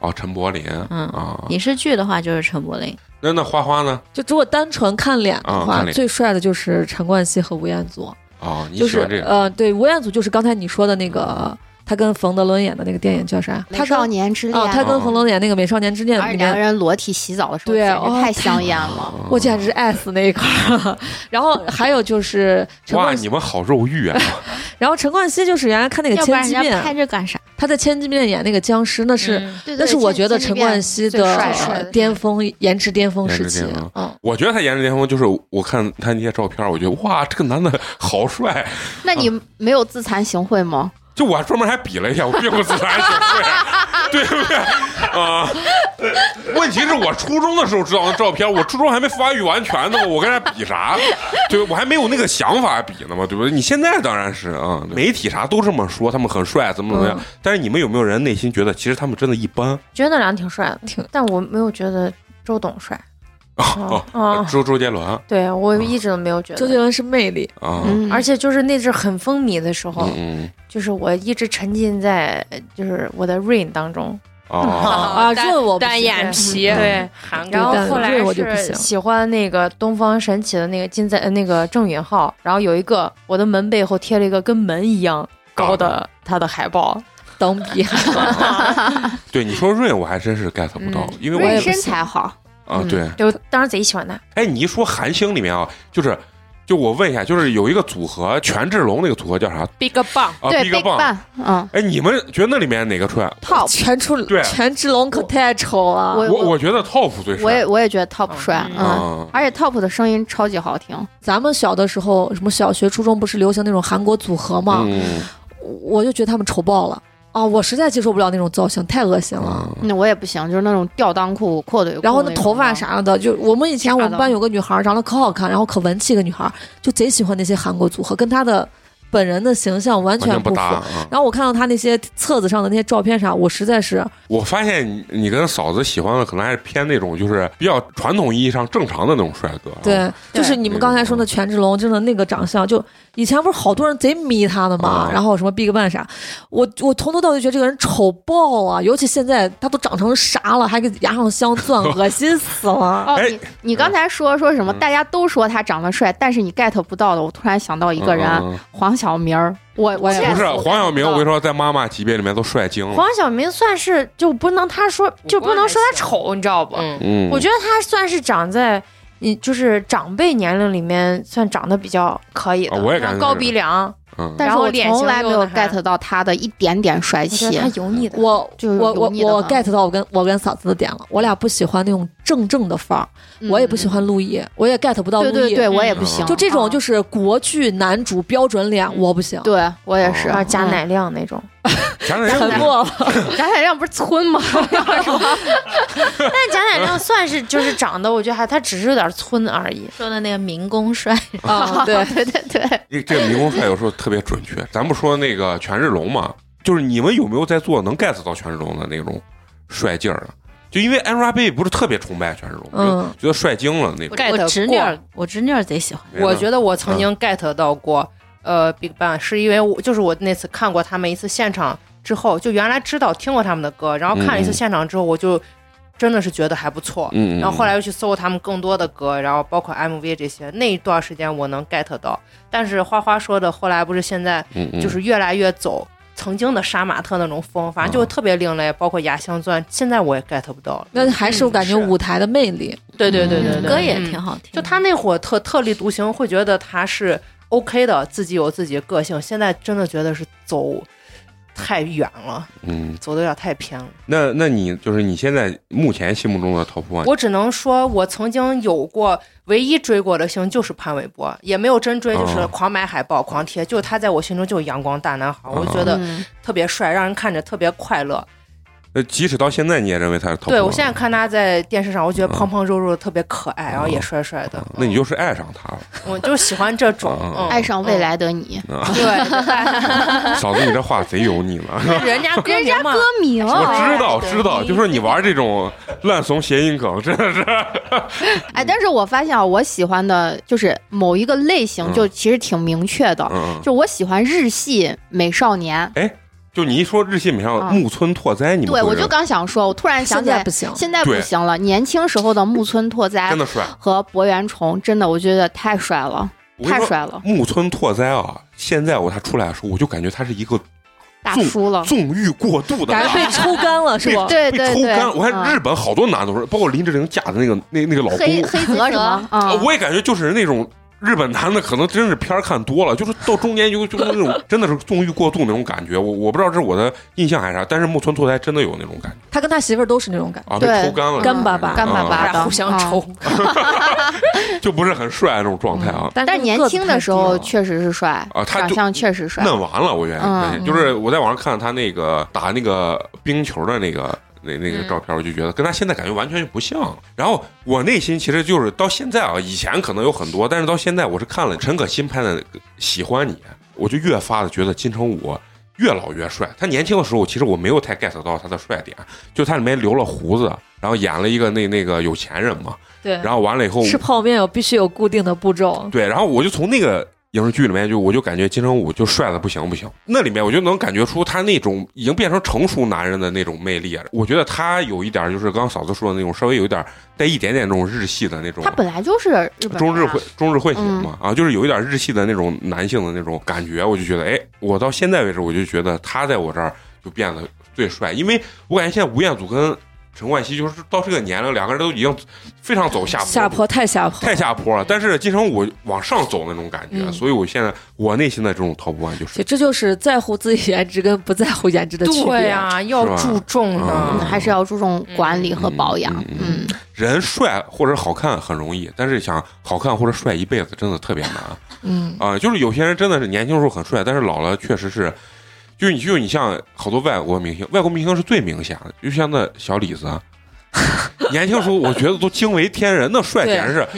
S1: 哦，陈柏霖，
S3: 嗯
S1: 啊，
S3: 影视剧的话就是陈柏霖，
S1: 那那花花呢？
S5: 就如果单纯看脸的
S1: 啊
S5: 话，
S1: 看脸
S5: 最帅的就是陈冠希和吴彦祖，
S1: 哦，你
S5: 就
S1: 喜
S5: 是
S1: 欢这个？
S5: 呃，对，吴彦祖就是刚才你说的那个，他跟冯德伦演的那个电影叫啥？他
S9: 美少
S5: 跟
S9: 年之恋，
S5: 哦，他跟冯德伦演那个《美少年之恋
S9: 而》
S5: 里
S9: 且两个
S5: 面，
S9: 人裸体洗澡的时候，
S5: 对
S9: 简直
S5: 哦
S9: 太香艳了。
S1: 哦
S5: 我简直爱死那一块儿了。然后还有就是陈
S1: 哇，
S5: 冠希，
S1: 你们好肉欲啊！
S5: 然后陈冠希就是原来看那个《
S3: 要不
S5: 千
S3: 然
S5: 机
S3: 人
S5: 变
S3: 家》，拍这干啥？
S5: 他在《千机变》演那个僵尸，那是。
S3: 嗯
S9: 对对
S5: 那是我觉得陈冠希的
S9: 最帅
S5: 呃
S9: 的
S5: 巅峰颜值巅峰时期
S1: 颜值巅峰，
S5: 嗯，
S1: 我觉得他颜值巅峰就是我看他那些照片，我觉得哇，这个男的好帅。
S9: 那你
S1: 嗯
S9: 没有自惭形秽吗？
S1: 就我还专门还比了一下，我并不自惭 形秽，对不对？啊、问题是我初中的时候知道的照片，我初中还没发育完全呢嘛，我跟人家比啥？对，我还没有那个想法比呢嘛，对不对？你现在当然是啊、嗯媒体啥都这么说，他们很帅，怎么怎么样？
S5: 嗯
S1: 但是你们有没有人内心觉得，其实他们真的一般？
S4: 觉得那俩挺帅的，
S5: 挺
S4: 但我没有觉得周董帅。
S1: 哦
S5: 嗯
S4: 啊，
S1: 周周杰伦啊，
S4: 对我一直都没有觉
S5: 周
S4: 得。
S5: 杰伦是魅力，
S1: 嗯
S9: 嗯，
S4: 而且就是那阵很风靡的时候，
S1: 嗯
S4: 就是我一直沉浸在就是我的 Rain 当中，
S1: 哦，
S5: 啊
S2: 单
S5: 这我不
S2: 单
S5: 行
S2: 眼皮，
S1: 嗯
S4: 对，
S2: 韩
S4: 然后
S5: 但
S4: 后来
S5: 这我就不
S4: 是
S5: 行
S4: 喜欢那个东方神起的那个金在呃那个郑允浩，然后有一个我的门背后贴了一个跟门一样高的他的海 报，
S5: 等比
S1: 对你说润，我还真是 get 不到，因为
S5: 嗯我也
S9: 瑞
S5: 不
S9: 身
S5: 行
S9: 材好，
S1: 我啊，
S4: 嗯
S1: 对，
S4: 就当时贼喜欢 他，
S1: 哎，你一说韩星里面啊，就是。就我问一下，就是有一个组合，权志龙那个组合叫啥？
S2: Big Bang，
S1: 啊
S9: 对
S1: Big Bang。
S9: Bang，嗯
S1: 哎，你们觉得那里面哪个帅？
S9: ，Top，
S5: 全出
S1: 对啊
S5: 权志龙可太丑了，
S9: 我
S1: 我我觉得 Top 最帅。
S9: 我也我也觉得
S5: 哦
S9: Top 帅，
S2: 嗯
S9: 嗯，
S1: 啊
S9: 而且 Top 的声音超级好听，
S5: 咱们小的时候，什么小学、初中不是流行那种韩国组合吗？
S1: 嗯
S5: 我就觉得他们丑爆了啊！我实在接受不了那种造型，太恶心了。
S1: 嗯
S9: 那我也不行，就是那种吊裆裤、阔腿裤，
S5: 然后那头发，啥的，就我们以前我
S9: 吓
S5: 们
S9: 到
S5: 班有个女孩儿长得可好看，然后可文气一个女孩儿，就贼喜欢那些韩国组合，跟她的本人的形象完
S1: 完全
S5: 全
S1: 不
S5: 不符。
S1: 搭啊！
S5: 然后我看到她那些册子上的那些照片啥，我实在是
S1: 我发现你你跟嫂子喜欢的可能还是偏那种就是比较传统意义上正常的那种帅哥。啊
S5: 对，就是你们刚才说
S1: 那
S5: 的权志龙，真的那个长相，就以前不是好多人贼迷他的嘛，
S1: 啊
S5: 然后什么 BigBang 啥，我我从头到尾觉得这个人丑爆了，尤其现在他都长成啥了，还给牙上镶 钻，恶心死了。
S9: 哦，
S1: 哎
S9: 你你刚才说说什么？
S1: 嗯
S9: 大家都说他长得帅，但是你 get 不到的，我突然想到一个人，
S1: 嗯嗯
S9: 黄晓明儿，我我
S1: 嗯不是黄晓明，我跟你
S9: 说，
S1: 说，在妈妈级别里面都帅精了
S4: 黄。晓明算是就不能他说就不能说他丑，你知道不？
S2: 嗯，
S1: 嗯，
S4: 我觉得他算是长在你就是长辈年龄里面算长得比较可以的，
S1: 啊我也感觉
S4: 高
S1: 是
S4: 鼻梁，
S1: 嗯
S9: 但
S4: 然
S9: 是
S4: 后
S9: 我
S4: 脸型
S9: 从来没
S4: 又
S9: 有
S4: 那啥
S9: get 到他的一点点帅
S4: 我觉得
S9: 气
S4: 他。油腻的。
S5: 我
S9: 就是
S5: 我我
S9: 油腻的
S5: 我
S9: 嘛
S5: get 到我跟我跟嫂子的点了，我俩不喜欢那种正正的范儿，
S9: 嗯
S5: 我也不喜欢陆毅，我也 get 不到陆
S9: 对
S5: 毅。
S9: 对对，我也
S1: 嗯
S9: 不行。
S5: 就这种就
S9: 啊，
S5: 是国剧男主标准脸，我不行。
S9: 嗯对我也
S1: 哦
S9: 是。
S4: 啊，贾乃亮那种，
S1: 贾乃
S5: 沉
S1: 亮，
S5: 默了，
S9: 贾乃亮不是村 吗？
S4: 但贾乃亮算是就是长得，我觉得还他只是有点村而已。
S3: 说的那个民工帅，
S5: 啊， 对，
S9: 对对对，
S1: 这这个迷宫赛有时候特别准确。咱不说那个权志龙嘛，就是你们有没有在做能 get 到权志龙的那种帅劲儿啊？就因为 Angelababy 不是特别崇拜权志龙，
S5: 嗯
S1: 就觉得帅精了那种。
S2: 盖
S3: 我
S2: 得
S3: 侄
S2: 过
S3: 女儿，我侄女儿贼喜欢。
S2: 我觉得我曾经 get 到过，
S1: 嗯
S2: 呃，Big Bang 是因为我就是我那次看过他们一次现场之后，就原来知道听过他们的歌，然后看了一
S1: 嗯
S2: 次
S1: 嗯
S2: 现场之后，我就真的是觉得还不错。
S1: 嗯，嗯
S2: 然后后来又去搜他们更多的歌，然后包括 MV 这些，那一段时间我能 get 到。但是花花说的，后来不是现在
S1: 嗯嗯
S2: 就是越来越走曾经的杀马特那种风，反正就特别另类，包括牙香钻，现在我也 get 不到了。
S5: 那还是我感觉
S2: 嗯是
S5: 舞台的魅力。
S2: 对对对对
S1: 嗯
S2: 对，
S3: 歌也
S2: 嗯
S3: 挺好听。
S2: 就他那会儿特特立独行，会觉得他是 OK 的，自己有自己的个性。现在真的觉得是走太远了，
S1: 嗯，
S2: 走的有点太偏了。
S1: 那那你就是你现在目前心目中的 top one，
S2: 我只能说，我曾经有过唯一追过的星就是潘玮柏，也没有真追，就是
S1: 哦
S2: 狂买海报、狂贴，就他在我心中就是阳光大男孩，我就觉得
S9: 嗯
S2: 特别帅，让人看着特别快乐。
S1: 呃，即使到现在你也认为他是 top one，
S2: 对我现在看他在电视上，我觉得
S1: 啊嗯
S2: 胖胖肉肉的特别可爱，然后也
S1: 哦
S2: 帅帅的。
S1: 那你
S2: 就
S1: 就是爱上他了，
S2: 我就喜欢这种，
S1: 嗯
S2: 嗯
S9: 爱上未来的你，
S2: 对，
S1: 嫂子，你这话贼油腻了。
S2: 人家歌名嘛，
S9: 歌迷
S1: 我
S9: 了。
S1: 知道，
S2: 对
S1: 知道，就说你玩这种烂怂谐音梗，真的是
S9: 哎，但是我发现啊，我喜欢的就是某一个类型，
S1: 嗯
S9: 就其实挺明确
S2: 哦
S9: 的，
S1: 嗯，
S9: 就我喜欢日系美少年。
S1: 就你一说日系美少
S2: 哦
S9: 啊
S1: 木村拓哉，你们会
S9: 对，我
S1: 认
S9: 就刚想说，我突然想
S5: 现
S9: 起
S5: 在
S9: 来
S5: 不，行，
S9: 现在不
S1: 对
S9: 行了。年轻时候的木村拓哉
S1: 真的帅，
S9: 和博元崇，真的我觉得太帅了，
S1: 我跟
S9: 太
S1: 你说，
S9: 帅了，
S1: 木村拓哉啊，现在我他出来的时候，我就感觉他是一个
S9: 大
S1: 纵
S9: 叔了。
S1: 纵欲过度的
S5: 感觉
S1: 男
S5: 被
S1: 人。
S5: 抽干了是不？
S9: 对
S1: 被抽
S9: 对对
S1: 干，，我看
S9: 嗯
S1: 日本好多男的都是，包括林志玲嫁的那个那那个老
S9: 黑
S1: 公，
S9: 黑泽什么啊
S1: 啊，？我也感觉就是那种日本男的，可能真是片儿看多了，就是到中间有就是那 种真的是纵欲过度那种感觉。我我不知道这是我的印象还是啥，但是木村拓哉真的有那种感觉
S5: 他跟他媳妇儿都是那种感觉。
S1: 啊，被
S9: 对
S1: 抽干了，
S5: 干巴巴
S9: 干巴
S2: 大
S9: 巴
S2: 家
S9: 的，
S2: 互相
S9: 啊
S2: 抽。
S1: 就不是很帅那种状态啊。
S5: 但
S9: 但是年轻的时候确实是帅
S1: 啊他就
S9: 长相确实帅。
S1: 嫩完了，我原来发现，
S9: 嗯
S1: 就是我在网上看他那个打那个冰球的那个那那个照片，我就觉得跟他现在感觉完全就不像。然后我内心其实就是到现在啊，以前可能有很多，但是到现在我是看了陈可辛拍的那个《喜欢你》，我就越发的觉得金城武。越老越帅。他年轻的时候，其实我没有太 get 到他的帅点，就他里面留了胡子，然后演了一个那那个有钱人嘛，
S5: 对，
S1: 然后完了以后
S5: 吃泡面有必须有固定的步骤，
S1: 对，然后我就从那个影视剧里面就我就感觉金城武就帅的不行不行，那里面我就能感觉出他那种已经变成成熟男人的那种魅力。啊我觉得他有一点就是刚刚嫂子说的那种，稍微有一点带一点点这种日系的那种
S9: 他。本来就是嗯日本人啊
S1: 中日混中日混血嘛、啊，就是有一点日系的那种男性的那种感觉，我就觉得，哎，我到现在为止，我就觉得他在我这儿就变得最帅，因为我感觉现在吴彦祖跟陈冠希就是到这个年龄，两个人都已经非常走下坡路
S5: 下坡太下坡
S1: 太
S5: 了。
S1: 下坡了，但是金城武往上走那种感觉，
S5: 嗯
S1: 所以我现在我内心的这种 top one 就
S5: 所以
S1: 是
S5: 这就是在乎自己颜值跟不在乎颜值的区别。
S2: 对呀、要注重
S1: 嗯
S9: 嗯
S2: 呢。
S9: 还是要注重管理和保养
S1: 嗯。嗯
S9: 嗯，
S1: 人帅或者好看很容易，但是想好看或者帅一辈子真的特别难啊、
S5: 嗯，
S1: 就是有些人真的是年轻时候很帅，但是老了确实是，就是你就你像好多外国明星，外国明星是最明显的，就像那小李子。啊年轻时候我觉得都惊为天人，那帅简直是，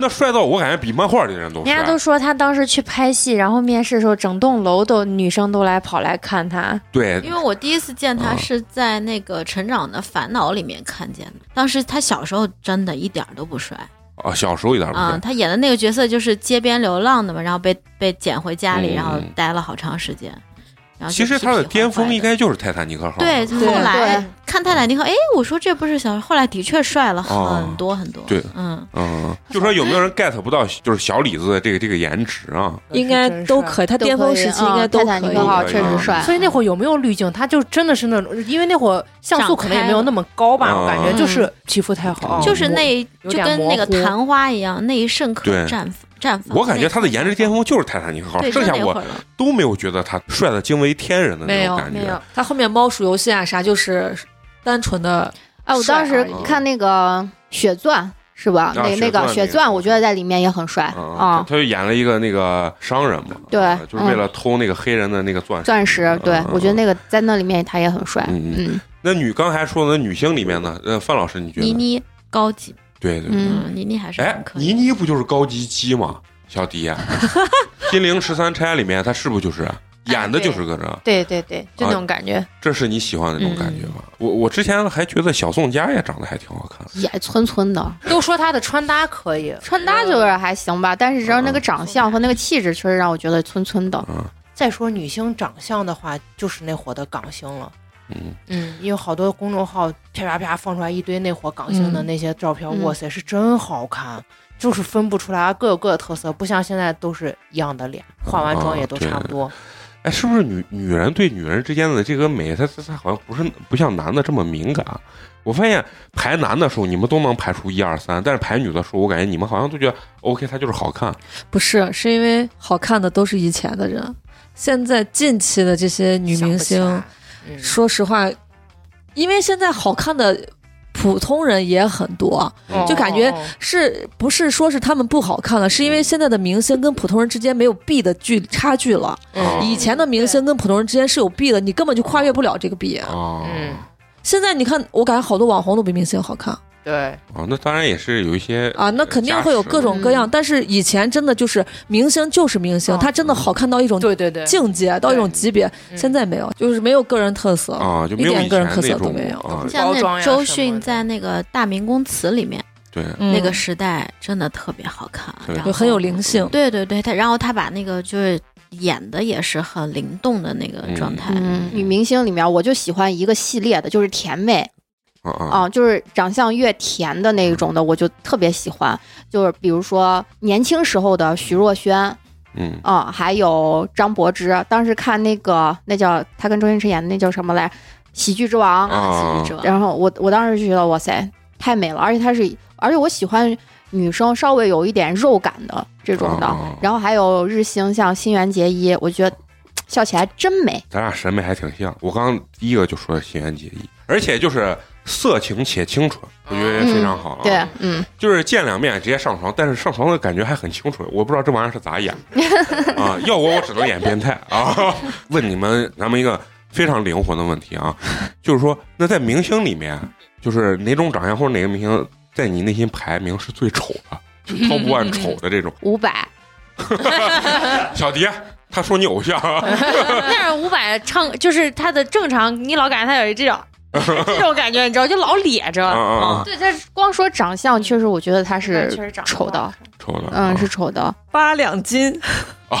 S1: 那帅到我感觉比漫画里的人都
S4: 人家
S1: 帅
S4: 都。说他当时去拍戏，然后面试的时候，整栋楼都女生都来跑来看他。
S1: 对
S3: 因为我第一次见他
S1: 嗯
S3: 是在那个《成长的烦恼》里面看见的，当时他小时候真的一点儿都不帅
S1: 啊，小时候一点不
S3: 啊、
S1: 帅，
S3: 他演的那个角色就是街边流浪的嘛，然后被被捡回家里，
S1: 嗯
S3: 然后待了好长时间。然后就
S1: 其实
S3: 皮
S1: 他的
S3: 皮坏
S1: 巅峰
S3: 坏
S1: 应该就是《泰坦尼克号》。
S3: 对，
S5: 对
S3: 后来
S9: 对
S3: 看泰坦尼克，哎，我说这不是小，后来的确帅了
S1: 哦
S3: 很多很多。
S1: 对
S3: 嗯，
S1: 嗯，就说有没有人 get 不到，就是小李子的这个这个颜值啊？
S5: 应该都可以，他
S9: 都
S5: 巅峰
S9: 可以
S5: 时期应该
S9: 嗯
S5: 都
S9: 泰
S5: 可以
S9: 坦尼克。号
S1: 可以
S9: 确实帅。
S2: 所以那会儿有没有滤镜？他就真的是那种，因为那会儿像素可能也没有那么高吧，
S1: 长开了
S2: 我感觉就是皮肤太
S4: 哦
S2: 好，
S3: 就是那一
S2: 有
S3: 就
S2: 点
S3: 跟
S2: 模
S3: 那个
S2: 糊
S3: 昙花一样，那一瞬刻
S1: 对
S3: 绽放绽放。
S1: 我感觉他的颜值巅峰就是《泰坦尼克号
S3: 那一，刻，
S1: 剩
S3: 对，
S1: 下
S3: 就那会
S1: 我
S3: 儿了。
S1: 都没有觉得他帅的惊为天人的那种感
S5: 没
S1: 觉。
S5: 他后面猫鼠游戏啊啥就是单纯的
S9: 哎，我当时看那个血钻是吧？那
S1: 啊血
S9: 那
S1: 钻
S9: 个
S1: 那
S9: 血
S1: 个
S9: 钻，我觉得在里面也很帅
S1: 啊，他
S9: 啊。
S1: 他就演了一个那个商人嘛，
S9: 对
S1: 啊就是为了偷那个黑人的那个钻石。
S9: 钻石，对
S1: 嗯
S9: 我觉得那个在那里面他也很帅。
S1: 嗯
S9: 嗯，
S1: 那女刚才说的女星里面呢，呃，范老师你觉
S3: 倪
S1: 得？
S3: 妮高级，
S1: 对对，
S9: 嗯
S3: 嗯，倪妮还是
S1: 哎
S3: 很，可
S1: 倪
S3: 以。
S1: 妮不就是高级鸡吗？小迪，啊金陵十三钗里面她是不是就是啊演的就是个这？
S4: 对对对，就
S1: 啊
S4: 那种感觉。
S1: 这是你喜欢的那种感觉
S2: 嗯
S1: 吗？我我之前还觉得小宋佳也长得还挺好看的，
S9: 也皴皴的，
S2: 都说他的穿搭可以，
S9: 穿搭就是还行吧，但是只要
S1: 嗯
S9: 那个长相和那个气质，确实让我觉得皴皴
S2: 哦
S9: 的。
S1: 啊
S2: 再说女星长相的话，就是那会儿的港星了。
S1: 嗯，
S2: 嗯，因为好多公众号啪啪啪放出来一堆那会儿港星的
S5: 嗯
S2: 那些照片，
S9: 嗯
S2: 哇塞，是真好看，就是分不出来，各有各的特色，不像现在都是一样的脸，化完
S1: 哦
S2: 妆也都差不多。
S1: 啊哎，是不是女女人对女人之间的这个美，她她她好像不是不像男的这么敏感？啊我发现排男的时候你们都能排出一二三，但是排女的时候，我感觉你们好像都觉得 OK，她就是好看。
S5: 不是，是因为好看的都是以前的人，现在近期的这些女明星，
S2: 嗯
S5: 说实话，因为现在好看的普通人也很多，
S1: 嗯
S5: 就感觉
S2: 哦哦嗯哦
S5: 是不是说是他们不好看了？是因为现在的明星跟普通人之间没有壁的距差距了。
S1: 嗯
S5: 以前的明星跟普通人之间是有壁的，你根本就跨越不了这个壁。
S1: 哦
S2: 嗯
S5: 现在你看，我感觉好多网红都比明星好看
S2: 对，
S1: 哦，那当然也是有一些
S5: 啊，那肯定会有各种各样。但是以前真的就是明星就是明星，
S2: 嗯
S5: 他真的好看到一种
S2: 对对对，
S5: 境界，到一种级别。
S2: 嗯
S5: 现在没有，就是没有个人特色。
S1: 啊，就没有
S5: 一点
S1: 以
S5: 个人
S1: 前
S5: 特色
S1: 那
S5: 都
S1: 种
S5: 没有
S1: 啊，
S3: 像
S2: 包装
S3: 那
S2: 呀
S3: 周
S2: 什么
S3: 迅
S2: 的
S3: 在那个《大明宫词》里面
S1: 对，
S5: 嗯
S3: 那个时代真的特别好看，啊
S1: 对
S3: 然后
S5: 就很有灵性。
S3: 对对对，他然后他把那个就是演的也是很灵动的那个状态，
S9: 嗯，女明星里面我就喜欢一个系列的，就是甜妹
S1: 啊啊嗯
S9: 啊、就是长相越甜的那一种的，我就特别喜欢。就是比如说年轻时候的徐若瑄啊、
S1: 嗯
S9: 还有张柏芝。当时看那个那叫她跟周星驰演的那叫什么来，《喜剧之王》
S1: 啊
S3: 啊，喜剧之王，
S9: 然后我我当时就觉得哇塞，太美了，而且她是，而且我喜欢女生稍微有一点肉感的这
S5: 嗯
S9: 种的。
S1: 哦
S9: 然后还有日星，像新垣结衣，我觉得笑起来真美。
S1: 咱俩审美还挺像。我刚刚第一个就说新垣结衣，而且就是色情且清纯，我觉得也非常好啊。
S9: 对，嗯，
S1: 就是见两面直接上床，但是上床的感觉还很清纯。我不知道这玩意儿是咋演 的啊！要我我只能演变态啊！ 问你们，咱们一个非常灵魂的问题啊，就是说，那在明星里面，就是哪种长相或者哪个明星在你内心排名是最丑的，就 top one 丑的这种？
S9: 五百，
S1: 小迪，他说你偶像，啊
S4: 但是伍佰唱就是他的正常，你老感觉他有这 种这种感觉，你知道，就老咧着。
S1: 啊啊啊
S4: 嗯
S9: 对，他光说长相，确实我觉得他
S4: 确实
S9: 是
S4: 长得
S9: 丑的，
S1: 丑的，
S9: 嗯，是丑 的。
S5: 八两金，
S1: 哦，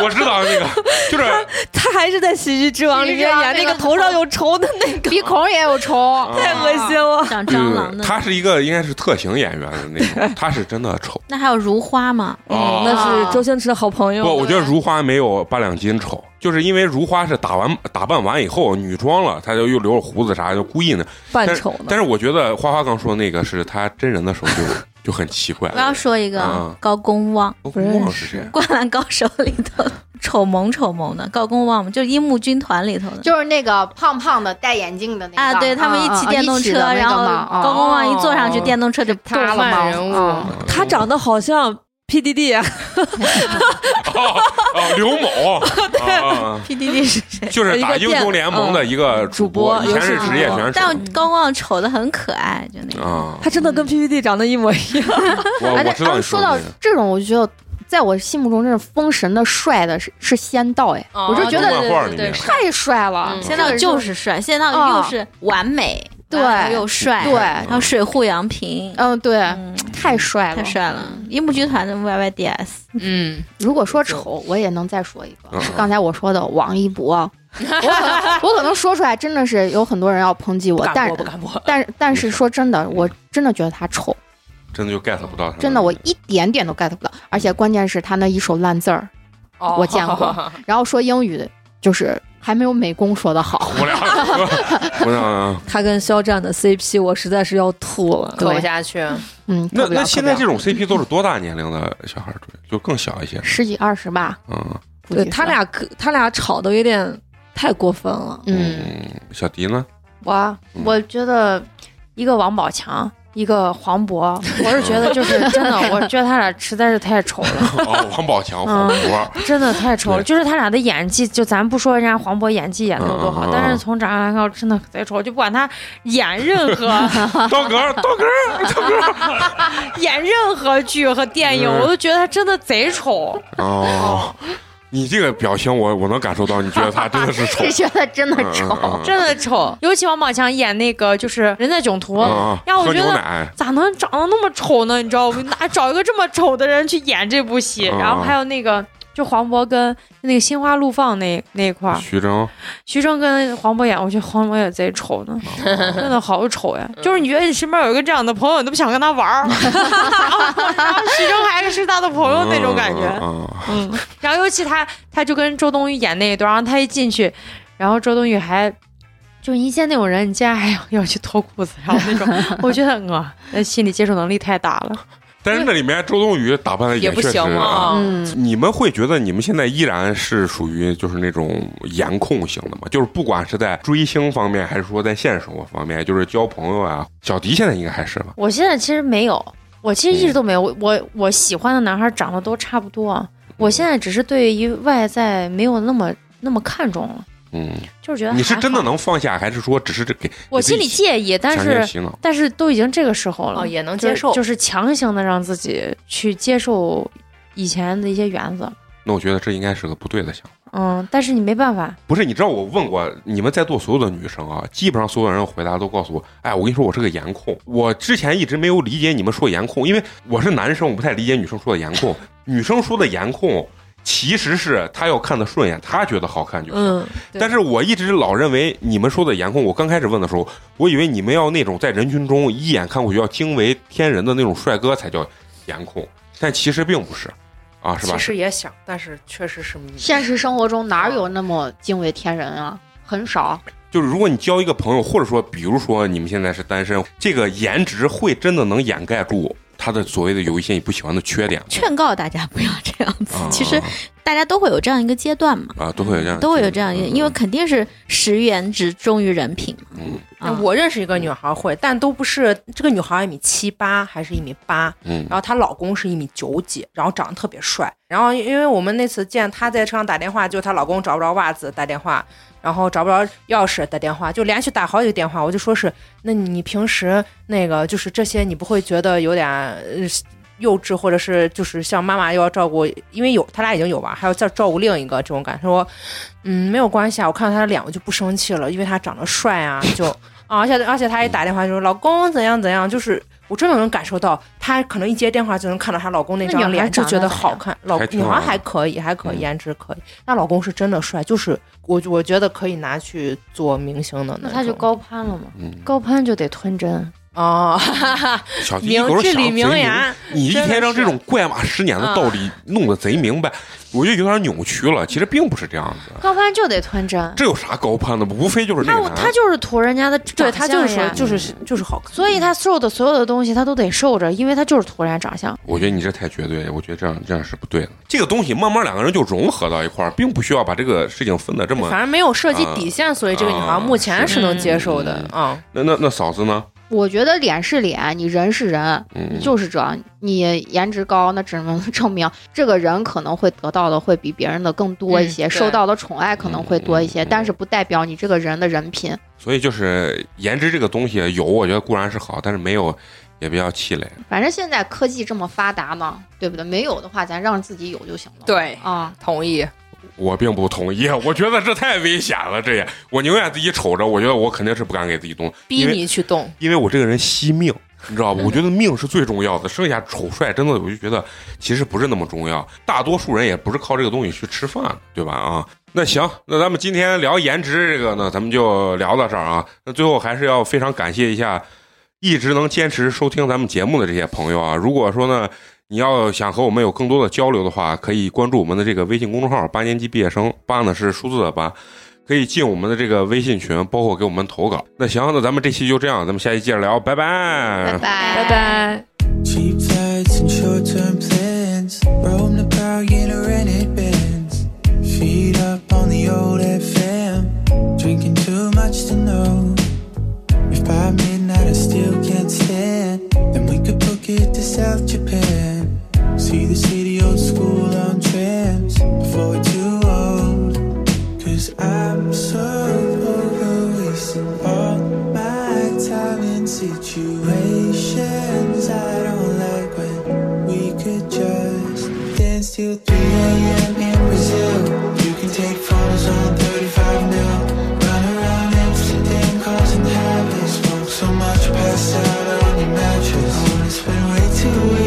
S1: 我知道那个， 就是
S4: 啊
S5: 他还是在《喜剧之王》里面演那个头上有仇的那个，
S9: 鼻孔也有仇，
S1: 太
S5: 恶心了。
S3: 像
S1: 对
S3: 蟑
S1: 对
S3: 螂
S1: 对
S3: 的。
S1: 呃他是一个应该是特型演员的那种，他是真的丑。
S3: 那还有如花嘛？
S1: 哦
S5: 嗯，那是周星驰的好朋友。
S1: 不，我觉得如花没有八两金丑，就是因为如花是打完打扮完以后女装了，她就又留了胡子啥，就故意呢。
S5: 扮丑呢。
S1: 但是嗯我觉得花花刚说那个是她真人的时候就就很奇怪。
S4: 啊
S3: 我要说一
S1: 嗯
S3: 个高公望，
S1: 我
S5: 不认
S1: 忘了是谁
S5: 识
S3: 灌篮高手》里头丑萌丑萌的高公望嘛，就是樱木军团里头的。
S9: 就是那个胖胖的戴眼镜的那个
S3: 啊，对他们一起电动车，然后高公望一坐上去，
S1: 哦
S3: 电动车就啪
S2: 动
S9: 塌哦了
S2: 漫
S9: 吗？
S2: 人物
S9: 嗯
S5: 他长得好像 P D 啊 D，
S1: 哦哦，刘某，啊，
S3: P D D 是谁？
S1: 就是打英雄联盟的一个主播，
S5: 嗯
S1: 以前是
S5: 主播
S1: 职业选手
S3: 但高公望丑的很可爱，就那种。
S1: 啊。
S5: 他真的跟 P D D 长得一模一样。
S1: 我
S9: 哎，
S1: 我
S9: 但
S1: 知道
S9: 哎
S1: 你
S9: 说
S1: 的
S9: 到
S1: 那个
S9: 这种，我觉得在我心目中，真是封神的帅的是是仙道，哎，
S2: 哦
S9: 我就觉
S1: 啊动
S9: 得
S1: 漫画里面
S9: 太帅了
S2: 嗯，
S3: 仙道就是帅，仙道又是完美，
S9: 对
S3: 然后又帅，
S9: 对
S1: 啊
S3: 然后水户洋平，
S9: 嗯，对，
S3: 嗯，
S9: 太帅了，
S3: 太帅了！樱木军团的 Y Y D S，
S2: 嗯，
S9: 如果说丑，我也能再说一个，
S1: 嗯
S9: 是刚才我说的王 一博。我可能我可能说出来，真的是有很多人要抨击
S2: 不
S9: 我，
S2: 敢
S9: 但
S2: 播，不敢 嗯播。
S9: 但但是说真的，我真的觉得他丑，
S1: 真的就 get 不到他，
S9: 真的我一点点都 get 不到，而且关键是他那一手烂字儿，
S2: 哦
S9: 我见过然后说英语的就是还没有美工说的好。
S1: 我俩， 我俩。
S5: 他跟肖战的 C P，我实在是要吐了。
S2: 磕不
S9: 对
S2: 下去，
S9: 嗯，
S1: 那
S9: 特别
S1: 那
S9: 好
S1: 现
S9: 特
S1: 在
S9: 别好
S1: 这种 CP 都是多大年龄的小孩追？就更小一些，
S9: 十几二十吧，
S1: 嗯
S9: 估计
S5: 对
S9: 是
S5: 他俩可，他俩吵的有点太过分了。
S9: 嗯，
S1: 小迪呢？
S4: 我
S1: 嗯
S4: 我觉得一个王宝强，一个黄渤，我是觉得就是真的，我觉得他俩实在是太丑了，
S1: 哦，王宝强、黄
S4: 嗯
S1: 渤，
S4: 真的太丑了。
S1: 对
S4: 就是他俩的演技，就咱不说人家黄渤演技演的有多
S1: 嗯嗯
S4: 好
S1: 嗯，
S4: 但是从长相来看，真的贼丑。就不管他演任 何
S1: 刀哥，刀哥，
S4: 演任何剧和电影，
S1: 嗯
S4: 我都觉得他真的贼丑。
S1: 哦，你这个表情我我能感受到，你觉得他真的是丑
S9: 是，觉得 真的
S1: 嗯嗯嗯
S9: 丑，
S1: 嗯
S4: 真的丑，尤其王宝强演那个就是《人在囧途》
S1: 嗯
S4: 让
S1: 嗯
S4: 我
S1: 喝
S4: 觉
S1: 牛
S4: 得
S1: 奶，
S4: 咋能长得那么丑呢？你知道，我哪找一个这么丑的人去演这部戏？
S1: 嗯
S4: 然后还有那个，就黄渤跟那个《心花怒放》那那一块儿，
S1: 徐 峥，
S4: 徐峥跟黄渤演，我觉得黄渤也贼丑呢，真的好丑
S1: 嗯
S4: 呀！就是你觉得你身边有一个这样的朋友，你都不想跟他 玩儿，然后徐峥还是他的朋友那种感觉。
S1: 嗯，嗯
S4: 嗯，然后尤其他他就跟周冬雨演那一段，然后他一进去，然后周冬雨还就是一见那种 人，你竟然还要要去脱裤子，然后那种，我觉得我、呃心理接受能力太大了。
S1: 但是那里面周冬雨打扮的
S8: 也不
S1: 确实
S8: 行
S1: 啊。
S8: 啊。
S9: 嗯，
S1: 你们会觉得你们现在依然是属于就是那种颜控型的吗？就是不管是在追星方面，还是说在现实生活方面，就是交朋友啊。小迪现在应该还是吧？
S4: 我现在其实没有，我其
S1: 嗯
S4: 实一直都没有，我我我喜欢的男孩长得都差不多，我现在只是对于外在没有那么那么看重了，
S1: 嗯，
S4: 就是觉得
S1: 你是
S4: 还
S1: 真的
S4: 好，
S1: 能放下，还是说只是这给
S4: 我心里介意，但
S1: 强行
S4: 是
S1: 洗脑？
S4: 但是都已经这个时候了，
S2: 哦，也能
S4: 嗯就
S2: 接受，
S4: 就是强行的让自己去接受以前的一些原则，
S1: 那我觉得这应该是个不对的想法。
S4: 嗯，但是你没办法，
S1: 不是，你知道我问过你们在座所有的女生啊，基本上所有人回答都告诉我，哎，我跟你说，我是个颜控。我之前一直没有理解你们说颜控，因为我是男生，我不太理解女生说的颜控。女生说的颜控其实是她要看的顺眼，她觉得好看就行。
S5: 嗯，
S8: 对
S1: 但是我一直老认为你们说的颜控，我刚开始问的时候，我以为你们要那种在人群中一眼看过去要惊为天人的那种帅哥才叫颜控，但其实并不是，啊，是吧
S2: 其？实也想，但是确实是
S9: 现实生活中哪有那么惊为天人啊？很少。
S1: 就是如果你交一个朋友，或者说，比如说你们现在是单身，这个颜值会真的能掩盖住他的所谓的有一些你不喜欢的缺点吗。
S3: 劝告大家不要这样子
S1: 啊。
S3: 其实大家都会有这样一个阶段嘛，
S1: 啊，都会有这样，
S3: 都会有这样一个，因为肯定是识颜值重于人品嘛。
S1: 嗯
S2: 那
S3: 啊
S2: 我认识一个女孩会，但都不是这个女孩一米七八还是一米八，
S1: 嗯
S2: 然后她老公是一米九几，然后长得特别帅。然后因为我们那次见她在车上打电话，就她老公找不着袜子打电话，然后找不着钥匙打电话，就连续打好几个电话。我就说是，那你平时那个就是这些，你不会觉得有点呃幼稚，或者是就是像妈妈又要照顾，因为有他俩已经有娃，还要再照顾另一个这种感受。说，嗯，没有关系啊，我看到他的脸我就不生气了，因为他长得帅啊，就啊，而且而且他一打电话就说老公怎样怎样，就是我真的能感受到，她可能一接电话就能看到她老公那
S4: 那
S2: 张
S4: 女孩
S2: 脸，就
S4: 长
S2: 觉
S4: 得
S2: 得
S4: 咋
S2: 好
S4: 样
S2: 看。老
S1: 还挺
S2: 女
S1: 好
S2: 孩
S1: 的
S2: 还可以，还可
S1: 嗯
S2: 以，颜值可以。那老公是真的帅，就是我我觉得可以拿去做明星的
S4: 那
S2: 种
S4: 他就高攀了嘛，
S1: 嗯，
S4: 高攀就得吞针，哦
S2: 哦，哈哈
S1: 小弟，
S2: 明
S1: 有
S2: 至
S1: 时候
S2: 理
S1: 想
S2: 名
S1: 贼明
S2: 言，
S1: 你一天让这种怪马十年的道理弄得贼明白，我就有点扭曲了。其实并不是这样子，
S4: 高攀就得吞针，
S1: 这有啥高攀的？无非就是这
S4: 他
S1: 个
S4: 他
S1: 男。
S4: 就是图人家的
S2: 对
S4: 长
S2: 他
S4: 相
S2: 就是说
S4: 呀
S2: 就是
S1: 嗯
S2: 就是好看，
S4: 所以他受的所有的东西他都得受着，因为他就是图人家长相。
S1: 我觉得你这太绝对了，我觉得这样这样是不对的。这个东西慢慢两个人就融合到一块儿，并不需要把这个事情分的这么
S2: 反正没有涉及底线，所以这个女
S1: 啊嗯
S2: 孩目前是能
S5: 是
S2: 接受的啊。
S1: 那那那嫂子呢？
S9: 我觉得脸是脸，你人是人，
S1: 嗯，
S9: 就是这样。你颜值高，那只能 证明这个人可能会得到的会比别人的更多一些，
S8: 嗯对
S9: 受到的宠爱可能会多一些，
S1: 嗯嗯嗯
S9: 但是不代表你这个人的人品。
S1: 所以就是颜值这个东西有，我觉得固然是好，但是没有也不要气馁。
S9: 反正现在科技这么发达嘛，对不对？没有的话，咱让自己有就行了。
S8: 对，
S9: 啊，
S2: 同意，
S1: 我并不同意， 我觉得这太危险了，这也我宁愿自己瞅着，我觉得我肯定是不敢给自己动，
S2: 逼
S1: 因为
S2: 你去动，
S1: 因为我这个人惜命，你知道吧？我觉得命是最重要的，剩下丑帅真的我就觉得其实不是那么重要。大多数人也不是靠这个东西去吃饭的，对吧？啊，那行，那咱们今天聊颜值这个呢，咱们就聊到这儿啊。那最后还是要非常感谢一下一直能坚持收听咱们节目的这些朋友啊。如果说呢。你要想和我们有更多的交流的话，可以关注我们的这个微信公众号“八年级毕业生”，八呢是数字的八，可以进我们的这个微信群，包括给我们投稿。那行，那咱们这期就这样，咱们下期接着聊，拜拜，
S9: 拜
S5: 拜
S9: 拜
S5: 拜。
S10: Cheap flights and short-term plans. Roam the park in a rented bands. Feet up on the old FM. Drinking too much to know. If by midnight I still can't stand, then we could book it to South Japan. See the city old school on trams before we're too old. Cause I'm so over wasting all my time in situations I don't like when we could just dance till 3 a.m. in Brazil. You can take photos on 35 mil. Run around Amsterdam causing havoc. Smoke so much, pass out on your mattress. I wanna spend way too, way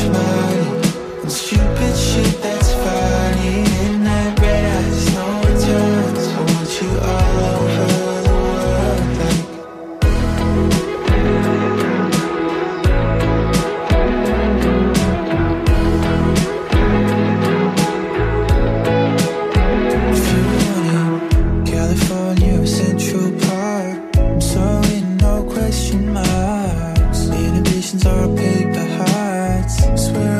S10: money. And stupid shit that's funny in that red eyes, no returns. I want you all over the world. Like, if you want it, California or Central Park. I'm so in no question marks. Inhibitions are paid by hearts. nights. Swear